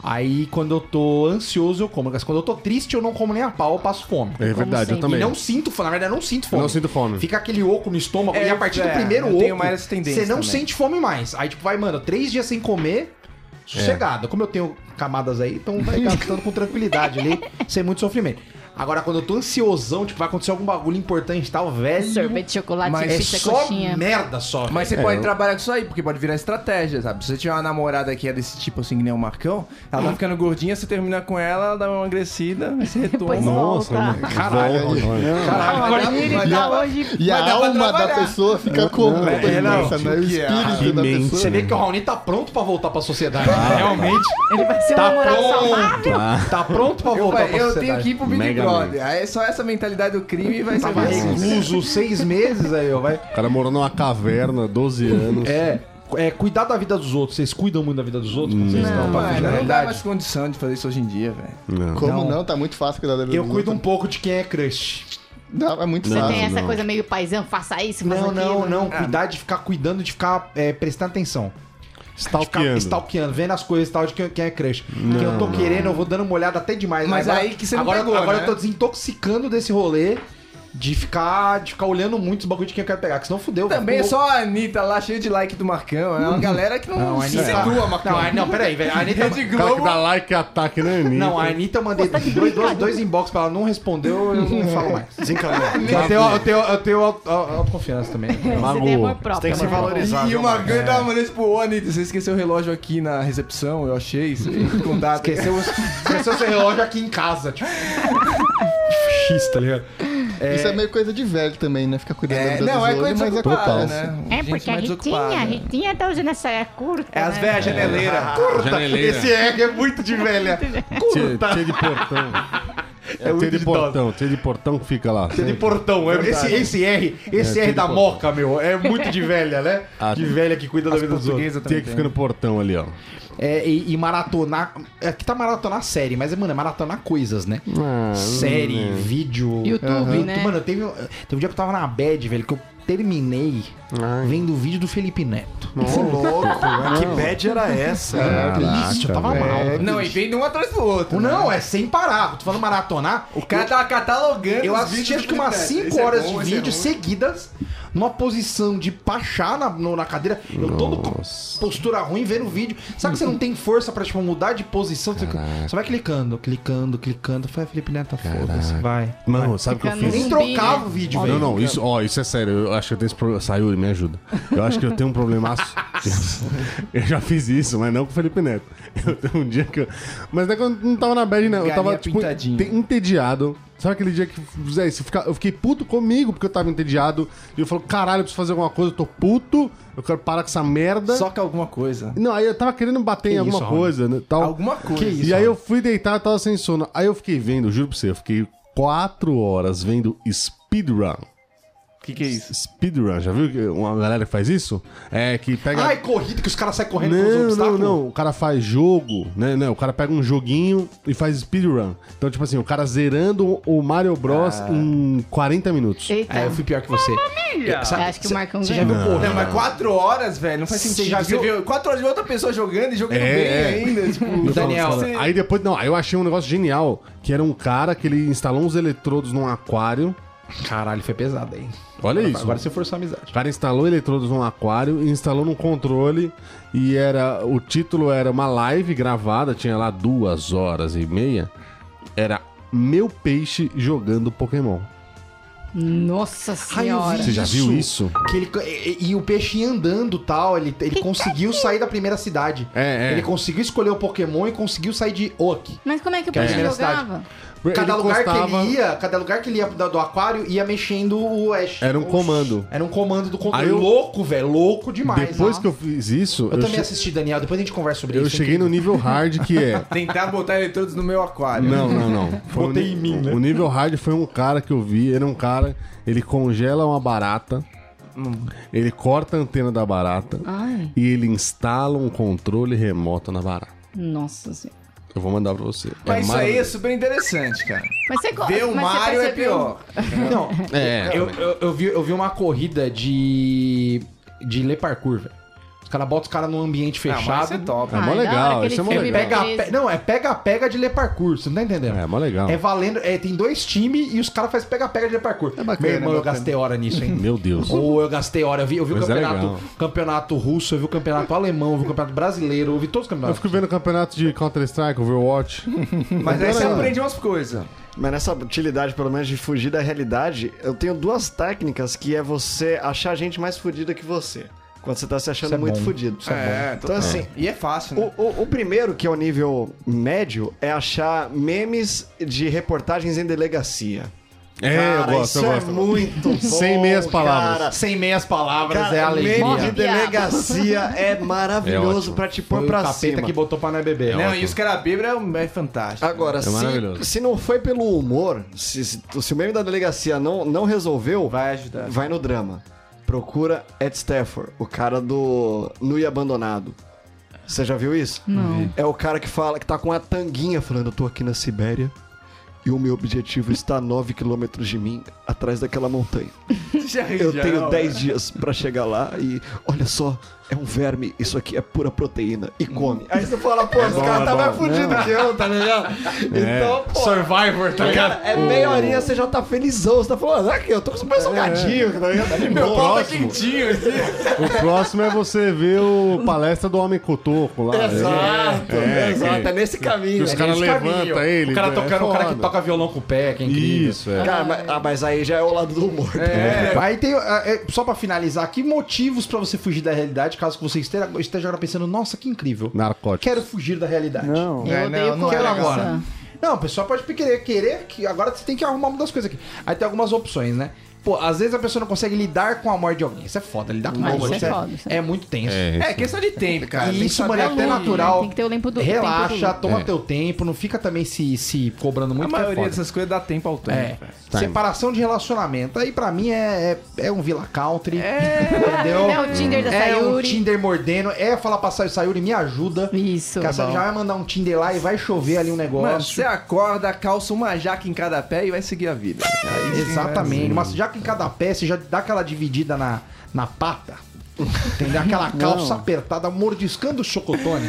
A: Aí quando eu tô ansioso, eu como. Mas quando eu tô triste, eu não como nem a pau, eu passo fome.
E: É verdade, eu
F: sempre.
E: também.
A: E não sinto fome. Na verdade, eu não sinto fome.
E: Não sinto fome.
A: Fica aquele oco no estômago.
B: É,
A: e a partir do
B: é,
A: primeiro
B: eu
A: oco,
B: tenho mais essa tendência
A: você não
B: também.
A: sente fome mais. Aí, tipo, vai, mano, três dias sem comer,
E: É.
A: sossegado. Como eu tenho camadas aí, então vai gastando com tranquilidade ali, sem muito sofrimento. Agora, quando eu tô ansiosão, tipo, vai acontecer algum bagulho importante e tal, velho.
F: Sorvete, chocolate,
B: Hum, Mas
A: é
F: pizza,
A: só
F: coxinha.
A: merda só.
B: Mas você pode trabalhar com isso aí, porque pode virar estratégia, sabe? Se você tiver uma namorada que é desse tipo assim, que nem o Marcão, ela tá ficando gordinha, você termina com ela, ela dá uma emagrecida, aí você
F: Pois
B: retoma.
E: Nossa,
F: volta.
E: mano. Caralho.
A: Caralho, agora
F: Ele tá hoje
D: E a
B: dá pra
D: alma da
B: trabalhar.
D: pessoa fica como?
A: é,
D: também,
A: não.
D: essa, né? O
B: Que
D: espírito da
E: mente.
A: você
D: pessoa.
A: vê é? que o Raoni tá pronto pra voltar pra sociedade. Realmente.
F: ele vai ser um
A: Tá
F: namorado safado.
A: pronto. Tá pronto pra
B: Eu,
A: voltar pra
B: eu
A: sociedade.
B: tenho que ir pro Big
E: Mega
B: Brother. Aí é só essa mentalidade do crime e vai ser
A: Tava recluso seis meses aí, ó. Vai.
E: O cara morou numa caverna, 12 anos.
A: É, é, cuidar da vida dos outros. Vocês cuidam muito da vida dos outros? quando vocês estão
F: é,
A: pra
B: Mano,
A: fugir da
B: não dá
A: realidade?
B: mais condição de fazer isso hoje em dia,
E: Hum.
B: velho.
D: Como não? Tá muito fácil cuidar da vida
A: Eu
D: dos
A: cuido um
D: outros.
A: pouco de quem é crush.
D: Não, é muito
E: Você
F: Você
D: fácil.
F: tem essa
E: não.
F: coisa meio paizão, faça isso, faça
A: Não, não,
F: aquilo.
A: não. Cuidar de ficar cuidando, de ficar é, prestando atenção. De ficar
E: Stalkeando.
A: stalkeando, vendo as coisas e tal de quem quem é crush. quem eu tô querendo, eu vou dando uma olhada até demais.
B: Mas aí que você não
A: agora,
B: pegou,
A: agora
B: né?
A: eu tô desintoxicando desse rolê de ficar, de ficar olhando muito os bagulho de quem eu quero pegar, que senão fudeu.
B: Também é
A: Fico-
B: só a Anitta lá, cheia de like do Marcão. É uma galera que não,
A: Não, a
B: se
A: Anitta-
B: situa, Marcão.
A: Não, a- não, peraí, velho. A Anitta.
B: Rede
E: O cara que
B: Globo.
E: dá like e ataque, né, Anitta?
A: Não, a Anitta eu mandei dois, dois, dois inbox pra ela, não respondeu, eu não falo mais.
G: Desencaminhou.
A: Eu tenho, eu tenho, eu tenho auto- autoconfiança também.
F: Você tem amor próprio.
G: Tem que se
F: amor próprio.
G: valorizar.
B: E
G: viu,
B: o
G: mano?
B: Marcão tava mandando isso pro "Ô, Anitta. Você esqueceu o relógio aqui na recepção, eu achei. Você contato.
A: Esqueceu, esqueceu seu relógio aqui em casa. Tipo, X, tá ligado?
D: Isso é meio coisa de velho também, né? Ficar cuidando da
B: É,
D: vida
B: não,
D: dos
B: é
D: outros,
B: coisa
D: mas
B: desocupada,
D: acontece.
B: né? Gente
F: É, porque a
B: mais
F: Ritinha,
B: desocupada. né?
F: a Ritinha tá usando essa curta.
B: É as
F: né?
B: velhas janeleiras.
E: Janeleira.
A: Esse egg é muito de velha.
E: Tia, tia de portão. É, tia de portão. Tia de portão que fica lá.
A: Tia de portão. é- Esse, esse R, esse
E: É,
A: R
E: tia
A: da
E: de portão.
A: moca, meu, é muito de velha, né?
E: Ah,
A: de velha que cuida da vida dos outros.
B: portuguesas
E: Tia que fica no portão ali, ó.
A: É, e, e maratonar. Aqui tá maratonar série, mas, mano, é maratonar coisas, né? série, vídeo.
F: YouTube, né?
A: Mano, teve, um- teve um dia que eu tava na bad, velho, que eu terminei vendo o vídeo do Felipe Neto.
G: Ô, louco, que bad era essa?
A: né? Isso, eu tava
E: É.
A: mal.
B: É Não, e vem de um atrás do outro.
A: Não, é sem parar. Tô falando maratonar.
B: O cara tava catalogando.
A: Eu
B: os
A: assisti
B: É vídeos
A: acho que
B: do
A: umas
B: Felipe
A: 5
B: Neto.
A: horas
B: Esse é bom,
A: de
B: esse é
A: vídeo
B: ruim.
A: seguidas, numa posição de pachá na, no- na cadeira. Eu todo com postura ruim vendo o vídeo. Sabe que você não tem força pra tipo, mudar de posição? Você fica- Só vai clicando, clicando, clicando. Foi Felipe Neto, tá foda-se, vai.
E: Mano, sabe o que eu
F: Fica
E: fiz?
F: no-
A: Nem trocava
B: né?
A: o vídeo,
E: Não,
A: velho.
E: não, isso, ó, isso é sério. Eu acho que eu tenho esse problema. Saiu, me ajuda. Eu acho que eu tenho um problemaço. eu já fiz isso, mas não com o Felipe Neto. Eu tenho um dia que eu. Mas não é que eu não tava na bad, não. Eu tava,
B: Galinha
E: tipo,
B: pintadinha.
E: te- entediado. Sabe aquele dia que. Zé, você fica- eu fiquei puto comigo porque eu tava entediado. E eu falo, caralho, eu preciso fazer alguma coisa, eu tô puto, eu quero parar com essa merda.
B: Soca alguma coisa.
E: Não, aí eu tava querendo bater em alguma coisa, né? Tal.
B: Alguma coisa.
E: E aí eu fui deitar, tava sem sono. Aí eu fiquei vendo, juro pra você, eu fiquei quatro horas vendo speedrun.
B: O que, que é isso?
E: Speedrun, já viu que uma galera que faz isso? É que pega.
A: Ai, corrida que os caras saem correndo pelos
E: não, não,
A: obstáculos.
E: não. O cara faz jogo, né? Não, o cara pega um joguinho e faz speedrun. Então, tipo assim, o cara zerando o Mario Bros
A: Ah.
E: em 40 minutos.
F: Eita,
A: É, eu fui pior que você. Eu, sabe-
F: acho que o Marcão
A: Você já viu
B: Ah.
F: ganhou.
A: correndo,
B: Mas
A: mas
B: quatro horas, velho, não faz
A: Você
B: sentido.
A: já
B: Você
A: viu-
B: viu? Quatro horas de outra pessoa jogando e jogando
E: É,
B: bem
E: é.
B: ainda. Tipo,
A: Daniel,
B: você-
E: Aí depois, não, aí eu achei um negócio genial, que era um cara que ele instalou uns eletrodos num aquário.
A: Caralho, foi pesado, hein?
E: Olha isso.
A: Agora você forçou a amizade.
E: O cara instalou eletrodos num aquário e instalou num controle. E era. O título era uma live gravada, tinha lá duas horas e meia. Era Meu Peixe jogando Pokémon.
F: Nossa senhora.
E: Você já viu isso?
A: Que ele, e, e o peixe ia andando tal, ele, ele conseguiu sair da primeira cidade.
E: É, é.
A: Ele conseguiu escolher o Pokémon e conseguiu sair de Oak.
F: Mas como é que o
A: Que é a
F: peixe
A: primeira
F: jogava?
A: Cada lugar que
E: encostava-
A: ele ia, cada lugar que ele ia do, do aquário ia mexendo o Ash.
E: Era um
A: O-
E: comando.
A: Era um comando do controle.
E: Aí eu-
A: Louco, velho. Louco demais.
E: Depois
A: né?
E: que eu fiz isso,
A: eu,
E: eu,
A: também
E: che-
A: assisti, Daniel. Depois a gente conversa sobre
E: eu
A: isso.
E: cheguei no nível hard que é.
B: Tentar botar eletrodos no meu aquário.
E: Não, não, não. Foi
A: Botei
E: o ni-
A: em mim, né?
E: O nível hard foi um cara que eu vi, era um cara, ele congela uma barata,
A: Hum.
E: ele corta a antena da barata
F: Ai,
E: e ele instala um controle remoto na barata.
F: nossa senhora.
E: Eu vou mandar pra você.
B: Mas isso aí é
E: maravilhoso.
B: super interessante, cara.
F: Mas você go-
B: Ver o
F: mas você
B: Mario é
F: percebeu-
B: pior.
A: Não,
E: É,
A: eu, eu, eu vi, eu vi uma corrida de. de ler parkour, velho. Os caras botam os caras num ambiente
B: Ah, mas
A: fechado.
B: isso é top.
E: É mó
F: Ai, da hora,
E: legal,
F: aquele
E: isso é mó
F: filme
E: legal.
A: Pega,
F: preso.
A: pe- Não, é pega-pega de ler parkour, você não tá entendendo.
E: é, mó legal.
A: É valendo. É, tem dois times e os caras fazem pega-pega de ler parkour. Meu irmão, eu gastei hora nisso, hein?
E: Meu Deus.
A: Ou eu gastei hora, eu vi, eu vi o
E: Mas é
A: campeonato,
E: legal.
A: campeonato russo, eu vi o campeonato alemão, eu vi o campeonato brasileiro, eu vi todos os
E: Eu
A: campeonatos.
E: fico vendo campeonato de Counter-Strike, Overwatch.
B: Mas aí você
E: Agora-
B: aprende umas coisas.
G: Mas nessa utilidade, pelo menos, de fugir da realidade, eu tenho duas técnicas que é você achar gente mais fudida que você. Quando você tá se achando
A: Isso é
G: muito
A: bom.
G: fudido.
B: É,
G: então assim,
B: E é fácil, né?
G: o, o- o primeiro, que é o nível médio, é achar memes de reportagens em delegacia.
E: É, eu
G: Cara,
E: gosto, eu
G: isso
E: gosto.
G: é muito bom,
E: Sem meias palavras.
G: cara.
A: Sem meias palavras,
G: Cara,
A: é alegria.
G: meme de delegacia é maravilhoso
E: ótimo.
G: pra te
A: Foi
G: pôr
A: o
G: pra
A: um capeta
G: cima.
A: que botou pra nós beber.
B: não, e os caras bêbados é um- é fantástico.
G: Agora,
E: maravilhoso.
G: se, se não foi pelo humor, se, se, se o meme da delegacia não, não resolveu,
B: Vai ajudar.
G: vai no drama. Procura Ed Stafford, o cara do Nu e Abandonado. Você já viu isso? Não. É o cara que fala, que tá com a tanguinha falando, eu tô aqui na Sibéria e o meu objetivo está a 9 quilômetros de mim, atrás daquela montanha.
B: Já-
G: Eu
B: já
G: tenho
B: não,
G: 10 dias pra chegar lá e olha só, é um verme, isso aqui é pura proteína. E come. Hum. Aí você fala, pô, esse cara tá mais fudido que eu, tá ligado? Então, pô.
A: É. Survivor, tá ligado?
G: Cara, é meia horinha, você já tá felizão. Você tá falando, aqui, eu tô com super salgadinho, tá ligado?
E: O próximo,
B: Quentinho, assim.
E: o próximo é você ver o palestra do Homem Cotoco lá. né?
G: Exato,
E: É,
G: exato.
E: que-
G: É nesse
E: que
G: caminho.
E: os
G: É
E: caras
A: Esse
E: levantam
A: caminho,
E: ele.
A: O cara
E: né?
A: tocando,
E: É
A: o cara que
E: foda.
A: toca violão com o pé, que é incrível.
E: Isso, é.
G: Cara, mas, ah, mas aí já é o lado do humor.
A: É, aí tem. é, é, só pra finalizar aqui, motivos pra você fugir da realidade, caso você esteja, esteja agora pensando, nossa, que incrível.
E: Narcótico.
A: Quero fugir da realidade.
C: Não.
F: Eu
B: É,
F: odeio
B: não, não é
A: Quero
F: cobrança.
A: agora. Não, o pessoal pode querer, querer que agora você tem que arrumar uma das coisas aqui. Aí tem algumas opções, né? Pô, às vezes a pessoa não consegue lidar com a morte de alguém. Isso é foda, lidar com a
F: Mas
A: morte
F: isso é
A: é,
F: foda, isso é
A: é muito tenso.
B: É questão de tempo, cara. Tem
A: E
B: que
A: isso,
B: saber
A: mano, é
B: a
A: até
B: luz.
A: natural.
F: né? Tem que ter o tempo do-
A: Relaxa,
F: tempo do luto.
A: toma
E: É.
A: teu tempo, não fica também se, se cobrando
B: A
A: muito. que é
B: maioria
A: foda.
B: dessas coisas né? dá tempo ao tempo.
A: É.
B: velho.
A: Separação de relacionamento. Aí pra mim é, é, é um Villa Country. Entendeu?
F: É o Tinder da
A: É um
F: Sayuri.
A: Tinder mordendo. É falar pra Sayuri, Sayuri, me ajuda.
F: Isso.
A: Que a
B: Tá
A: Sayuri já vai mandar um Tinder lá e vai chover ali um
B: Mano,
A: negócio.
B: você acorda, calça uma jaca em cada pé e vai seguir a vida. Aí sim,
A: Exatamente. Mas já em cada pé, você já dá aquela dividida na, na pata. Entendeu? Aquela calça apertada, mordiscando o chocotone.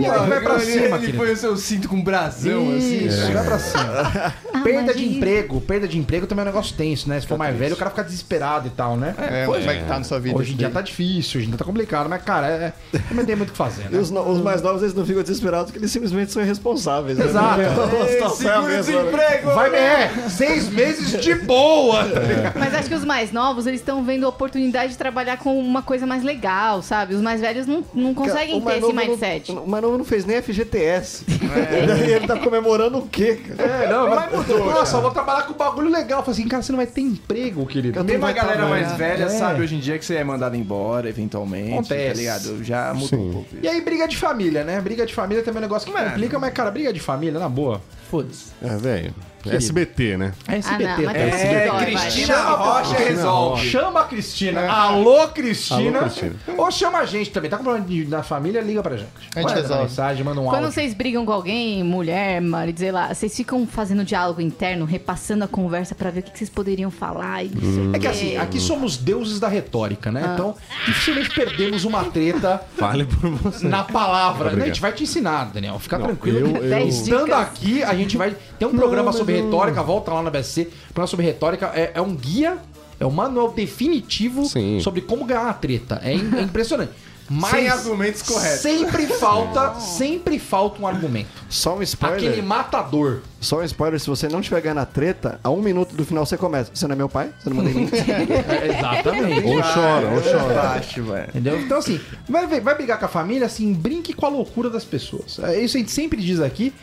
A: E aí vai pra cima,
B: né? É. Ele
A: querido.
B: põe o seu cinto com brasão, assim.
A: Isso, vai Então, pra cima. perda
F: mas
A: de
F: e-
A: emprego, perda de emprego também é um negócio tenso, né? Se for mais velho, o cara fica desesperado e tal, né?
D: É, como é que tá na sua vida?
A: Hoje em
D: isso
A: dia
D: daí?
A: tá difícil, hoje em dia tá complicado, mas cara, é, é, não tem muito o que fazer,
G: E
A: né?
G: os, no- os mais novos, eles não ficam desesperados porque eles simplesmente são irresponsáveis. né?
A: Exato.
G: A
E: tá
G: situação é a
B: Segura o
G: mesma, né?
B: desemprego!
A: Vai, é, seis meses de boa! tá ligado?
F: Mas acho que os mais novos, eles estão vendo a oportunidade de trabalhar com uma coisa mais legal, sabe? Os mais velhos não, não
G: Cara,
F: conseguem
G: o
F: ter
G: mais
F: esse
G: novo não-
F: mindset.
G: O mais novo não fez nem FGTS. E daí ele tá comemorando o quê, cara?
A: É, não, mas mudou. Nossa, eu vou trabalhar com um bagulho legal. Eu Falei assim, cara, você não vai ter emprego, querido.
G: Eu tô-
B: Mesmo a
G: vai
B: galera
G: trabalhar.
B: mais velha
A: É.
B: sabe hoje em dia que você é mandado embora, eventualmente,
A: Acontece.
B: tá ligado? Já mudou um pouco.
A: E aí, briga de família, né? Briga de família também é um negócio que complica, mas, cara, briga de família, na boa.
B: Foda-se.
E: É, velho. SBT, né?
A: É SBT,
F: ah, não, mas
A: tá?
F: tem
B: É,
F: esse dói, vai.
B: Cristina Rocha resolve.
A: Chama a Cristina. Alô, Cristina.
E: Alô, Cristina.
A: Ou chama a gente também. Tá com problema de- na família? Liga pra gente.
D: A gente
A: Manda
D: resolve.
A: mensagem, manda um
F: Quando
A: áudio.
F: vocês brigam com alguém, mulher, marido, sei lá, vocês ficam fazendo diálogo interno, repassando a conversa pra ver o que que vocês poderiam falar e não sei o
A: É que
F: quê.
A: assim, aqui somos deuses da retórica,
F: Ah.
A: né? Então, dificilmente perdemos uma treta
E: Fale por você.
A: na palavra.
E: Obrigado.
A: A gente vai te ensinar, Daniel. Fica tranquilo.
E: eu-
A: que
E: eu-
A: Estando
F: Dicas.
A: aqui, a gente vai. Tem um programa sobre retórica, volta lá na BSC. Programa sobre retórica é, é um guia, é um manual definitivo
E: Sim.
A: sobre como ganhar uma treta. É, im- é impressionante. Mas
B: Sem argumentos corretos.
A: Sempre falta, sempre falta um argumento.
G: Só um spoiler.
A: Aquele matador.
G: Só um spoiler, se você não estiver ganhando a treta, a um minuto do final você começa. Você não é meu pai? Você não manda em mim?
A: É, exatamente.
E: Ou chora, ou chora.
B: Baixo, velho.
A: Entendeu? Então, assim, vai, vai brigar com a família, assim, brinque com a loucura das pessoas. É isso a gente sempre diz aqui.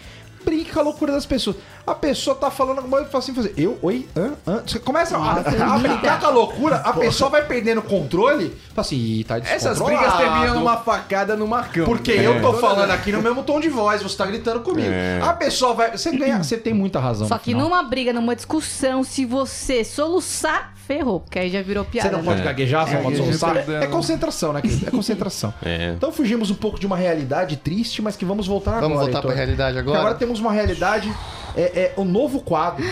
A: Brinque com a loucura das pessoas. A pessoa tá falando alguma coisa e fala assim, fala assim, eu, oi, hã, hã. Você começa a, a brincar com a loucura, a pessoa vai perdendo o controle. Fala assim, "Ih, tá
B: Essas
A: descontrolado.
B: brigas terminam numa facada no Marcão.
A: Porque eu tô falando aqui no mesmo tom de voz, você tá gritando comigo.
E: É.
A: A pessoa vai. Você ganha, você tem muita razão.
F: Só
A: no
F: que
A: final.
F: numa briga, numa discussão, se você soluçar, ferrou, porque aí já virou
A: Você
F: piada.
A: não
F: né?
A: pode gaguejar, você não pode
B: gaguejo
A: soluçar.
B: perdão.
A: É concentração, né, querido? É concentração.
E: É.
A: Então fugimos um pouco de uma realidade triste, mas que vamos voltar agora.
D: Vamos voltar
A: Heitor.
D: pra realidade
A: Porque
D: agora?
A: Agora temos uma realidade, é, é o novo quadro.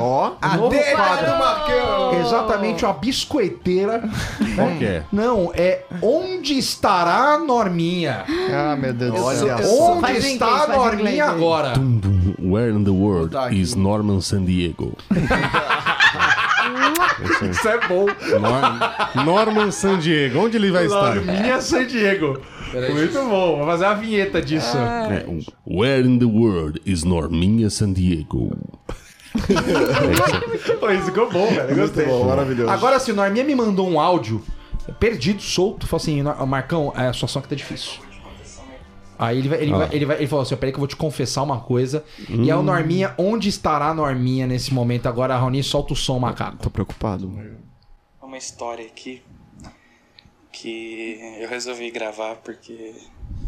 G: Ó,
A: O novo
B: Dentro do
A: quadro.
B: Marcão.
A: Exatamente, uma biscoiteira. né?
E: Qual que é?
A: Não, é onde estará a Norminha?
D: Ah, meu Deus do céu.
G: olha só.
A: Onde
F: Faz em
A: está
F: inglês,
A: a
F: faz em inglês
A: Norminha
F: aí.
A: agora?
E: Where in the world
B: Tá aqui.
E: is Norman San Diego?
A: Isso é bom.
E: Nor- Norman San Diego, onde ele vai estar?
A: Norminha é San Diego. Muito bom, vou fazer uma vinheta disso.
G: Ah.
E: É, Where in the world is Norminha San Diego?
A: Pô, isso ficou bom, velho.
G: muito bom, maravilhoso.
A: Agora, se o Norminha me mandou um áudio perdido, solto, falou assim: "Nor- Marcão, é, a situação aqui tá difícil. Aí ele, vai,
E: Ah.
A: ele, vai, ele, vai- ele falou assim: ó, peraí que eu vou te confessar uma coisa. E
E: Hum.
A: aí o Norminha, onde estará a Norminha nesse momento agora? Raoni, solta o som, macaco.
G: Tô preocupado.
I: É uma história aqui que eu resolvi gravar porque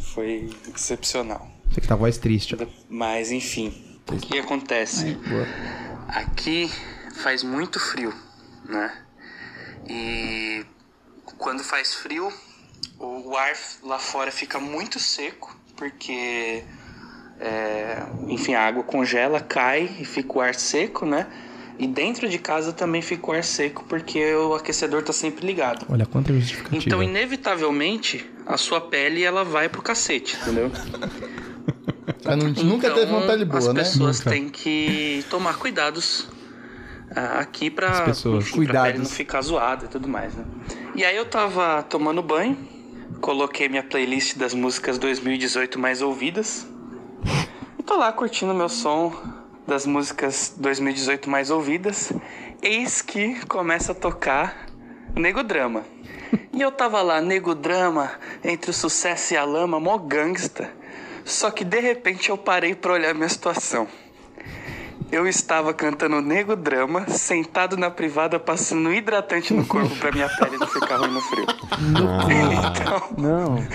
I: foi excepcional.
A: Você que tá com a voz triste.
I: Mas enfim, o que acontece? Aqui faz muito frio, né? E quando faz frio, o o ar lá fora fica muito seco, porque é, enfim, a água congela, cai e fica o ar seco, né? E dentro de casa também fica o ar seco, porque o aquecedor tá sempre ligado.
A: Olha quanta justificativa.
I: Então, inevitavelmente, a sua pele ela vai pro cacete, entendeu?
D: Ah, não- nunca
I: Então,
D: teve uma pele boa,
I: as
D: né?
I: pessoas têm que tomar cuidados ah, aqui pra,
A: pessoas.
I: enfim, pra
B: Cuidados.
I: pele não ficar zoada e tudo mais, né? E aí eu tava tomando banho, coloquei minha playlist das músicas 2018 mais ouvidas. E tô lá curtindo meu som das músicas 2018 mais ouvidas. Eis que começa a tocar Nego Drama. E eu tava lá, Nego Drama, entre o sucesso e a lama, mó gangsta. Só que de repente eu parei pra olhar minha situação. Eu estava cantando Nego Drama, sentado na privada, passando hidratante no corpo pra minha pele não ficar ruim no frio. Então,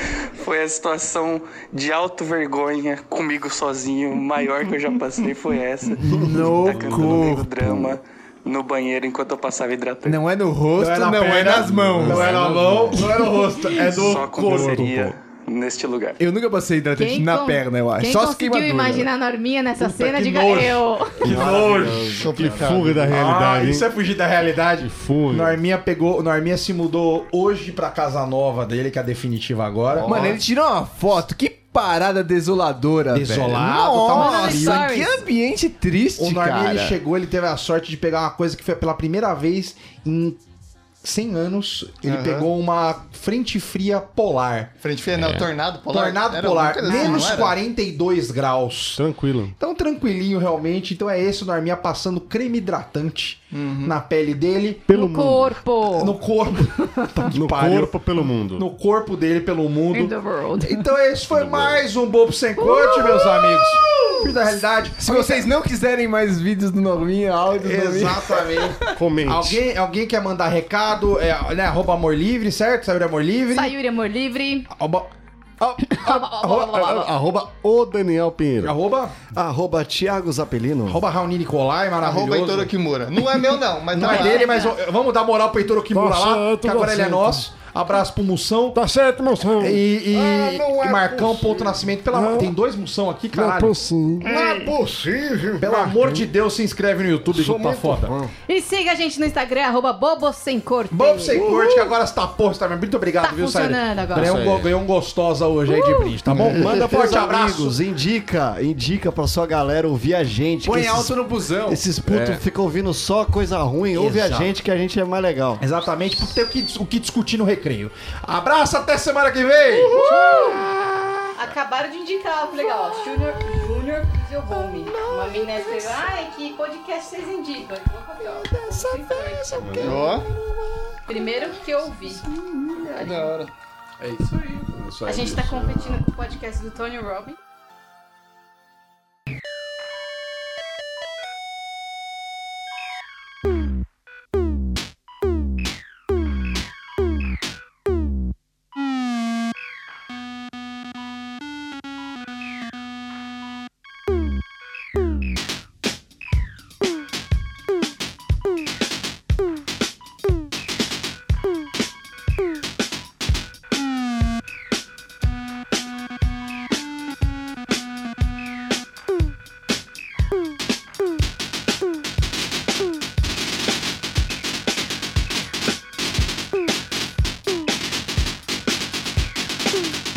I: foi a situação de auto vergonha comigo sozinho, maior que eu já passei foi essa. No tá cantando Nego Drama no banheiro enquanto eu passava hidratante.
B: Não é no rosto, não é, nas mãos.
A: Não é na mão, não é no rosto. É do
I: Só aconteceria neste lugar.
B: Eu nunca passei hidratante na
F: con-
B: perna, eu acho.
F: Quem
B: Só se
F: conseguiu
B: queimadura.
F: imaginar a Norminha nessa cena,
A: que
F: diga
A: nojo.
F: eu.
A: Que nojo.
E: Que fuga da
A: Ah,
E: realidade,
A: isso
E: hein?
A: é fugir da realidade.
E: Fuga.
A: Norminha pegou, o Norminha se mudou hoje pra casa nova dele, que é a definitiva agora.
B: Mano, ele tirou uma foto. Que parada desoladora,
A: Desolado,
B: velho.
A: tá uma
B: Nossa,
F: maravilha.
B: que ambiente triste,
A: O Norminha
B: cara.
A: ele chegou, ele teve a sorte de pegar uma coisa que foi pela primeira vez em 100 anos. Ele
D: Aham.
A: pegou uma frente fria polar.
D: Frente fria, não, tornado polar.
A: É. Tornado
D: Era
A: polar,
D: alguma coisa assim,
A: menos
D: não era?
A: 42 graus.
E: Tranquilo.
A: Então, tranquilinho realmente. Então, é esse o Norminha passando creme hidratante
D: Uhum.
A: na pele dele,
F: no corpo.
A: no corpo. Tá que
E: No
A: pariu.
E: corpo, pelo mundo.
A: No corpo dele, pelo
F: In
A: mundo.
F: the world.
A: Então, esse foi mais um Bobo Sem Corte, meus amigos. Fim da realidade.
B: Se
E: é
B: vocês não quiserem mais vídeos do Norminha, áudios do Norminha...
A: Exatamente.
E: Comente.
A: Alguém, alguém quer mandar recado? É, né, arroba Amor Livre, certo? Saiu Amor Livre.
F: Sayuri Amor Livre.
A: Arroba.
E: Arroba- Arroba o Daniel Pinheiro.
A: Arroba.
G: Arroba Thiago Zapelino.
A: Arroba Raoni Nicolai,
D: Arroba
A: maravilhoso.
D: Heitor Kimura. Não é meu, não, mas
A: Não
D: tá
A: é
D: lá.
A: dele, mas ó, vamos dar moral pro Heitor Kimura
E: Nossa,
A: lá,
E: eu tô
A: que agora ele é
E: gostando.
A: nosso. Abraço pro Moção.
E: Tá certo, moção.
A: E, e,
E: Ah, não é
A: e Marcão,
E: possível.
A: ponto nascimento. Pela,
E: Não.
A: Tem dois Moção aqui,
E: Não é Ah,
A: caralho.
E: possível.
A: Não é possível. Pelo amor de Deus, se inscreve no YouTube, que tá foda.
F: E siga a gente no Instagram, arroba Bobo Sem Corte.
A: Bom pra você curte, que agora você tá porra, tá Muito obrigado,
F: Tá
A: viu, Saíra?
F: funcionando agora.
A: Ganhou um, go- ganhou um gostosa hoje aí de brinde, tá bom? Manda forte abraço.
G: Amigos, indica, indica pra sua galera ouvir a gente.
A: tipo
G: que
B: Põe
G: esses,
B: alto no busão.
G: Esses putos ficam ouvindo só coisa ruim. Ouve a
A: Exato.
G: gente que a gente é mais legal.
A: Exatamente, porque tem o que, o que discutir no recreio. Abraço, até semana que vem!
F: Acabaram de indicar, que legal. ó, Junior, Junior Zilbome. Uma menina escreveu, ai, que podcast vocês indicam? Eu vou copiar, ó. Vocês também.
D: Ó,
F: Primeiro que eu ouvi.
D: da hora.
B: É isso aí. Isso
F: A gente tá competindo com o podcast do Tony Robbins.
J: Thank